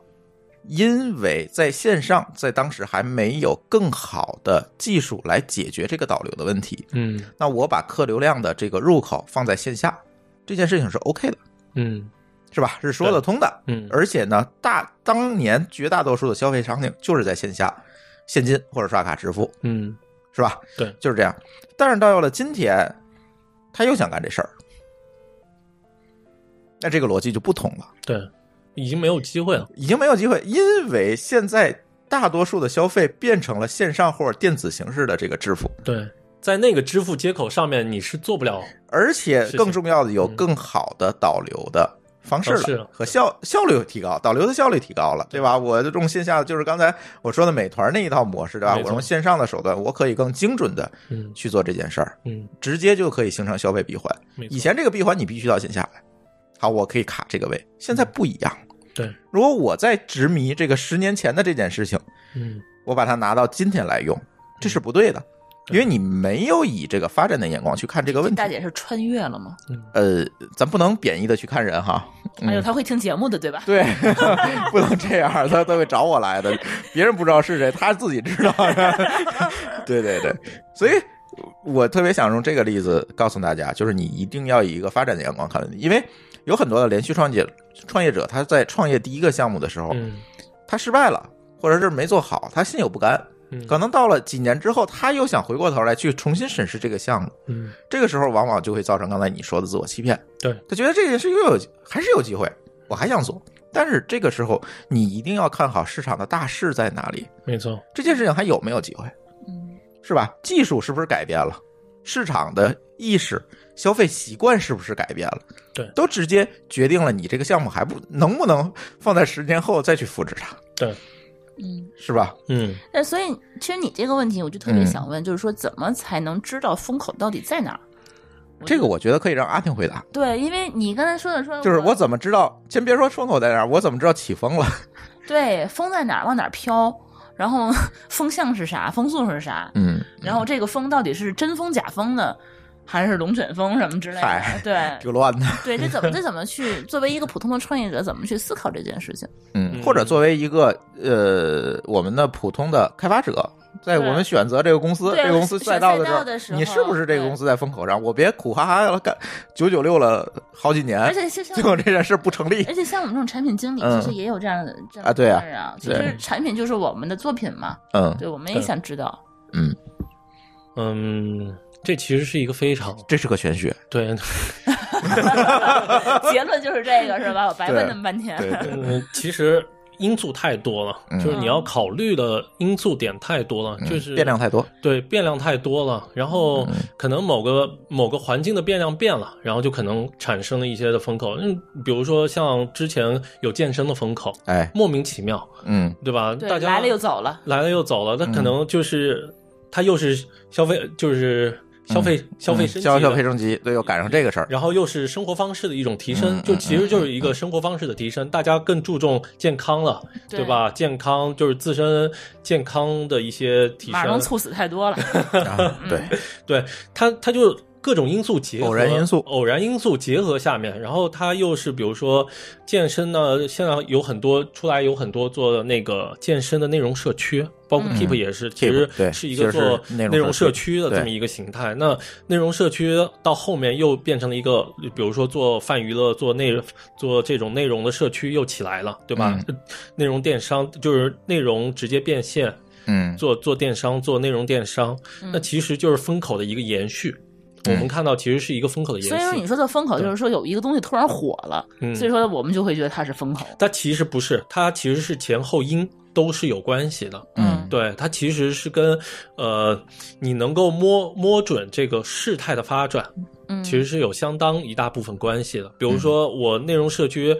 [SPEAKER 1] 因为在线上，在当时还没有更好的技术来解决这个导流的问题。
[SPEAKER 3] 嗯
[SPEAKER 1] 那我把客流量的这个入口放在线下，这件事情是 OK 的，
[SPEAKER 3] 嗯
[SPEAKER 1] 是吧？是说得通的。
[SPEAKER 3] 嗯，
[SPEAKER 1] 而且呢，大当年绝大多数的消费场景就是在线下，现金或者刷卡支付，
[SPEAKER 3] 嗯
[SPEAKER 1] 是吧？
[SPEAKER 3] 对
[SPEAKER 1] 就是这样。但是到了今天，他又想干这事儿，那这个逻辑就不同了。
[SPEAKER 3] 对，已经没有机会了。
[SPEAKER 1] 已经没有机会，因为现在大多数的消费变成了线上或者电子形式的这个支付，
[SPEAKER 3] 对，在那个支付接口上面，你是做不了。
[SPEAKER 1] 而且
[SPEAKER 3] 是是
[SPEAKER 1] 更重要的有
[SPEAKER 3] 嗯
[SPEAKER 1] 更好的导流的。方式
[SPEAKER 3] 方式
[SPEAKER 1] 了
[SPEAKER 3] 了
[SPEAKER 1] 和效效率提高，导流的效率提高了，对吧？我用线下就是刚才我说的美团那一套模式，对吧？
[SPEAKER 3] 没
[SPEAKER 1] 我
[SPEAKER 3] 错
[SPEAKER 1] 用线上的手段，我可以更精准的
[SPEAKER 3] 嗯
[SPEAKER 1] 去做这件事儿，
[SPEAKER 3] 嗯，
[SPEAKER 1] 直接就可以形成消费闭环。
[SPEAKER 3] 没错
[SPEAKER 1] 以前这个闭环你必须到线下来，好，我可以卡这个位，现在不一样。
[SPEAKER 3] 对，
[SPEAKER 1] 如果我在执迷这个十年前的这件事情，
[SPEAKER 3] 嗯
[SPEAKER 1] 我把它拿到今天来用，这是不对的。因为你没有以这个发展的眼光去看这个问题
[SPEAKER 2] 大。姐是穿越了吗？
[SPEAKER 1] 呃，咱不能贬义的去看人哈。
[SPEAKER 2] 还有她哎会听节目的，对吧？
[SPEAKER 1] 对， 不能这样，他他会找我来的，别人不知道是谁，他自己知道。 对对对，所以我特别想用这个例子告诉大家，就是你一定要以一个发展的眼光看问题，因为有很多的连续创业创业者，他在创业第一个项目的时候，
[SPEAKER 3] 嗯
[SPEAKER 1] 他失败了，或者是没做好，他心有不甘。
[SPEAKER 3] 嗯
[SPEAKER 1] 可能到了几年之后，他又想回过头来去重新审视这个项目，
[SPEAKER 3] 嗯
[SPEAKER 1] 这个时候往往就会造成刚才你说的自我欺骗。
[SPEAKER 3] 对，
[SPEAKER 1] 他觉得这件事又有还是有机会，我还想做。但是这个时候，你一定要看好市场的大势在哪里，
[SPEAKER 3] 没错，
[SPEAKER 1] 这件事情还有没有机会，
[SPEAKER 2] 嗯，
[SPEAKER 1] 是吧？技术是不是改变了？市场的意识、消费习惯是不是改变了？
[SPEAKER 3] 对
[SPEAKER 1] 都直接决定了你这个项目还不能不能放在十年后再去复制它，
[SPEAKER 3] 对，
[SPEAKER 2] 嗯，
[SPEAKER 1] 是吧？
[SPEAKER 3] 嗯
[SPEAKER 2] 那呃所以其实你这个问题，我就特
[SPEAKER 1] 嗯
[SPEAKER 2] 别想问，就是说怎么才能知道风口到底在哪儿？
[SPEAKER 1] 这个我觉得可以让阿婷回答。
[SPEAKER 2] 对，因为你刚才说的说
[SPEAKER 1] 就是我怎么知道？先别说风口在哪儿，我怎么知道起风了？
[SPEAKER 2] 对风在哪儿往哪儿飘，然后 风向是啥，风速是啥，
[SPEAKER 1] 嗯，
[SPEAKER 2] 然后这个风到底是真风假风呢，还是龙卷风什么之类的
[SPEAKER 1] 嗨？
[SPEAKER 2] 对
[SPEAKER 1] 挺乱的。
[SPEAKER 2] 对，这怎么这怎么去作为一个普通的创业者，怎么去思考这件事情？
[SPEAKER 1] 嗯，
[SPEAKER 3] 嗯
[SPEAKER 1] 或者作为一个呃我们的普通的开发者，在
[SPEAKER 2] 对
[SPEAKER 1] 我们选择这个公司、
[SPEAKER 2] 对
[SPEAKER 1] 这个公司
[SPEAKER 2] 选
[SPEAKER 1] 赛道
[SPEAKER 2] 赛道
[SPEAKER 1] 的
[SPEAKER 2] 的时候
[SPEAKER 1] 你是不是这个
[SPEAKER 2] 对
[SPEAKER 1] 公司在风口上？我别苦哈哈了，干九九六了好几年
[SPEAKER 2] 而，且就像
[SPEAKER 1] 最后这件事不成立。
[SPEAKER 2] 而且像我们这种产品经理，
[SPEAKER 1] 嗯
[SPEAKER 2] 其实也有这样的、这样的
[SPEAKER 1] 啊对啊
[SPEAKER 2] 事儿啊，其
[SPEAKER 1] 对
[SPEAKER 2] 实产品就是我们的作品嘛，
[SPEAKER 1] 嗯
[SPEAKER 2] 对，我们也
[SPEAKER 3] 对
[SPEAKER 2] 想知道。
[SPEAKER 1] 嗯，
[SPEAKER 3] 嗯，这其实是一个非常
[SPEAKER 1] 这是个玄 学。
[SPEAKER 3] 对，
[SPEAKER 2] 结论就是这个是吧？我白
[SPEAKER 1] 对
[SPEAKER 2] 问那么半天。
[SPEAKER 1] 对对，
[SPEAKER 3] 嗯，其实因素太多了，
[SPEAKER 1] 嗯
[SPEAKER 3] 就是你要考虑的因素点太多了，就是
[SPEAKER 1] 变量太多。
[SPEAKER 3] 对变量太多了，然后
[SPEAKER 1] 嗯
[SPEAKER 3] 可能某个某个环境的变量变了，然后就可能产生了一些的风口。嗯，比如说像之前有健身的风口，
[SPEAKER 1] 哎，
[SPEAKER 3] 莫名其妙，
[SPEAKER 1] 嗯
[SPEAKER 3] 对吧？
[SPEAKER 2] 对
[SPEAKER 3] 大家
[SPEAKER 2] 来了又走了，
[SPEAKER 3] 来了又走了，那可能就是它又是消费，就是消费消费
[SPEAKER 1] 嗯
[SPEAKER 3] 升级
[SPEAKER 1] 消
[SPEAKER 3] 的
[SPEAKER 1] 消费升级，对，又赶上这个事 儿。
[SPEAKER 3] 然后又是生活方式的一种
[SPEAKER 1] 嗯
[SPEAKER 3] 提
[SPEAKER 1] 嗯
[SPEAKER 3] 升，就其实就是一个生活方式的提升，大家更注重健康了，
[SPEAKER 2] 对
[SPEAKER 3] 对吧？健康就是自身健康的一些提
[SPEAKER 2] 马龙
[SPEAKER 3] 升，
[SPEAKER 2] 猝死太多了。
[SPEAKER 3] 嗯
[SPEAKER 1] 啊对，
[SPEAKER 3] 对它它就各种因素结合，
[SPEAKER 1] 偶然因素
[SPEAKER 3] 偶然因素结合下面，然后它又是比如说健身呢，现在有很多出来有很多做那个健身的内容社区，包括
[SPEAKER 2] 嗯
[SPEAKER 3] Keep 也是，其
[SPEAKER 1] Keep，
[SPEAKER 3] 实
[SPEAKER 1] 对
[SPEAKER 3] 是一
[SPEAKER 1] 其实
[SPEAKER 3] 个
[SPEAKER 1] 是
[SPEAKER 3] 做
[SPEAKER 1] 内容
[SPEAKER 3] 内容
[SPEAKER 1] 社
[SPEAKER 3] 社
[SPEAKER 1] 区
[SPEAKER 3] 区的这么
[SPEAKER 1] 对
[SPEAKER 3] 一个形态。那内容社区到后面又变成了一个，比如说做泛娱乐、做内做这种内容的社区又起来了，对吧？
[SPEAKER 1] 嗯
[SPEAKER 3] 内容电商就是内容直接变现，
[SPEAKER 1] 嗯
[SPEAKER 3] 做做电商、做内容电商，
[SPEAKER 2] 嗯
[SPEAKER 3] 那其实就是风口的一个延续。我们看到其实是一个风口的延
[SPEAKER 2] 所以说，你
[SPEAKER 3] 续，
[SPEAKER 2] 说的风口就是说有一个东西突然火了，
[SPEAKER 3] 嗯
[SPEAKER 2] 所以说我们就会觉得它是风口。
[SPEAKER 3] 它其实不是，它其实是前后因都是有关系的。
[SPEAKER 1] 嗯
[SPEAKER 3] 对，它其实是跟呃，你能够摸摸准这个事态的发展，
[SPEAKER 2] 嗯，
[SPEAKER 3] 其实是有相当一大部分关系的。比如说，我内容社区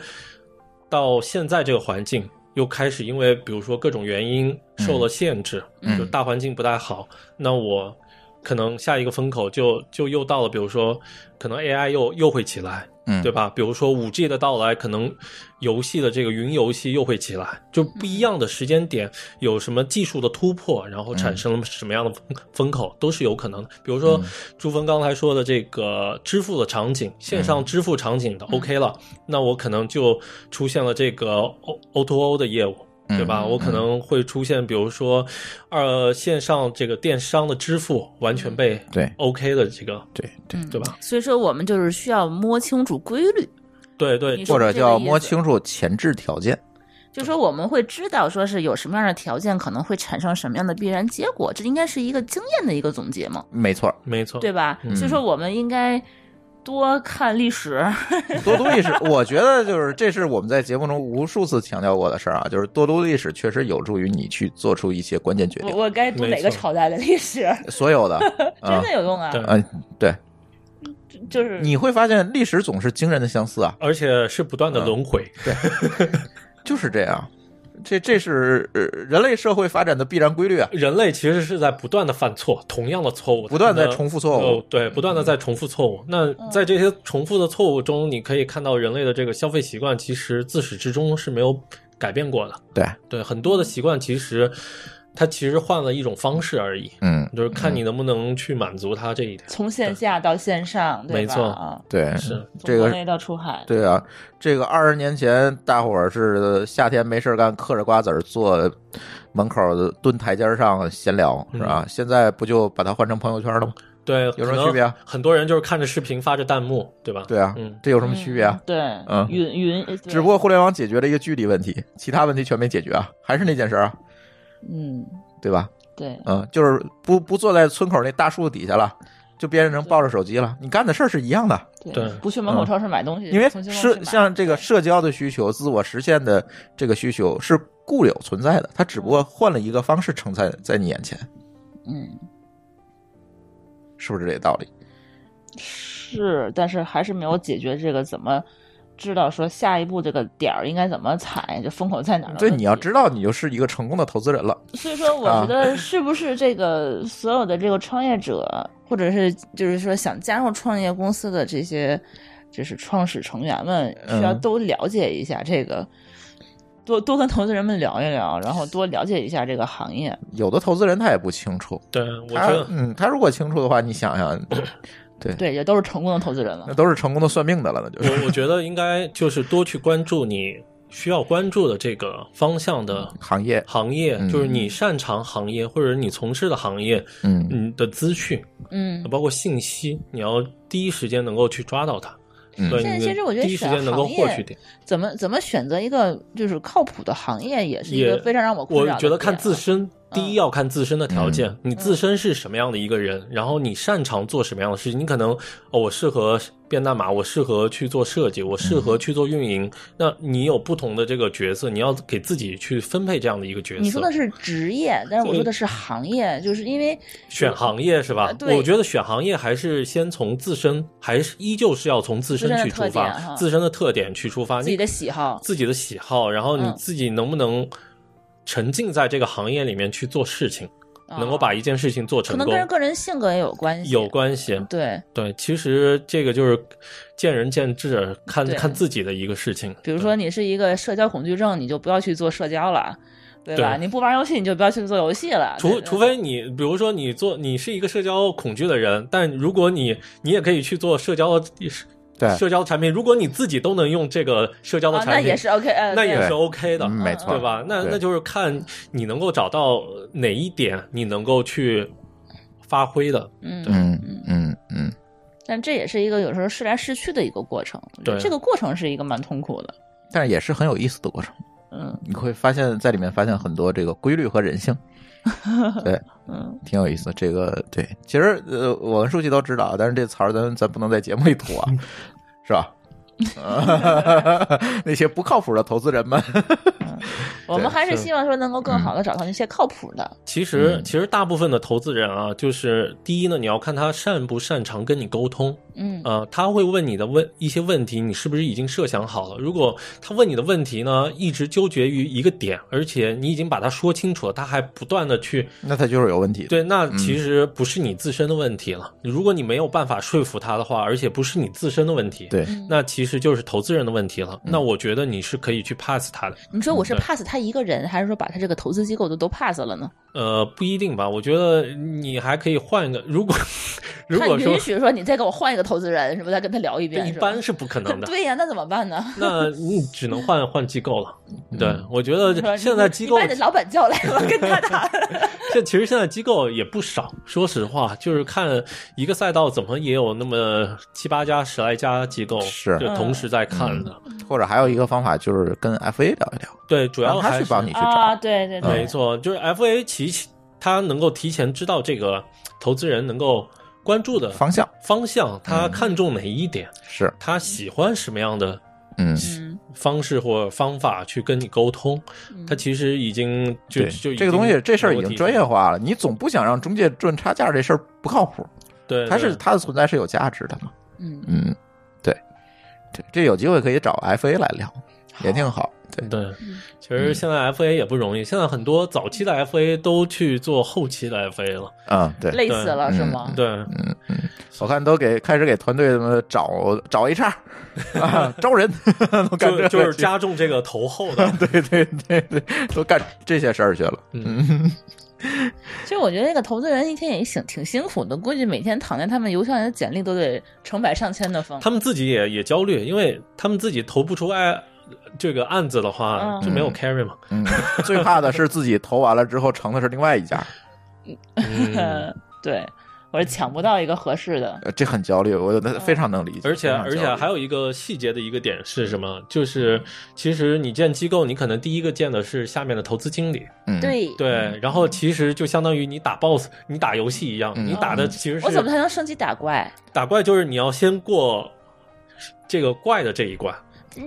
[SPEAKER 3] 到现在这个环境，又开始因为比如说各种原因受了限制，
[SPEAKER 1] 嗯
[SPEAKER 3] 就大环境不太好，那我可能下一个风口就就又到了，比如说可能 AI 又又会起来，
[SPEAKER 1] 嗯，
[SPEAKER 3] 对？吧？比如说五 G 的到来，可能游戏的这个云游戏又会起来，就不一样的时间点有什么技术的突破，然后产生了什么样的风风口，都是有可能的。比如说
[SPEAKER 1] 嗯
[SPEAKER 3] 朱峰刚才说的这个支付的场景，线上支付场
[SPEAKER 1] 嗯
[SPEAKER 3] 景的 OK 了，那我可能就出现了这个 O O to O 的业务。
[SPEAKER 1] 嗯
[SPEAKER 3] 对吧？我可能会出现，比如说，呃，线上这个电商的支付完全被
[SPEAKER 1] 对
[SPEAKER 3] OK 的这个，
[SPEAKER 1] 对对，
[SPEAKER 2] 嗯
[SPEAKER 3] 对吧？
[SPEAKER 2] 所以说，我们就是需要摸清楚规律，
[SPEAKER 3] 对对，
[SPEAKER 2] 你
[SPEAKER 1] 或者
[SPEAKER 2] 是这个
[SPEAKER 1] 叫
[SPEAKER 2] 意
[SPEAKER 1] 摸
[SPEAKER 2] 思
[SPEAKER 1] 清楚前置条件。
[SPEAKER 2] 就说我们会知道，说是有什么样的条件可能会产生什么样的必然结果，这应该是一个经验的一个总结嘛，
[SPEAKER 1] 没错，
[SPEAKER 3] 没错，
[SPEAKER 2] 对吧？所以说，我们应该多看历史，
[SPEAKER 1] 多读历史，我觉得就是这是我们在节目中无数次强调过的事儿啊，就是多读历史确实有助于你去做出一些关键决
[SPEAKER 2] 我
[SPEAKER 1] 定，
[SPEAKER 2] 我该读哪个
[SPEAKER 3] 没错
[SPEAKER 2] 朝代的历史，
[SPEAKER 1] 所有的，
[SPEAKER 2] 哦真
[SPEAKER 1] 啊，
[SPEAKER 2] 的有用啊！
[SPEAKER 3] 对
[SPEAKER 1] 嗯、对，
[SPEAKER 2] 就是
[SPEAKER 1] 你会发现历史总是惊人的相似啊，
[SPEAKER 3] 而且是不
[SPEAKER 1] 嗯
[SPEAKER 3] 断的轮回。
[SPEAKER 1] 就是这样，这这是呃人类社会发展的必然规律啊，
[SPEAKER 3] 人类其实是在不断的犯错，同样的错误，
[SPEAKER 1] 不断地
[SPEAKER 3] 它
[SPEAKER 1] 在重复错误嗯
[SPEAKER 3] 哦对，不断的在重复错误。那在这些重复的错误中，你可以看到人类的这个消费习惯，其实自始至终是没有改变过的。
[SPEAKER 1] 对，
[SPEAKER 3] 对，很多的习惯其实它其实换了一种方式而已，
[SPEAKER 1] 嗯，
[SPEAKER 3] 就是看你能不能去满足它这一点。
[SPEAKER 2] 从线下到线上，对吧？
[SPEAKER 3] 没错
[SPEAKER 2] 啊，
[SPEAKER 1] 对，
[SPEAKER 3] 是，
[SPEAKER 1] 这
[SPEAKER 2] 从
[SPEAKER 1] 个
[SPEAKER 2] 国内到出海，
[SPEAKER 1] 对啊，这个二十年前，大伙儿是夏天没事儿干，嗑着瓜子儿坐门口儿的蹲台阶儿上闲聊，是吧？现在不就把它换成朋友圈了吗？
[SPEAKER 3] 对，
[SPEAKER 1] 有什么
[SPEAKER 3] 可能
[SPEAKER 1] 区别啊
[SPEAKER 3] 很多人就是看着视频发着弹幕，对吧？
[SPEAKER 1] 对啊，
[SPEAKER 3] 嗯
[SPEAKER 1] 这有什么区别啊？
[SPEAKER 2] 嗯
[SPEAKER 1] 嗯
[SPEAKER 2] 对，云云，
[SPEAKER 1] 只不过互联网解决了一个距离问题，其他问题全没解决啊，还是那件事儿啊，
[SPEAKER 2] 嗯，
[SPEAKER 1] 对吧？
[SPEAKER 2] 对，
[SPEAKER 1] 嗯，就是不不坐在村口那大树底下了，就变成抱着手机了，你干的事儿是一样的。
[SPEAKER 3] 对
[SPEAKER 2] 不去门口超市买东西，
[SPEAKER 1] 嗯因为
[SPEAKER 2] 从京东去
[SPEAKER 1] 社
[SPEAKER 2] 买
[SPEAKER 1] 像这个社交的需求、自我实现的这个需求是固有存在的，它只不过换了一个方式呈在在你眼前，
[SPEAKER 2] 嗯
[SPEAKER 1] 是不是这个道理？
[SPEAKER 2] 是，但是还是没有解决这个怎么知道说下一步这个点儿应该怎么踩，这风口在哪儿的问题？
[SPEAKER 1] 对，你要知道，你就是一个成功的投资人了。
[SPEAKER 2] 所以说，我
[SPEAKER 1] 啊
[SPEAKER 2] 觉得是不是这个所有的这个创业者，或者是就是说想加入创业公司的这些，就是创始成员们，
[SPEAKER 1] 嗯
[SPEAKER 2] 需要都了解一下这个，多多跟投资人们聊一聊，然后多了解一下这个行业。
[SPEAKER 1] 有的投资人他也不清楚，
[SPEAKER 3] 对，我觉
[SPEAKER 1] 他
[SPEAKER 3] 得
[SPEAKER 1] 嗯，他如果清楚的话，你想想，
[SPEAKER 2] 对，也都是成功的投资人
[SPEAKER 1] 那
[SPEAKER 2] 了。
[SPEAKER 1] 都是成功的算命的了，那 就是。
[SPEAKER 3] 我我觉得应该就是多去关注你需要关注的这个方向的
[SPEAKER 1] 行业，
[SPEAKER 3] 行业
[SPEAKER 1] 嗯，
[SPEAKER 3] 就是你擅长行业或者你从事的行业，
[SPEAKER 1] 嗯，
[SPEAKER 3] 嗯的资讯，
[SPEAKER 2] 嗯，
[SPEAKER 3] 包括信息，你要第一时间能够去抓到它。
[SPEAKER 1] 嗯
[SPEAKER 3] 对，
[SPEAKER 2] 现在
[SPEAKER 3] 你
[SPEAKER 2] 其实我觉得
[SPEAKER 3] 第一时
[SPEAKER 2] 选
[SPEAKER 3] 间能够
[SPEAKER 2] 行业
[SPEAKER 3] 获取点，
[SPEAKER 2] 怎么怎么选择一个就是靠谱的行业，也是一
[SPEAKER 3] 也
[SPEAKER 2] 个非常让我困
[SPEAKER 3] 我
[SPEAKER 2] 扰的
[SPEAKER 3] 觉得
[SPEAKER 2] 点
[SPEAKER 3] 看自
[SPEAKER 2] 啊
[SPEAKER 3] 身，第一要看自身的条件，你自
[SPEAKER 2] 嗯
[SPEAKER 3] 身是什么样的一个人，然后你擅长做什么样的事情。你可能哦，我适合变代码，我适合去做设计，我适合去做运营。那你有不同的这个角色，你要给自己去分配这样的一个角色。
[SPEAKER 2] 你说的是职业，但是我说的是行业，就是因为
[SPEAKER 3] 选行业是吧
[SPEAKER 2] 呃？对
[SPEAKER 3] 我觉得选行业还是先从自身，还是依旧是要从自身
[SPEAKER 2] 自身的
[SPEAKER 3] 去出
[SPEAKER 2] 特点哈
[SPEAKER 3] 发，自身的特点去出发，
[SPEAKER 2] 自己的
[SPEAKER 3] 你
[SPEAKER 2] 喜好。
[SPEAKER 3] 自己的喜好，然后你
[SPEAKER 2] 嗯
[SPEAKER 3] 自己能不能沉浸在这个行业里面去做事情，能够把
[SPEAKER 2] 啊
[SPEAKER 3] 一件事情做
[SPEAKER 2] 可
[SPEAKER 3] 成
[SPEAKER 2] 能
[SPEAKER 3] 功
[SPEAKER 2] 跟，个人性格也有关系，嗯
[SPEAKER 3] 有关系。
[SPEAKER 2] 对，
[SPEAKER 3] 对，其实这个就是见仁见智，看
[SPEAKER 2] 对
[SPEAKER 3] 看自己的一个事情。
[SPEAKER 2] 比如说你是一个社交恐惧症，你就不要去做社交了，对吧？
[SPEAKER 3] 对
[SPEAKER 2] 你不玩游戏，你就不要去做游戏了。
[SPEAKER 3] 除
[SPEAKER 2] 对嗯
[SPEAKER 3] 除非你，比如说你做你是一个社交恐惧的人，但如果你你也可以去做社交的
[SPEAKER 1] 对，
[SPEAKER 3] 社交产品，如果你自己都能用这个社交的
[SPEAKER 2] 啊，那
[SPEAKER 3] 产品，
[SPEAKER 2] 也是 OK，呃，
[SPEAKER 3] 那也
[SPEAKER 2] 对
[SPEAKER 3] 是 OK 的，
[SPEAKER 1] 嗯没错
[SPEAKER 3] 对吧？那
[SPEAKER 1] 对
[SPEAKER 3] 那就是看你能够找到哪一点你能够去发挥的。
[SPEAKER 2] 嗯
[SPEAKER 1] 嗯
[SPEAKER 2] 嗯，
[SPEAKER 1] 嗯嗯，
[SPEAKER 2] 但这也是一个有时候试来试去的一个过程。我觉得
[SPEAKER 3] 对
[SPEAKER 2] 这个过程是一个蛮痛苦的。
[SPEAKER 1] 但是也是很有意思的过程，
[SPEAKER 2] 嗯
[SPEAKER 1] 你会发现在里面发现很多这个规律和人性，对，
[SPEAKER 2] 嗯，
[SPEAKER 1] 挺有意思。这个对，其实呃，我跟书记都知道，但是这词儿咱咱不能在节目里吐啊，是吧？ 那些不靠谱的投资人们，
[SPEAKER 2] 我们还是
[SPEAKER 3] 是嗯
[SPEAKER 2] 希望说能够更好的找到那些靠谱的。
[SPEAKER 3] 其实，
[SPEAKER 1] 嗯
[SPEAKER 3] 其实大部分的投资人啊，就是第一呢，你要看他擅不擅长跟你沟通，
[SPEAKER 2] 嗯
[SPEAKER 3] 呃，他会问你的问一些问题，你是不是已经设想好了？如果他问你的问题呢，一直纠结于一个点，而且你已经把它说清楚了，他还不断的去
[SPEAKER 1] 那他就是有问题的。
[SPEAKER 3] 对，那其实不是你自身的问题了。如果你没有办法说服他的话，而且不是你自身的问题，，
[SPEAKER 1] 对，
[SPEAKER 2] 嗯
[SPEAKER 1] 嗯
[SPEAKER 3] 那其实就是投资人的问题了。那我觉得你是可以去 pass 他的。
[SPEAKER 2] 你说我是
[SPEAKER 3] 嗯对
[SPEAKER 2] pass 他一个人，还是说把他这个投资机构都都 pass 了呢？
[SPEAKER 3] 呃，不一定吧？我觉得你还可以换一个。如果 如
[SPEAKER 2] 他
[SPEAKER 3] 果说
[SPEAKER 2] 允许说你再给我换一个投资人，是不是再跟他聊一遍？
[SPEAKER 3] 一
[SPEAKER 2] 是吧
[SPEAKER 3] 般是不可能 的，
[SPEAKER 2] 对呀、那怎么办呢？
[SPEAKER 3] 那你只能换换机构了。
[SPEAKER 1] 嗯
[SPEAKER 3] 对，我觉得现在机构
[SPEAKER 2] 你把你的老板叫来吧，跟他谈。
[SPEAKER 3] 这其实现在机构也不少，说实话，就是看一个赛道怎么也有那么七八家、十来家机构
[SPEAKER 1] 是
[SPEAKER 3] 就同时在看的。
[SPEAKER 1] 或者还有一个方法就是跟 FA 聊一聊，
[SPEAKER 3] 对，主要
[SPEAKER 1] 让他
[SPEAKER 3] 还
[SPEAKER 1] 去
[SPEAKER 3] 是
[SPEAKER 1] 帮你去找。
[SPEAKER 2] 啊，对对对，
[SPEAKER 3] 没错，就是 FA 提他能够提前知道这个投资人能够关注的
[SPEAKER 1] 方向嗯
[SPEAKER 3] 方向，他看重哪一点，
[SPEAKER 1] 是，
[SPEAKER 3] 他喜欢什么样的
[SPEAKER 1] 嗯，
[SPEAKER 2] 嗯，
[SPEAKER 3] 方式或方法去跟你沟通，他其实已经就
[SPEAKER 1] 对，
[SPEAKER 3] 就已经
[SPEAKER 1] 这个东西这事儿已
[SPEAKER 3] 能够
[SPEAKER 1] 经
[SPEAKER 3] 提
[SPEAKER 1] 专业
[SPEAKER 3] 前，
[SPEAKER 1] 化了，你总不想让中介赚差价这事儿不靠谱，
[SPEAKER 3] 对，
[SPEAKER 1] 它是
[SPEAKER 3] 对
[SPEAKER 1] 它的存在是有价值的嘛，
[SPEAKER 2] 嗯
[SPEAKER 1] 嗯，对，对，这有机会可以找 FA 来聊，也挺好，对，
[SPEAKER 3] 对，其实现在 FA 也不容易，现在很多早期的 FA 都去做后期的 FA 了，
[SPEAKER 1] 嗯，对，
[SPEAKER 2] 累死了是吗？
[SPEAKER 3] 对，
[SPEAKER 1] 嗯嗯，我看都给开始给团队什么找找 HR 啊， 招人，都干
[SPEAKER 3] 就
[SPEAKER 1] 这
[SPEAKER 3] 就是
[SPEAKER 1] 家，，
[SPEAKER 3] 加重这个头后的
[SPEAKER 1] 对对对对，都干这些事儿去了。嗯，
[SPEAKER 2] 其实我觉得那个投资人一天也挺挺辛苦的，估计每天躺在他们邮箱里的简历都得成百上千的封。
[SPEAKER 3] 他们自己也也焦虑，因为他们自己投不出爱这个案子的话，
[SPEAKER 2] 嗯
[SPEAKER 3] 就没有 carry 嘛。
[SPEAKER 1] 嗯，最怕的是自己投完了之后成的是另外一家，
[SPEAKER 3] 嗯，
[SPEAKER 2] 对，我是抢不到一个合适的。
[SPEAKER 1] 呃这很焦虑，我非常能理解。
[SPEAKER 3] 而且
[SPEAKER 1] 非常
[SPEAKER 3] 而且
[SPEAKER 1] 焦虑
[SPEAKER 3] 还有一个细节的一个点是什么？就是其实你建机构，你可能第一个见的是下面的投资经理，
[SPEAKER 1] 嗯，
[SPEAKER 2] 对，
[SPEAKER 3] 对，然后其实就相当于你打 boss，你打游戏一样，
[SPEAKER 1] 嗯
[SPEAKER 3] 你打的其实
[SPEAKER 2] 我怎么
[SPEAKER 3] 是
[SPEAKER 2] 才能升级打怪？
[SPEAKER 3] 打怪，就是你要先过这个怪的这一关。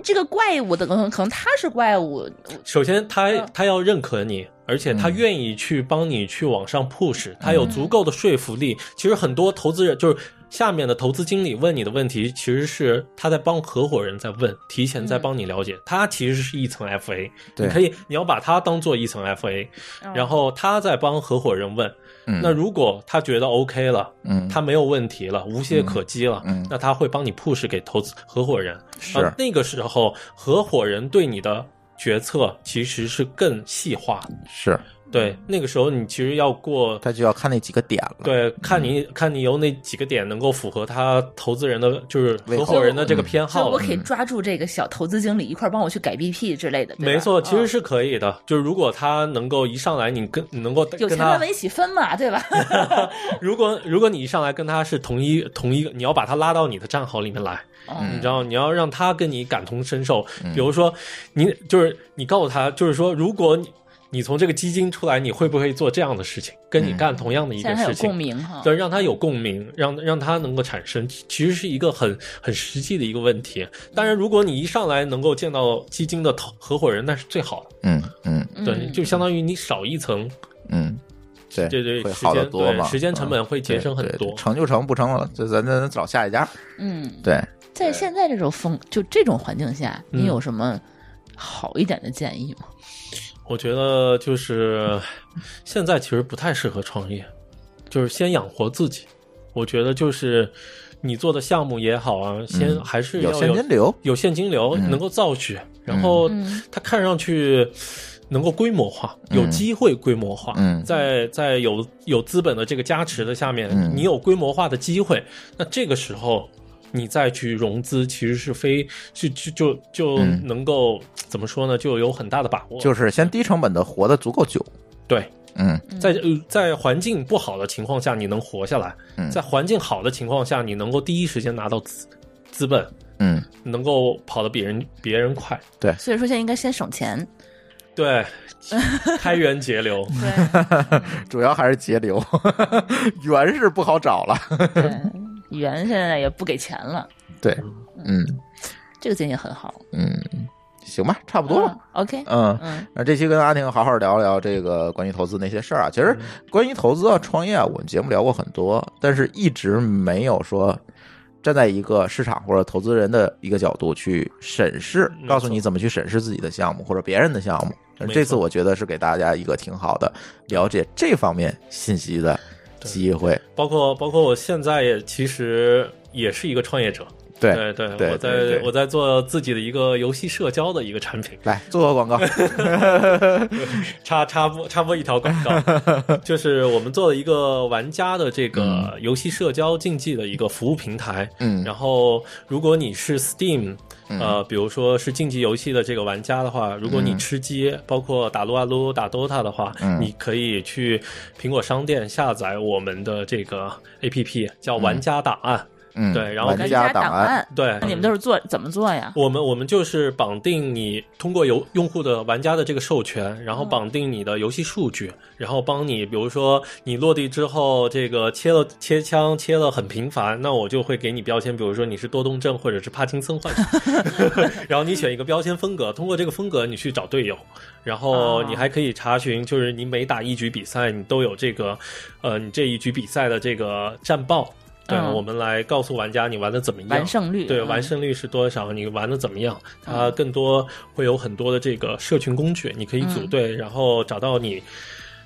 [SPEAKER 2] 这个怪物的可能可能他是怪物，
[SPEAKER 3] 首先他，他
[SPEAKER 2] 嗯
[SPEAKER 3] 要认可你，而且他
[SPEAKER 1] 嗯
[SPEAKER 3] 愿意去帮你去往上 push，、他有足够的说服力。其实很多投资人就是下面的投资经理问你的问题，其实是他在帮合伙人在问，提前
[SPEAKER 2] 嗯
[SPEAKER 3] 在帮你了解。他其实是一层 FA，
[SPEAKER 1] 对
[SPEAKER 3] 你可以你要把他当做一层 FA，、然
[SPEAKER 2] 嗯
[SPEAKER 3] 后他在帮合伙人问。
[SPEAKER 1] 嗯
[SPEAKER 3] 那如果他觉得 OK 了，
[SPEAKER 1] 嗯
[SPEAKER 3] 他没有问题了，无懈可击了，
[SPEAKER 1] 嗯嗯
[SPEAKER 3] 那他会帮你 push 给投资合伙人。
[SPEAKER 1] 是
[SPEAKER 3] 啊那个时候合伙人对你的决策其实是更细化。
[SPEAKER 1] 是嗯
[SPEAKER 3] 对，那个时候你其实要过，
[SPEAKER 1] 他就要看那几个点了。嗯
[SPEAKER 3] 对，看你看你有哪几个点能够符合他投资人的，就是
[SPEAKER 1] 胃
[SPEAKER 3] 合
[SPEAKER 1] 口嗯
[SPEAKER 3] 伙人的这个偏
[SPEAKER 2] 所以
[SPEAKER 3] 好
[SPEAKER 2] 我
[SPEAKER 3] 了。
[SPEAKER 2] 可以抓住这个小投资经理一块儿帮我去改 BP 之类的。对吧
[SPEAKER 3] 没错，其实
[SPEAKER 2] 嗯
[SPEAKER 3] 是可以的。就是如果他能够一上来，你跟你能够
[SPEAKER 2] 有
[SPEAKER 3] 跟
[SPEAKER 2] 钱咱
[SPEAKER 3] 他
[SPEAKER 2] 们，一起分嘛， 对吧？
[SPEAKER 3] 如果如果你一上来跟他是同一同一个，你要把他拉到你的战壕里面来。你
[SPEAKER 2] 嗯
[SPEAKER 3] 知道，你要让他跟你感同身受。
[SPEAKER 1] 嗯
[SPEAKER 3] 比如说，你就是你告诉他，就是说，如果你你从这个基金出来，你会不会做这样的事情？跟你
[SPEAKER 1] 嗯
[SPEAKER 3] 干同样的一
[SPEAKER 2] 现在
[SPEAKER 3] 个
[SPEAKER 2] 还有
[SPEAKER 3] 事
[SPEAKER 2] 共
[SPEAKER 3] 情，
[SPEAKER 2] 鸣哈。
[SPEAKER 3] 对，让他有共鸣，让让他能够产生，其实是一个很很实际的一个问题。当然，如果你一上来能够见到基金的投合伙人，那是最好的。
[SPEAKER 1] 嗯嗯
[SPEAKER 2] 嗯
[SPEAKER 3] 对，就相当于你少一层，
[SPEAKER 1] 嗯，对
[SPEAKER 3] 对对
[SPEAKER 1] 会
[SPEAKER 3] 时
[SPEAKER 1] 好得
[SPEAKER 3] 间
[SPEAKER 1] 多
[SPEAKER 3] 对
[SPEAKER 1] 嘛，
[SPEAKER 3] 时间成本会
[SPEAKER 1] 嗯
[SPEAKER 3] 节省
[SPEAKER 1] 对
[SPEAKER 3] 很
[SPEAKER 1] 对
[SPEAKER 3] 多
[SPEAKER 1] 对成就成不成了，就咱咱找下一家。
[SPEAKER 2] 嗯，
[SPEAKER 1] 对，
[SPEAKER 2] 在
[SPEAKER 3] 对
[SPEAKER 2] 现在这种风就这种环境下，你
[SPEAKER 3] 嗯
[SPEAKER 2] 有什么好一点的建议吗？
[SPEAKER 3] 我觉得就是现在其实不太适合创业，就是先养活自己。我觉得就是你做的项目也好啊，先
[SPEAKER 1] 嗯
[SPEAKER 3] 还是要
[SPEAKER 1] 有
[SPEAKER 3] 有
[SPEAKER 1] 现金流，
[SPEAKER 3] 有现金流
[SPEAKER 1] 嗯
[SPEAKER 3] 能够造取，然后
[SPEAKER 2] 嗯
[SPEAKER 3] 它看上去能够规模化，
[SPEAKER 1] 嗯
[SPEAKER 3] 有机会规模化。
[SPEAKER 1] 嗯
[SPEAKER 3] 在在有有资本的这个加持的下面，
[SPEAKER 1] 嗯
[SPEAKER 3] 你有规模化的机会，那这个时候。你再去融资，其实是非就就就就
[SPEAKER 1] 嗯
[SPEAKER 3] 能够、怎么说呢？就有很大的把握。
[SPEAKER 1] 就是先低成本的活得足够久。
[SPEAKER 3] 对，
[SPEAKER 1] 嗯
[SPEAKER 3] 在呃在环境不好的情况下，你能活下来；
[SPEAKER 1] 嗯
[SPEAKER 3] 在环境好的情况下，你能够第一时间拿到资资本，
[SPEAKER 1] 嗯，
[SPEAKER 3] 能够跑得比人别人快。
[SPEAKER 2] 所以说现在应该先省钱。
[SPEAKER 3] 对，开源节流。
[SPEAKER 2] 对
[SPEAKER 1] 主要还是节流， 源是不好找了。
[SPEAKER 2] 对，元现在也不给钱了，
[SPEAKER 1] 对，嗯
[SPEAKER 2] 这个建议很好。
[SPEAKER 1] 嗯，行吧，差不多了。
[SPEAKER 2] 嗯 OK，
[SPEAKER 1] 嗯，
[SPEAKER 2] 嗯
[SPEAKER 1] 那这期跟阿婷好好聊聊这个关于投资那些事儿啊。其
[SPEAKER 3] 嗯
[SPEAKER 1] 实关于投资啊、创业啊，我们节目聊过很多，但是一直没有说站在一个市场或者投资人的一个角度去审视，
[SPEAKER 3] 没错
[SPEAKER 1] 告诉你怎么去审视自己的项目或者别人的项目。
[SPEAKER 3] 嗯没错
[SPEAKER 1] 这次我觉得是给大家一个挺好的了解这方面信息的机会。
[SPEAKER 3] 包括包括我现在也其实也是一个创业者。
[SPEAKER 1] 对
[SPEAKER 3] 对对，
[SPEAKER 1] 对
[SPEAKER 3] 我在
[SPEAKER 1] 对对
[SPEAKER 3] 我在做自己的一个游戏社交的一个产品，
[SPEAKER 1] 来做个广 告，
[SPEAKER 3] 插插播插播一条广 告，就是我们做了一个玩家的这个游戏社交竞技的一个服务平台。
[SPEAKER 1] 嗯
[SPEAKER 3] 然后如果你是 Steam，
[SPEAKER 1] 嗯
[SPEAKER 3] 呃，比如说是竞技游戏的这个玩家的话，如果你
[SPEAKER 1] 嗯
[SPEAKER 3] 吃鸡，包括打撸啊撸、打 DOTA 的话，
[SPEAKER 1] 嗯
[SPEAKER 3] 你可以去苹果商店下载我们的这个 APP，叫玩家档案。
[SPEAKER 1] 嗯，
[SPEAKER 3] 对然后
[SPEAKER 1] 玩
[SPEAKER 2] 玩
[SPEAKER 1] 家
[SPEAKER 2] 家
[SPEAKER 1] 档
[SPEAKER 2] 档
[SPEAKER 1] 案，
[SPEAKER 2] 案，
[SPEAKER 3] 对
[SPEAKER 2] 那，你们都是做怎么做呀？
[SPEAKER 3] 我们我们就是绑定你通过游用户的玩家的这个授权，然后绑定你的游戏数据，然后帮你，比如说你落地之后，这个切了切枪切了很频繁，那我就会给你标签，比如说你是多动症或者是帕金森患者，然后你选一个标签风格，通过这个风格你去找队友，然后
[SPEAKER 2] 哦
[SPEAKER 3] 你还可以查询，就是你每打一局比赛，你都有这个，呃，你这一局比赛的这个战报。对，
[SPEAKER 2] 嗯
[SPEAKER 3] 我们来告诉玩家你玩的怎么样，
[SPEAKER 2] 完胜率
[SPEAKER 3] 对，
[SPEAKER 1] 啊
[SPEAKER 2] 嗯
[SPEAKER 3] 完胜率是多少？你玩的怎么样？它
[SPEAKER 1] 嗯
[SPEAKER 3] 更多会有很多的这个社群工具，你可以
[SPEAKER 1] 嗯
[SPEAKER 3] 组队，然后找到你，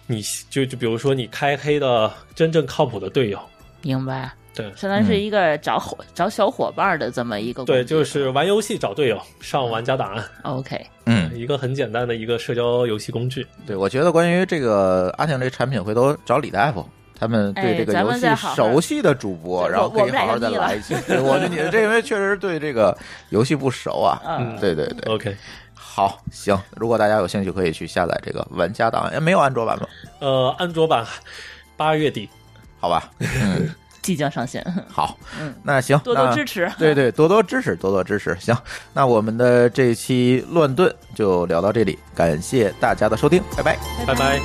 [SPEAKER 3] 你就就比如说你开黑的真正靠谱的队友。
[SPEAKER 2] 明白？
[SPEAKER 3] 对
[SPEAKER 2] 相当于是一个找伙、找小伙伴的这么一个工
[SPEAKER 3] 对，
[SPEAKER 2] 具
[SPEAKER 3] 就是玩游戏找队友，上玩家档案，
[SPEAKER 2] OK，
[SPEAKER 1] 嗯，
[SPEAKER 3] 一个很简单的一个社交游戏工具。
[SPEAKER 1] 对，我觉得关于这个阿婷这产品，回头找李大夫。他们对这个
[SPEAKER 2] 哎咱
[SPEAKER 1] 游
[SPEAKER 2] 们
[SPEAKER 1] 戏
[SPEAKER 2] 再好好
[SPEAKER 1] 熟悉的主播，
[SPEAKER 2] 对
[SPEAKER 1] 然后
[SPEAKER 2] 我
[SPEAKER 1] 可
[SPEAKER 2] 我
[SPEAKER 1] 以
[SPEAKER 2] 们俩
[SPEAKER 1] 好好再
[SPEAKER 2] 就腻了
[SPEAKER 1] 来一期。对我对你的这因为确实对这个游戏不熟啊，
[SPEAKER 2] 嗯
[SPEAKER 1] 对对对，
[SPEAKER 3] OK，
[SPEAKER 1] 好，行，如果大家有兴趣，可以去下载这个玩家档案，哎，没有安卓版吗？
[SPEAKER 3] 呃，安卓版八月底，
[SPEAKER 1] 好吧，嗯，
[SPEAKER 2] 即将上线，
[SPEAKER 1] 好，
[SPEAKER 2] 嗯，
[SPEAKER 1] 那行，
[SPEAKER 2] 多多
[SPEAKER 1] 那
[SPEAKER 2] 支持。
[SPEAKER 1] 对对，多多支持，多多支持。行，那我们的这一期乱炖就聊到这里，感谢大家的收听，拜拜。
[SPEAKER 3] 拜拜。